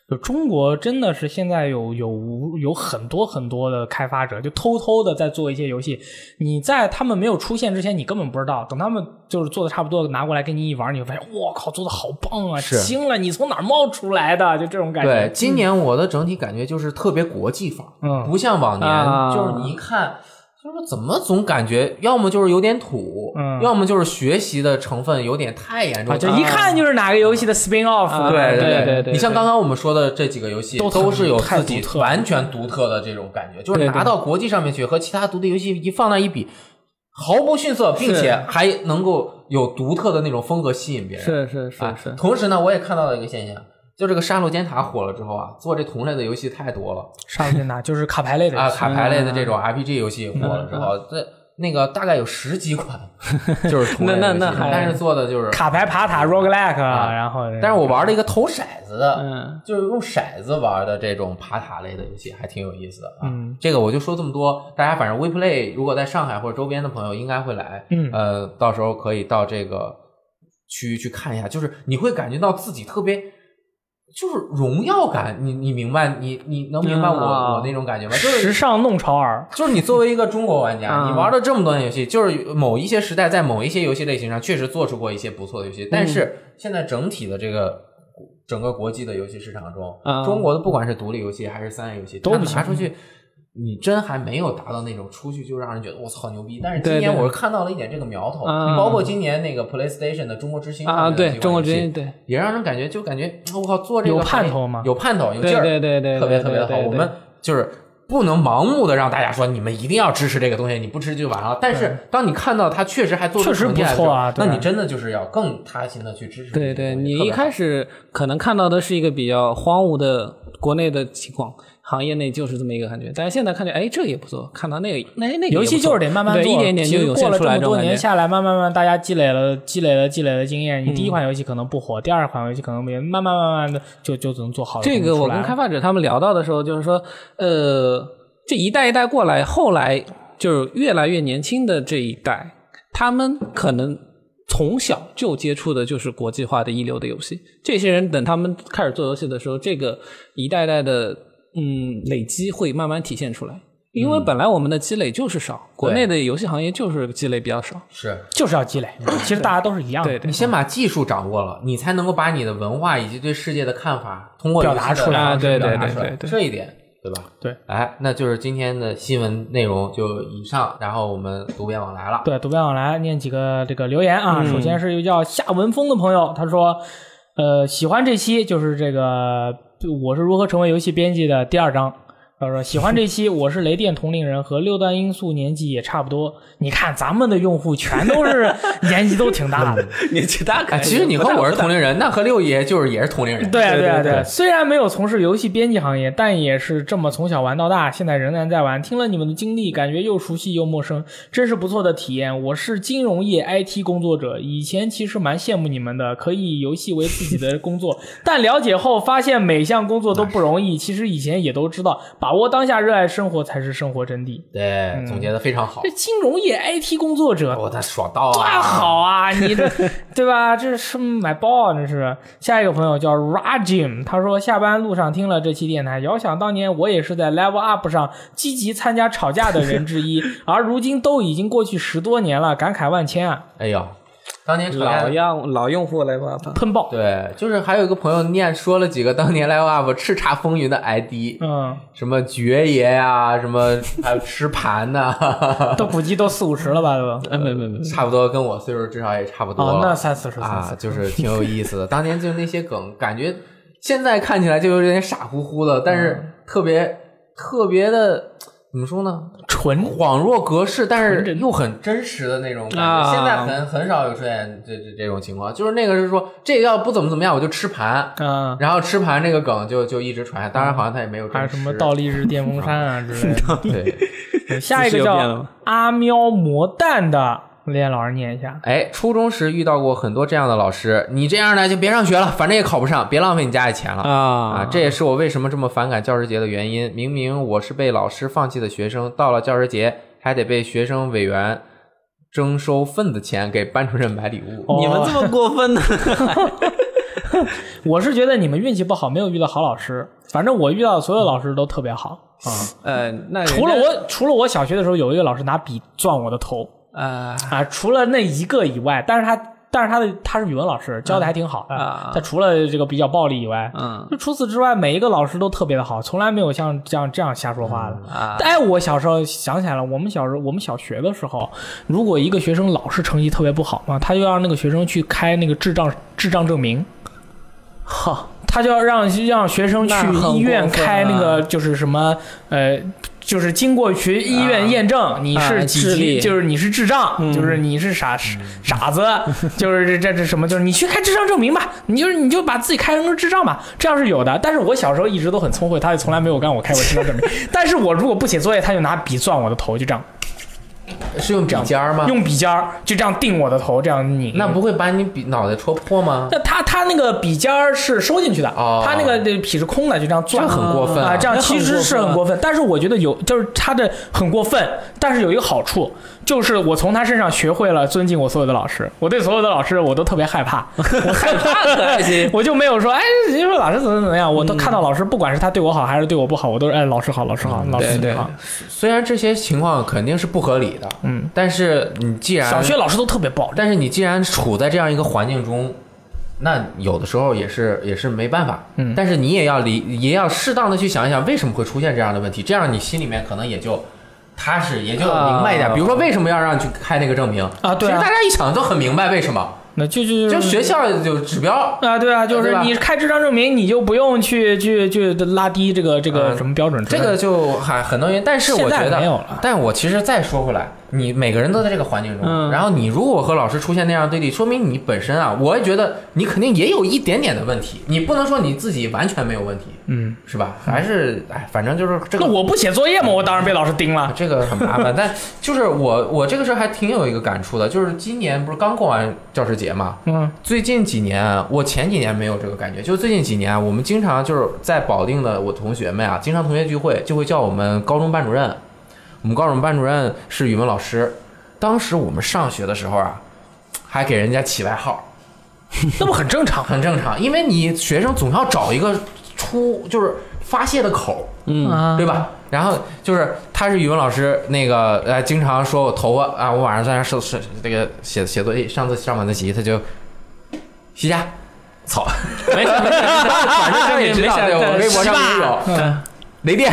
S1: 就中国真的是现在有有无有很多很多的开发者，就偷偷的在做一些游戏。你在他们没有出现之前，你根本不知道，等他们就是做的差不多，拿过来给你一玩，你会发现，我靠，做的好棒啊！
S4: 是
S1: 惊了，你从哪儿冒出来的？就这种感
S4: 对
S1: 觉，。
S4: 今年我的整体感觉就是特别国际化，
S1: 嗯
S4: 不像往年，
S3: 啊
S4: 就是你一看，就是怎么总感觉要么就是有点土，
S1: 嗯
S4: 要么就是学习的成分有点太严
S1: 啊，
S4: 重了，
S1: 就一看就是哪个游戏的 spin off，、
S3: 啊
S4: 对
S3: 对
S4: 对
S3: 对对
S4: 你像刚刚我们说的这几个游戏，
S1: 都
S4: 都
S1: 很
S4: 是有自
S1: 太
S4: 己
S1: 独特了嗯
S4: 完全独特的这种感觉，就是
S3: 对对
S4: 拿到国际上面去和其他独立游戏一放那一比，毫不逊色，并且还能够有独特的那种风格吸引别人。
S3: 是是是
S4: 啊
S3: 是，
S4: 同时呢，我也看到了一个现象，就这个《杀戮尖塔》火了之后啊，做这同类的游戏太多了
S1: 上去拿就是卡牌类的游
S4: 啊，
S1: 戏
S4: 卡牌类的这种 RPG 游戏火了之
S3: 嗯
S4: 后， 这那个大概有十几 款就是同类的
S3: 那
S4: 游戏
S3: 那那还
S4: 但是做的就是，
S1: 卡牌爬塔 roguelike，、
S4: 啊
S1: 然后
S4: 但是我玩了一个投骰子的，
S3: 嗯，
S4: 就是用骰子玩的这种爬塔类的游戏，还挺有意思的啊。
S1: 嗯
S4: 这个我就说这么多，大家反正 WePlay 如果在上海或者周边的朋友应该会来，
S1: 嗯
S4: 呃，到时候可以到这个区域去看一下，就是你会感觉到自己特别。就是荣耀感，你你明白，你你能明白我、
S3: 嗯啊
S4: 我那种感觉吗？就是
S1: 时尚弄潮儿，
S4: 就是你作为一个中国玩家，
S3: 嗯
S4: 你玩了这么多年游戏，就是某一些时代在某一些游戏类型上确实做出过一些不错的游戏，
S3: 嗯
S4: 但是现在整体的这个整个国际的游戏市场中，
S3: 嗯
S4: 中国的不管是独立游戏还是三 A 游戏，
S1: 都不
S4: 它拿出去。你真还没有达到那种出去就让人觉得我操牛逼，但是今
S3: 对
S4: 年
S3: 对
S4: 我是看到了一点这个苗头，
S3: 嗯
S4: 包括今年那个 PlayStation 的中国之星
S3: 啊，
S4: 上面的
S3: 对
S4: 这款
S3: 中国之
S4: 游戏
S3: 星，对
S4: 也让人感觉就感觉我靠做这个
S1: 有
S4: 行业
S1: 盼头吗
S4: 有盼头，有
S3: 对
S4: 劲儿，
S3: 对对对，
S4: 特别
S3: 对
S4: 特别的好。
S3: 对对
S4: 我们就是不能盲目的让大家说你们一定要支持这个东西，你不支持就完了。但是当你看到它确实还做出
S1: 确实
S4: 成绩来的时
S1: 不
S4: 候
S1: 错啊对
S4: 那你真的就是要更踏心的去支持这
S3: 对
S4: 个东西。
S3: 对，你
S4: 特
S3: 一
S4: 别好
S3: 开始可能看到的是一个比较荒芜的国内的情况，行业内就是这么一个感觉。但是现在看见，哎，这个也不错，看到那个，那那个也
S1: 游
S3: 不错
S1: 戏就是得慢慢做，
S3: 对一点一点
S1: 其
S3: 就
S1: 实
S3: 涌
S1: 过
S3: 现
S1: 了
S3: 出
S1: 这
S3: 来
S1: 么
S3: 这种
S1: 多
S3: 感
S1: 年
S3: 觉。嗯
S1: 下来，慢慢慢慢大家积累了积累了积累了经验，你第一款游戏可能不火，第二款游戏可能也慢慢慢慢的就就能做好的
S3: 这
S1: 东西
S3: 个
S1: 出
S3: 我
S1: 来
S3: 跟
S1: 了
S3: 开发者他们聊到的时候，就是说，呃，这一代一代过来，后来就是越来越年轻的这一代，他们可能从小就接触的就是国际化的一流的游戏。这些人等他们开始做游戏的时候，这个一代代的嗯累积会慢慢体现出来。因为本来我们的积累就是少，国内的游戏行业就是积累比较少。
S4: 是嗯
S1: 就是要 积累，其实大家都是一样的，
S3: 对对
S4: 你先把技术掌握了，你才能够把你的文化以及对世界的看法通过
S1: 表达
S4: 游戏的
S1: 出来
S4: 方
S3: 啊
S4: 式
S3: 对
S4: 表达
S3: 对对
S4: 出来
S3: 对对
S4: 这一点对吧？
S1: 对，
S4: 哎，那就是今天的新闻内容就以上，然后我们读编网来了。
S1: 对，读编往来念几个这个留言啊。首先是一个叫夏文峰的朋友，他说，呃，喜欢这期就是这个我是如何成为游戏编辑的第二章。他说喜欢这期，我是雷电同龄人，和六段音速年纪也差不多。你看咱们的用户全都是年纪都挺大的，
S3: 年纪大可
S4: 哎，
S3: 能
S4: 其实 你
S3: 不
S4: 和
S3: 大
S4: 我是
S3: 不大
S4: 同龄人，那和六爷就是也是同龄人。
S1: 对啊
S2: 对
S1: 对啊
S2: 对
S1: 啊。
S2: 对
S1: 虽然没有从事游戏编辑行业，但也是这么从小玩到大，现在仍然在玩。听了你们的经历，感觉又熟悉又陌生，真是不错的体验。我是金融业 IT 工作者，以前其实蛮羡慕你们的，可以以游戏为自己的工作。但了解后发现每项工作都不容 易，其实以前也都知道，把握当下，热爱生活才是生活真谛。
S4: 对，总结的非常好
S1: 这。金融业 IT 工作者
S4: 嗯哎我他爽到
S1: 多
S4: 啊！
S1: 好啊！你 这对吧？这是买爆啊！这是下一个朋友叫 Rajim，他说下班路上听了这期电台，遥想当年我也是在 Level Up 上积极参加吵架的人之 一，而如今都已经过去十多年了，感慨万千啊！
S4: 哎呦，当年吵架
S3: 老样老用户来吧，
S1: 喷爆，
S4: 对，就是还有一个朋友念说了几个 当年 Live Up 叱咤风云的 ID，
S1: 嗯，
S4: 什么爵爷呀、什么 还有吃盘呐、
S1: 都估计都四五十了吧，都
S3: 哎，没没没，
S4: 差不多跟我岁数至少也差不多
S1: 哦，
S4: 了
S1: 那三四十，三四
S4: 啊，
S1: 十
S4: 就是挺有意 思的。当年就那些梗，感觉现在看起来就有点傻乎乎的，但是特别、特别的怎么说呢？
S1: 纯
S4: 恍若隔世，但是又很真实的那种感觉。
S3: 啊
S4: 现在很很少有出现这这这种情况，就是那个是说这个要不怎么怎么样，我就吃盘。
S1: 啊，
S4: 然后吃盘这个梗就就一直传下，当然好像他也没有
S1: 还有
S4: 真
S1: 什么
S4: 吃
S1: 倒立日电风扇啊之类的。
S4: 对，
S1: 下一
S3: 姿
S1: 个
S3: 势又变了
S1: 叫
S3: 吗
S1: 阿喵魔蛋的，练老师念一下。
S4: 哎，初中时遇到过很多这样的老师，你这样的就别上学了，反正也考不上，别浪费你家里钱了
S3: 啊
S4: 这也是我为什么这么反感教师节的原因。明明我是被老师放弃的学生，到了教师节还得被学生委员征收份子钱给班主任买礼物。
S1: 哦
S3: 你们这么过分呢？
S1: 我是觉得你们运气不好，没有遇到好老师。反正我遇到的所有老师都特别好， 啊
S3: 呃，那人家
S1: 除了我，除了我小学的时候有一个老师拿笔撞我的头
S3: 啊
S1: 啊，除了那一个以外，但是他但是他的他是语文老师，教的还挺好的
S3: 啊。
S1: 他除了这个比较暴力以外，
S3: 嗯
S1: 就除此之外，每一个老师都特别的好，从来没有像这样这样瞎说话的。
S3: 啊，
S1: 哎，我小时候想起来了，我们小时候，我们小学的时候，如果一个学生老是成绩特别不好嘛，他就让那个学生去开那个智障智障证明，
S3: 好，
S1: 他就要让让学生去
S3: 那很
S1: 医院
S3: 过分啊
S1: 开那个就是什么呃。就是经过去医院验证你是
S3: 啊
S1: 几
S3: 智
S1: 级，
S3: 力嗯
S1: 就是你是智障，就是你是傻傻 子，就是这这这什么，就是你去开智障证明吧，你就是你就把自己开成个智障吧，这样是有的。但是我小时候一直都很聪慧，他就从来没有让我开过智障证 明。但是我如果不写作业，他就拿笔攥我的头，就这样
S4: 是用笔尖儿吗？
S3: 啊
S1: 用笔尖儿就这样定我的头，这样拧。
S4: 那不会把你笔脑袋戳破吗？
S1: 那他他那个笔尖儿是收进去的，
S4: 哦
S1: 他那个笔是空的，就这样攥，
S4: 这很过分啊
S1: 啊！这样
S3: 那很
S1: 其实
S3: 过
S1: 是
S3: 分啊
S1: 很过分，但是我觉得有，就是他的很过分，但是有一个好处，就是我从他身上学会了尊敬我所有的老师，我对所有的老师我都特别害怕，我害怕
S3: 可爱心
S1: 我就没有说哎，你说老师怎么怎么样，我都看到老师，不管是他对我好还是对我不好，我都是哎老师好，老师好，老师
S3: 嗯对
S1: 好。
S4: 虽然这些情况肯定是不合理的，
S1: 嗯，
S4: 但是你既然
S1: 小学老师都特别暴力，
S4: 但是你既然处在这样一个环境中，那有的时候也是也是没办法。
S1: 嗯
S4: 但是你也要理，也要适当的去想一想，为什么会出现这样的问题，这样你心里面可能也就踏实，也就明白一点。
S3: 啊
S4: 比如说，为什么要让你去开那个证明
S1: 啊对啊嗯
S4: 其实大家一想都很明白为什么，
S1: 那就就
S4: 就学校有指标。
S1: 啊，对啊，就是
S4: 对吧
S1: 你开智障证明，你就不用去去去拉低这个这个
S4: 嗯
S1: 什么标准之
S4: 这
S1: 类的。
S4: 个就还很多原因，但是我
S1: 现在
S4: 觉得
S1: 没有了
S4: 但我其实再说回来，你每个人都在这个环境中，
S3: 嗯
S4: 然后你如果和老师出现那样的对立，说明你本身啊，我也觉得你肯定也有一点点的问题，你不能说你自己完全没有问题，
S1: 嗯，
S4: 是吧？还是哎，反正就是这
S1: 那
S4: 个。啊
S1: 我不写作业嘛，我当然被老师盯了。
S4: 这个很麻烦，但就是我我这个事儿还挺有一个感触的，就是今年不是刚过完教师节嘛，
S1: 嗯
S4: 最近几年，我前几年没有这个感觉，就最近几年，我们经常就是在保定的我同学们啊，经常同学聚会就会叫我们高中班主任。我们高中班主任是语文老师，当时我们上学的时候啊，还给人家起外号，
S1: 那不很正常。
S4: 很正常，因为你学生总要找一个出就是发泄的口，
S3: 嗯，
S1: 啊
S4: 对？吧？然后就是他是语文老师，那个呃，经常说我头发啊，我晚上在那上是这个写写作业，上次上晚自习他就洗下，操，
S3: 没 事，
S4: 反正这也知道，对我微博上面也有
S1: 嗯，
S4: 雷电，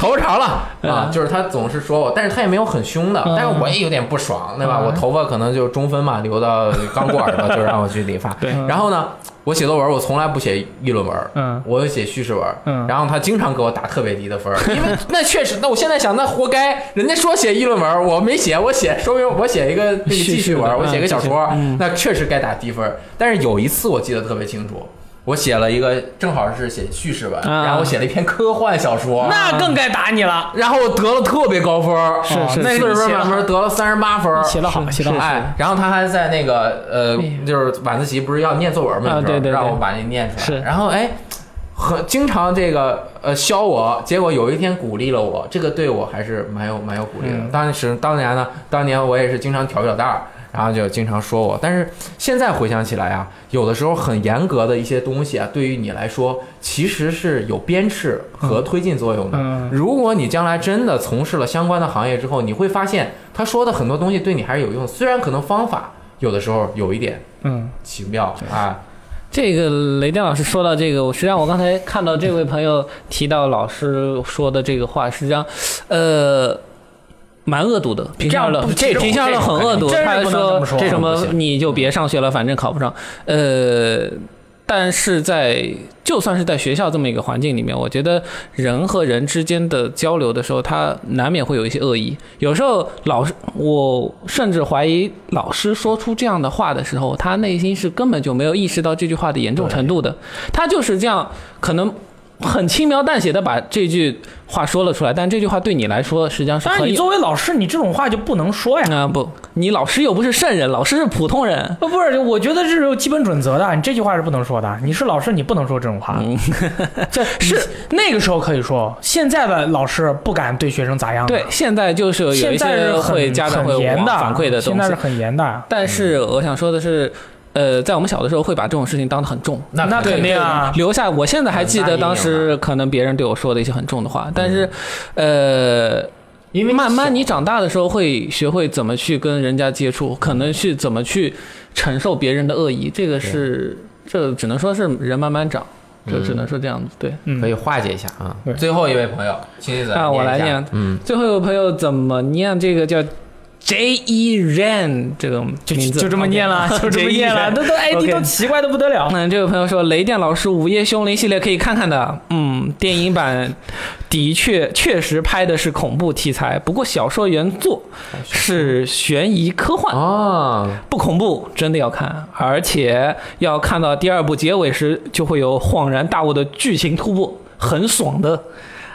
S4: 头发长了啊，就是他总是说我，但是他也没有很凶的，但是我也有点不爽，对吧？我头发可能就中分嘛，留到刚过耳朵就让我去理发。
S1: 对
S4: 然后呢，我写作文我从来不写议论文，
S1: 嗯
S4: 我就写叙事文，
S1: 嗯
S4: 然后他经常给我打特别低的分儿， 因为那确实，那我现在想，那活该，人家说写议论文，我没写，我写说明我写一个那个记叙文，我写一个小说，那确实该打低分儿。但是有一次我记得特别清楚。我写了一个，正好是写叙事文，
S3: 啊
S4: 然后我写了一篇科幻小说，
S1: 那更该打你了。
S4: 然后我得了特别高分儿，哦
S1: 是是
S4: 那
S1: 是
S4: 四十分满分得了三十八分儿，
S1: 写得好，写得好。哎
S4: 哎，然后他还在那个呃，就是晚自习不是要念作文嘛，
S3: 啊
S4: 有时候
S3: 对对对
S4: 让我把那念出来。
S3: 是
S4: 然后哎，很经常这个呃削我，结果有一天鼓励了我，这个对我还是蛮有蛮有鼓励的。
S1: 嗯
S4: 当时当年呢，当年我也是经常调表带儿。然后就经常说我，但是现在回想起来啊，有的时候很严格的一些东西啊，对于你来说其实是有鞭笞和推进作用的。
S1: 嗯
S4: 如果你将来真的从事了相关的行业之后，你会发现他说的很多东西对你还是有用，虽然可能方法有的时候有一点
S1: 嗯，
S4: 奇妙啊。
S3: 这个雷电老师说到这个，我实际上我刚才看到这位朋友提到老师说的这个话，实际上，呃。蛮恶毒的，评价
S1: 这
S3: 了
S1: 样不，
S3: 这
S1: 这种
S3: 评价了很恶毒。
S1: 这种肯
S3: 他
S1: 定真是不能这么说
S3: 说什
S4: 这种
S3: 么
S4: 不行
S3: 你就别上学了，反正考不上。呃，但是在就算是在学校这么一个环境里面，我觉得人和人之间的交流的时候，他难免会有一些恶意。有时候老师，我甚至怀疑老师说出这样的话的时候，他内心是根本就没有意识到这句话的严重程度的。他就是这样，可能。很轻描淡写的把这句话说了出来，但这句话对你来说实际上是
S1: 当
S3: 很
S1: 然，你
S3: 有
S1: 作为老师，你这种话就不能说呀。
S3: 啊、不，你老师又不是圣人，老师是普通人。
S1: 不不是，我觉得这是有基本准则的，你这句话是不能说的。你是老师，你不能说这种话。这是那个时候可以说，现在的老师不敢对学生咋样的。
S3: 对，现在就是有
S1: 现
S3: 一
S1: 在
S3: 些
S1: 是
S3: 会
S1: 很
S3: 家长会
S1: 很严
S3: 往
S1: 的
S3: 反馈的
S1: 现
S3: 东
S1: 在
S3: 西
S1: 是，很严的。
S3: 但是
S1: 嗯
S3: 我想说的是，呃，在我们小的时候会把这种事情当得很重。
S4: 那
S1: 那肯定啊，
S3: 留下，我现在还记
S4: 很大
S3: 得
S4: 阴影
S3: 当时可能别人对我说的一些很重的
S1: 嗯
S3: 话，但是，呃，
S4: 因为
S3: 慢慢你长大的时候会学会怎么去跟人家接触，可能去怎么去承受别人的恶意，这个是这只能说是人慢慢长，就
S1: 嗯
S3: 只能说这样子。对，
S4: 可以化解一下啊
S1: 对。
S4: 最后一位朋友，亲戚子，
S3: 啊，我来
S4: 一下
S3: 念。嗯，最后一个朋友怎么念这个叫 J E Ran 这个名
S1: 就
S3: 字？E
S1: 就这么念了， 就这么念了，都都 ID 哎都奇怪的不得了。
S3: 嗯，这位朋友说，雷电老师《午夜凶铃》系列可以看看的。嗯，电影版的确确实拍的是恐怖题材，不过小说原作是悬疑科幻，
S4: 啊，
S3: 不恐怖，真的要看，而且要看到第二部结尾时，就会有恍然大悟的剧情突破，很爽的。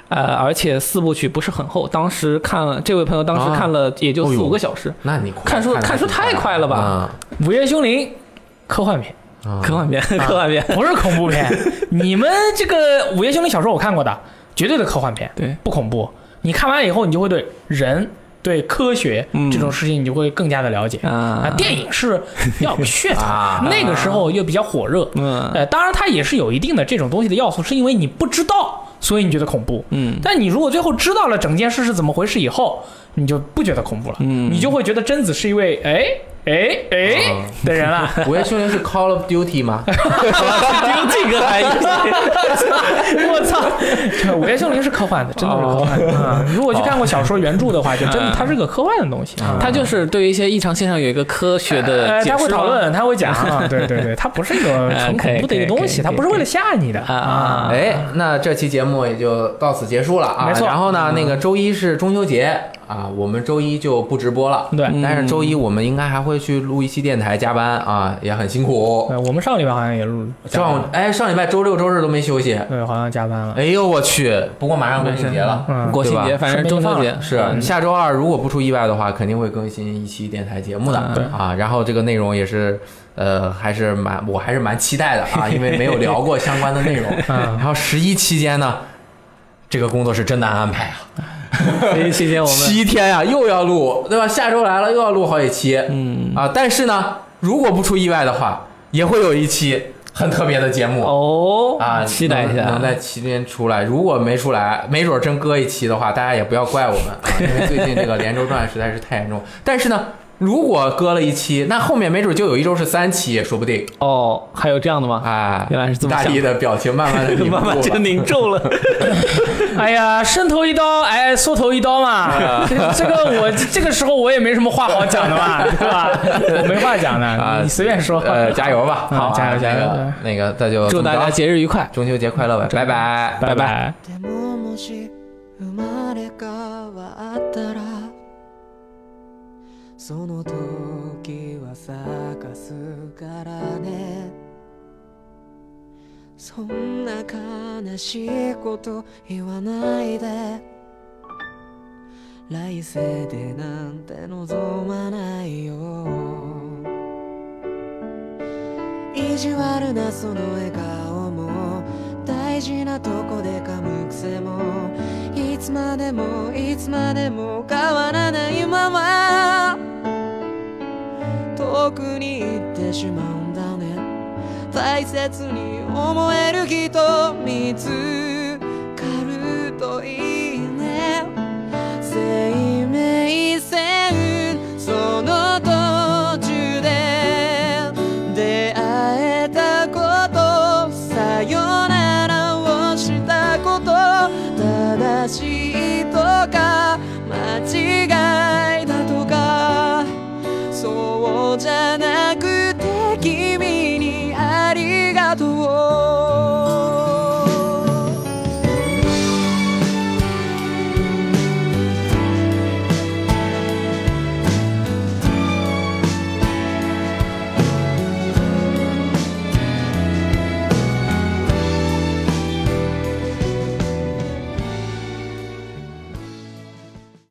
S3: 呃，而且四部曲不是很厚，当时看这位朋友当时看了也就
S4: 哦
S3: 四
S4: 呦
S3: 五个小时，
S4: 那你快
S3: 看书看书太快了吧
S4: 啊
S1: 《午夜凶铃》科幻片，
S3: 科幻片，科幻片，
S1: 不是恐怖 片。你们这个《午夜凶铃》小说我看过的，绝对的科幻片，
S3: 对，
S1: 不恐怖。你看完以后，你就会对人、对科学
S3: 嗯
S1: 这种事情，你就会更加的了解。啊
S3: 啊，
S1: 电影是要有噱头，
S4: 啊
S1: 那个时候又比较火热，
S3: 嗯
S1: 呃，当然它也是有一定的这种东西的要素，是因为你不知道，所以你觉得恐怖，
S3: 嗯，
S1: 但你如果最后知道了整件事是怎么回事以后，你就不觉得恐怖了，
S3: 嗯哦
S1: 你就会觉得贞子是一位哎哎哎
S4: 啊
S1: 的人 了。
S4: 午夜凶铃是 Call of Duty 吗？
S3: 这个还
S1: 我操！ 这《午夜凶铃》是科幻的，真的是科
S3: 哦
S1: 幻的。嗯如果去看过小说原著的话，就真的它是个科幻的东西。啊
S3: 他就是对于一些异常现象有一个科学的
S1: 呃，
S3: 哦解释
S1: 他
S3: 吗，
S1: 会讨论，他会讲， 啊对对对，它不是一个
S3: 呃
S1: 纯
S3: 可以
S1: 恐怖的一个
S3: 可以
S1: 东西，
S3: 可以
S1: 它不是为了吓你的
S3: 啊啊，
S4: 哎，那这期节目也就到此结束了啊。
S1: 没错
S4: 然后呢，那个周一是中秋节啊，我们周一就不直播了。
S1: 对
S4: 但是周一我们应该还会去录一期电台，加班啊，也很辛苦。
S1: 呃我们上礼拜好像也录加班
S4: 上哎上礼拜周六周日都没休息。
S1: 对，好像加班了。
S4: 哎呦我去！不过马上国庆节了，
S1: 嗯
S3: 国庆
S4: 对
S3: 节，
S4: 吧
S3: 反正中秋节
S4: 是下周二如果不出意外的话，肯定会更新一期电台节目
S3: 嗯
S4: 的啊。然后这个内容也是。呃，还是蛮，我还是蛮期待的 啊，因为没有聊过相关的内容。
S3: 嗯
S4: 然后十一期间呢，这个工作是真难安排啊。
S3: 十 一期间我们
S4: 七天呀、又要录，对吧？下周来了又要录好几期，嗯啊，但是呢，如果不出意外的话，也会有一期很特别的节目。
S3: 哦
S4: 啊，
S3: 期待一
S4: 能
S3: 下
S4: 能。在期间出来。如果没出来，没准真搁一期的话，大家也不要怪我们啊，因为最近这个连轴转实在是太严重。但是呢，如果割了一期，那后面没准就有一周是三期也说不定。
S3: 哦，还有这样的吗？
S4: 哎，
S3: 原来是这么
S4: 大
S3: 想
S4: 力的表情慢慢的
S3: 慢慢就凝重 了。
S1: 哎呀，伸头一刀，哎，缩头一刀嘛。 这 这个我这个时候我也没什么话好讲的嘛，对吧？我没话讲的，你随便说。
S4: 呃，加油吧，
S1: 嗯
S4: 好啊，
S1: 加油加油
S4: 那
S1: 对
S4: 个那个，那就
S3: 祝大家节日愉快，
S4: 中秋节快乐吧，拜拜，
S1: 拜拜。
S5: でももし生まれ変わったらその時は咲かすからねそんな悲しいこと言わないで来世でなんて望まないよ意地悪なその笑顔も大事なとこで噛む癖もいつまでもいつまでも変わらないまま遠くに行ってしまうんだね大切に思える人見つかるといいね生命線その途中で出会えたことさよならをしたこと正しいとか間違いだとかそうじゃない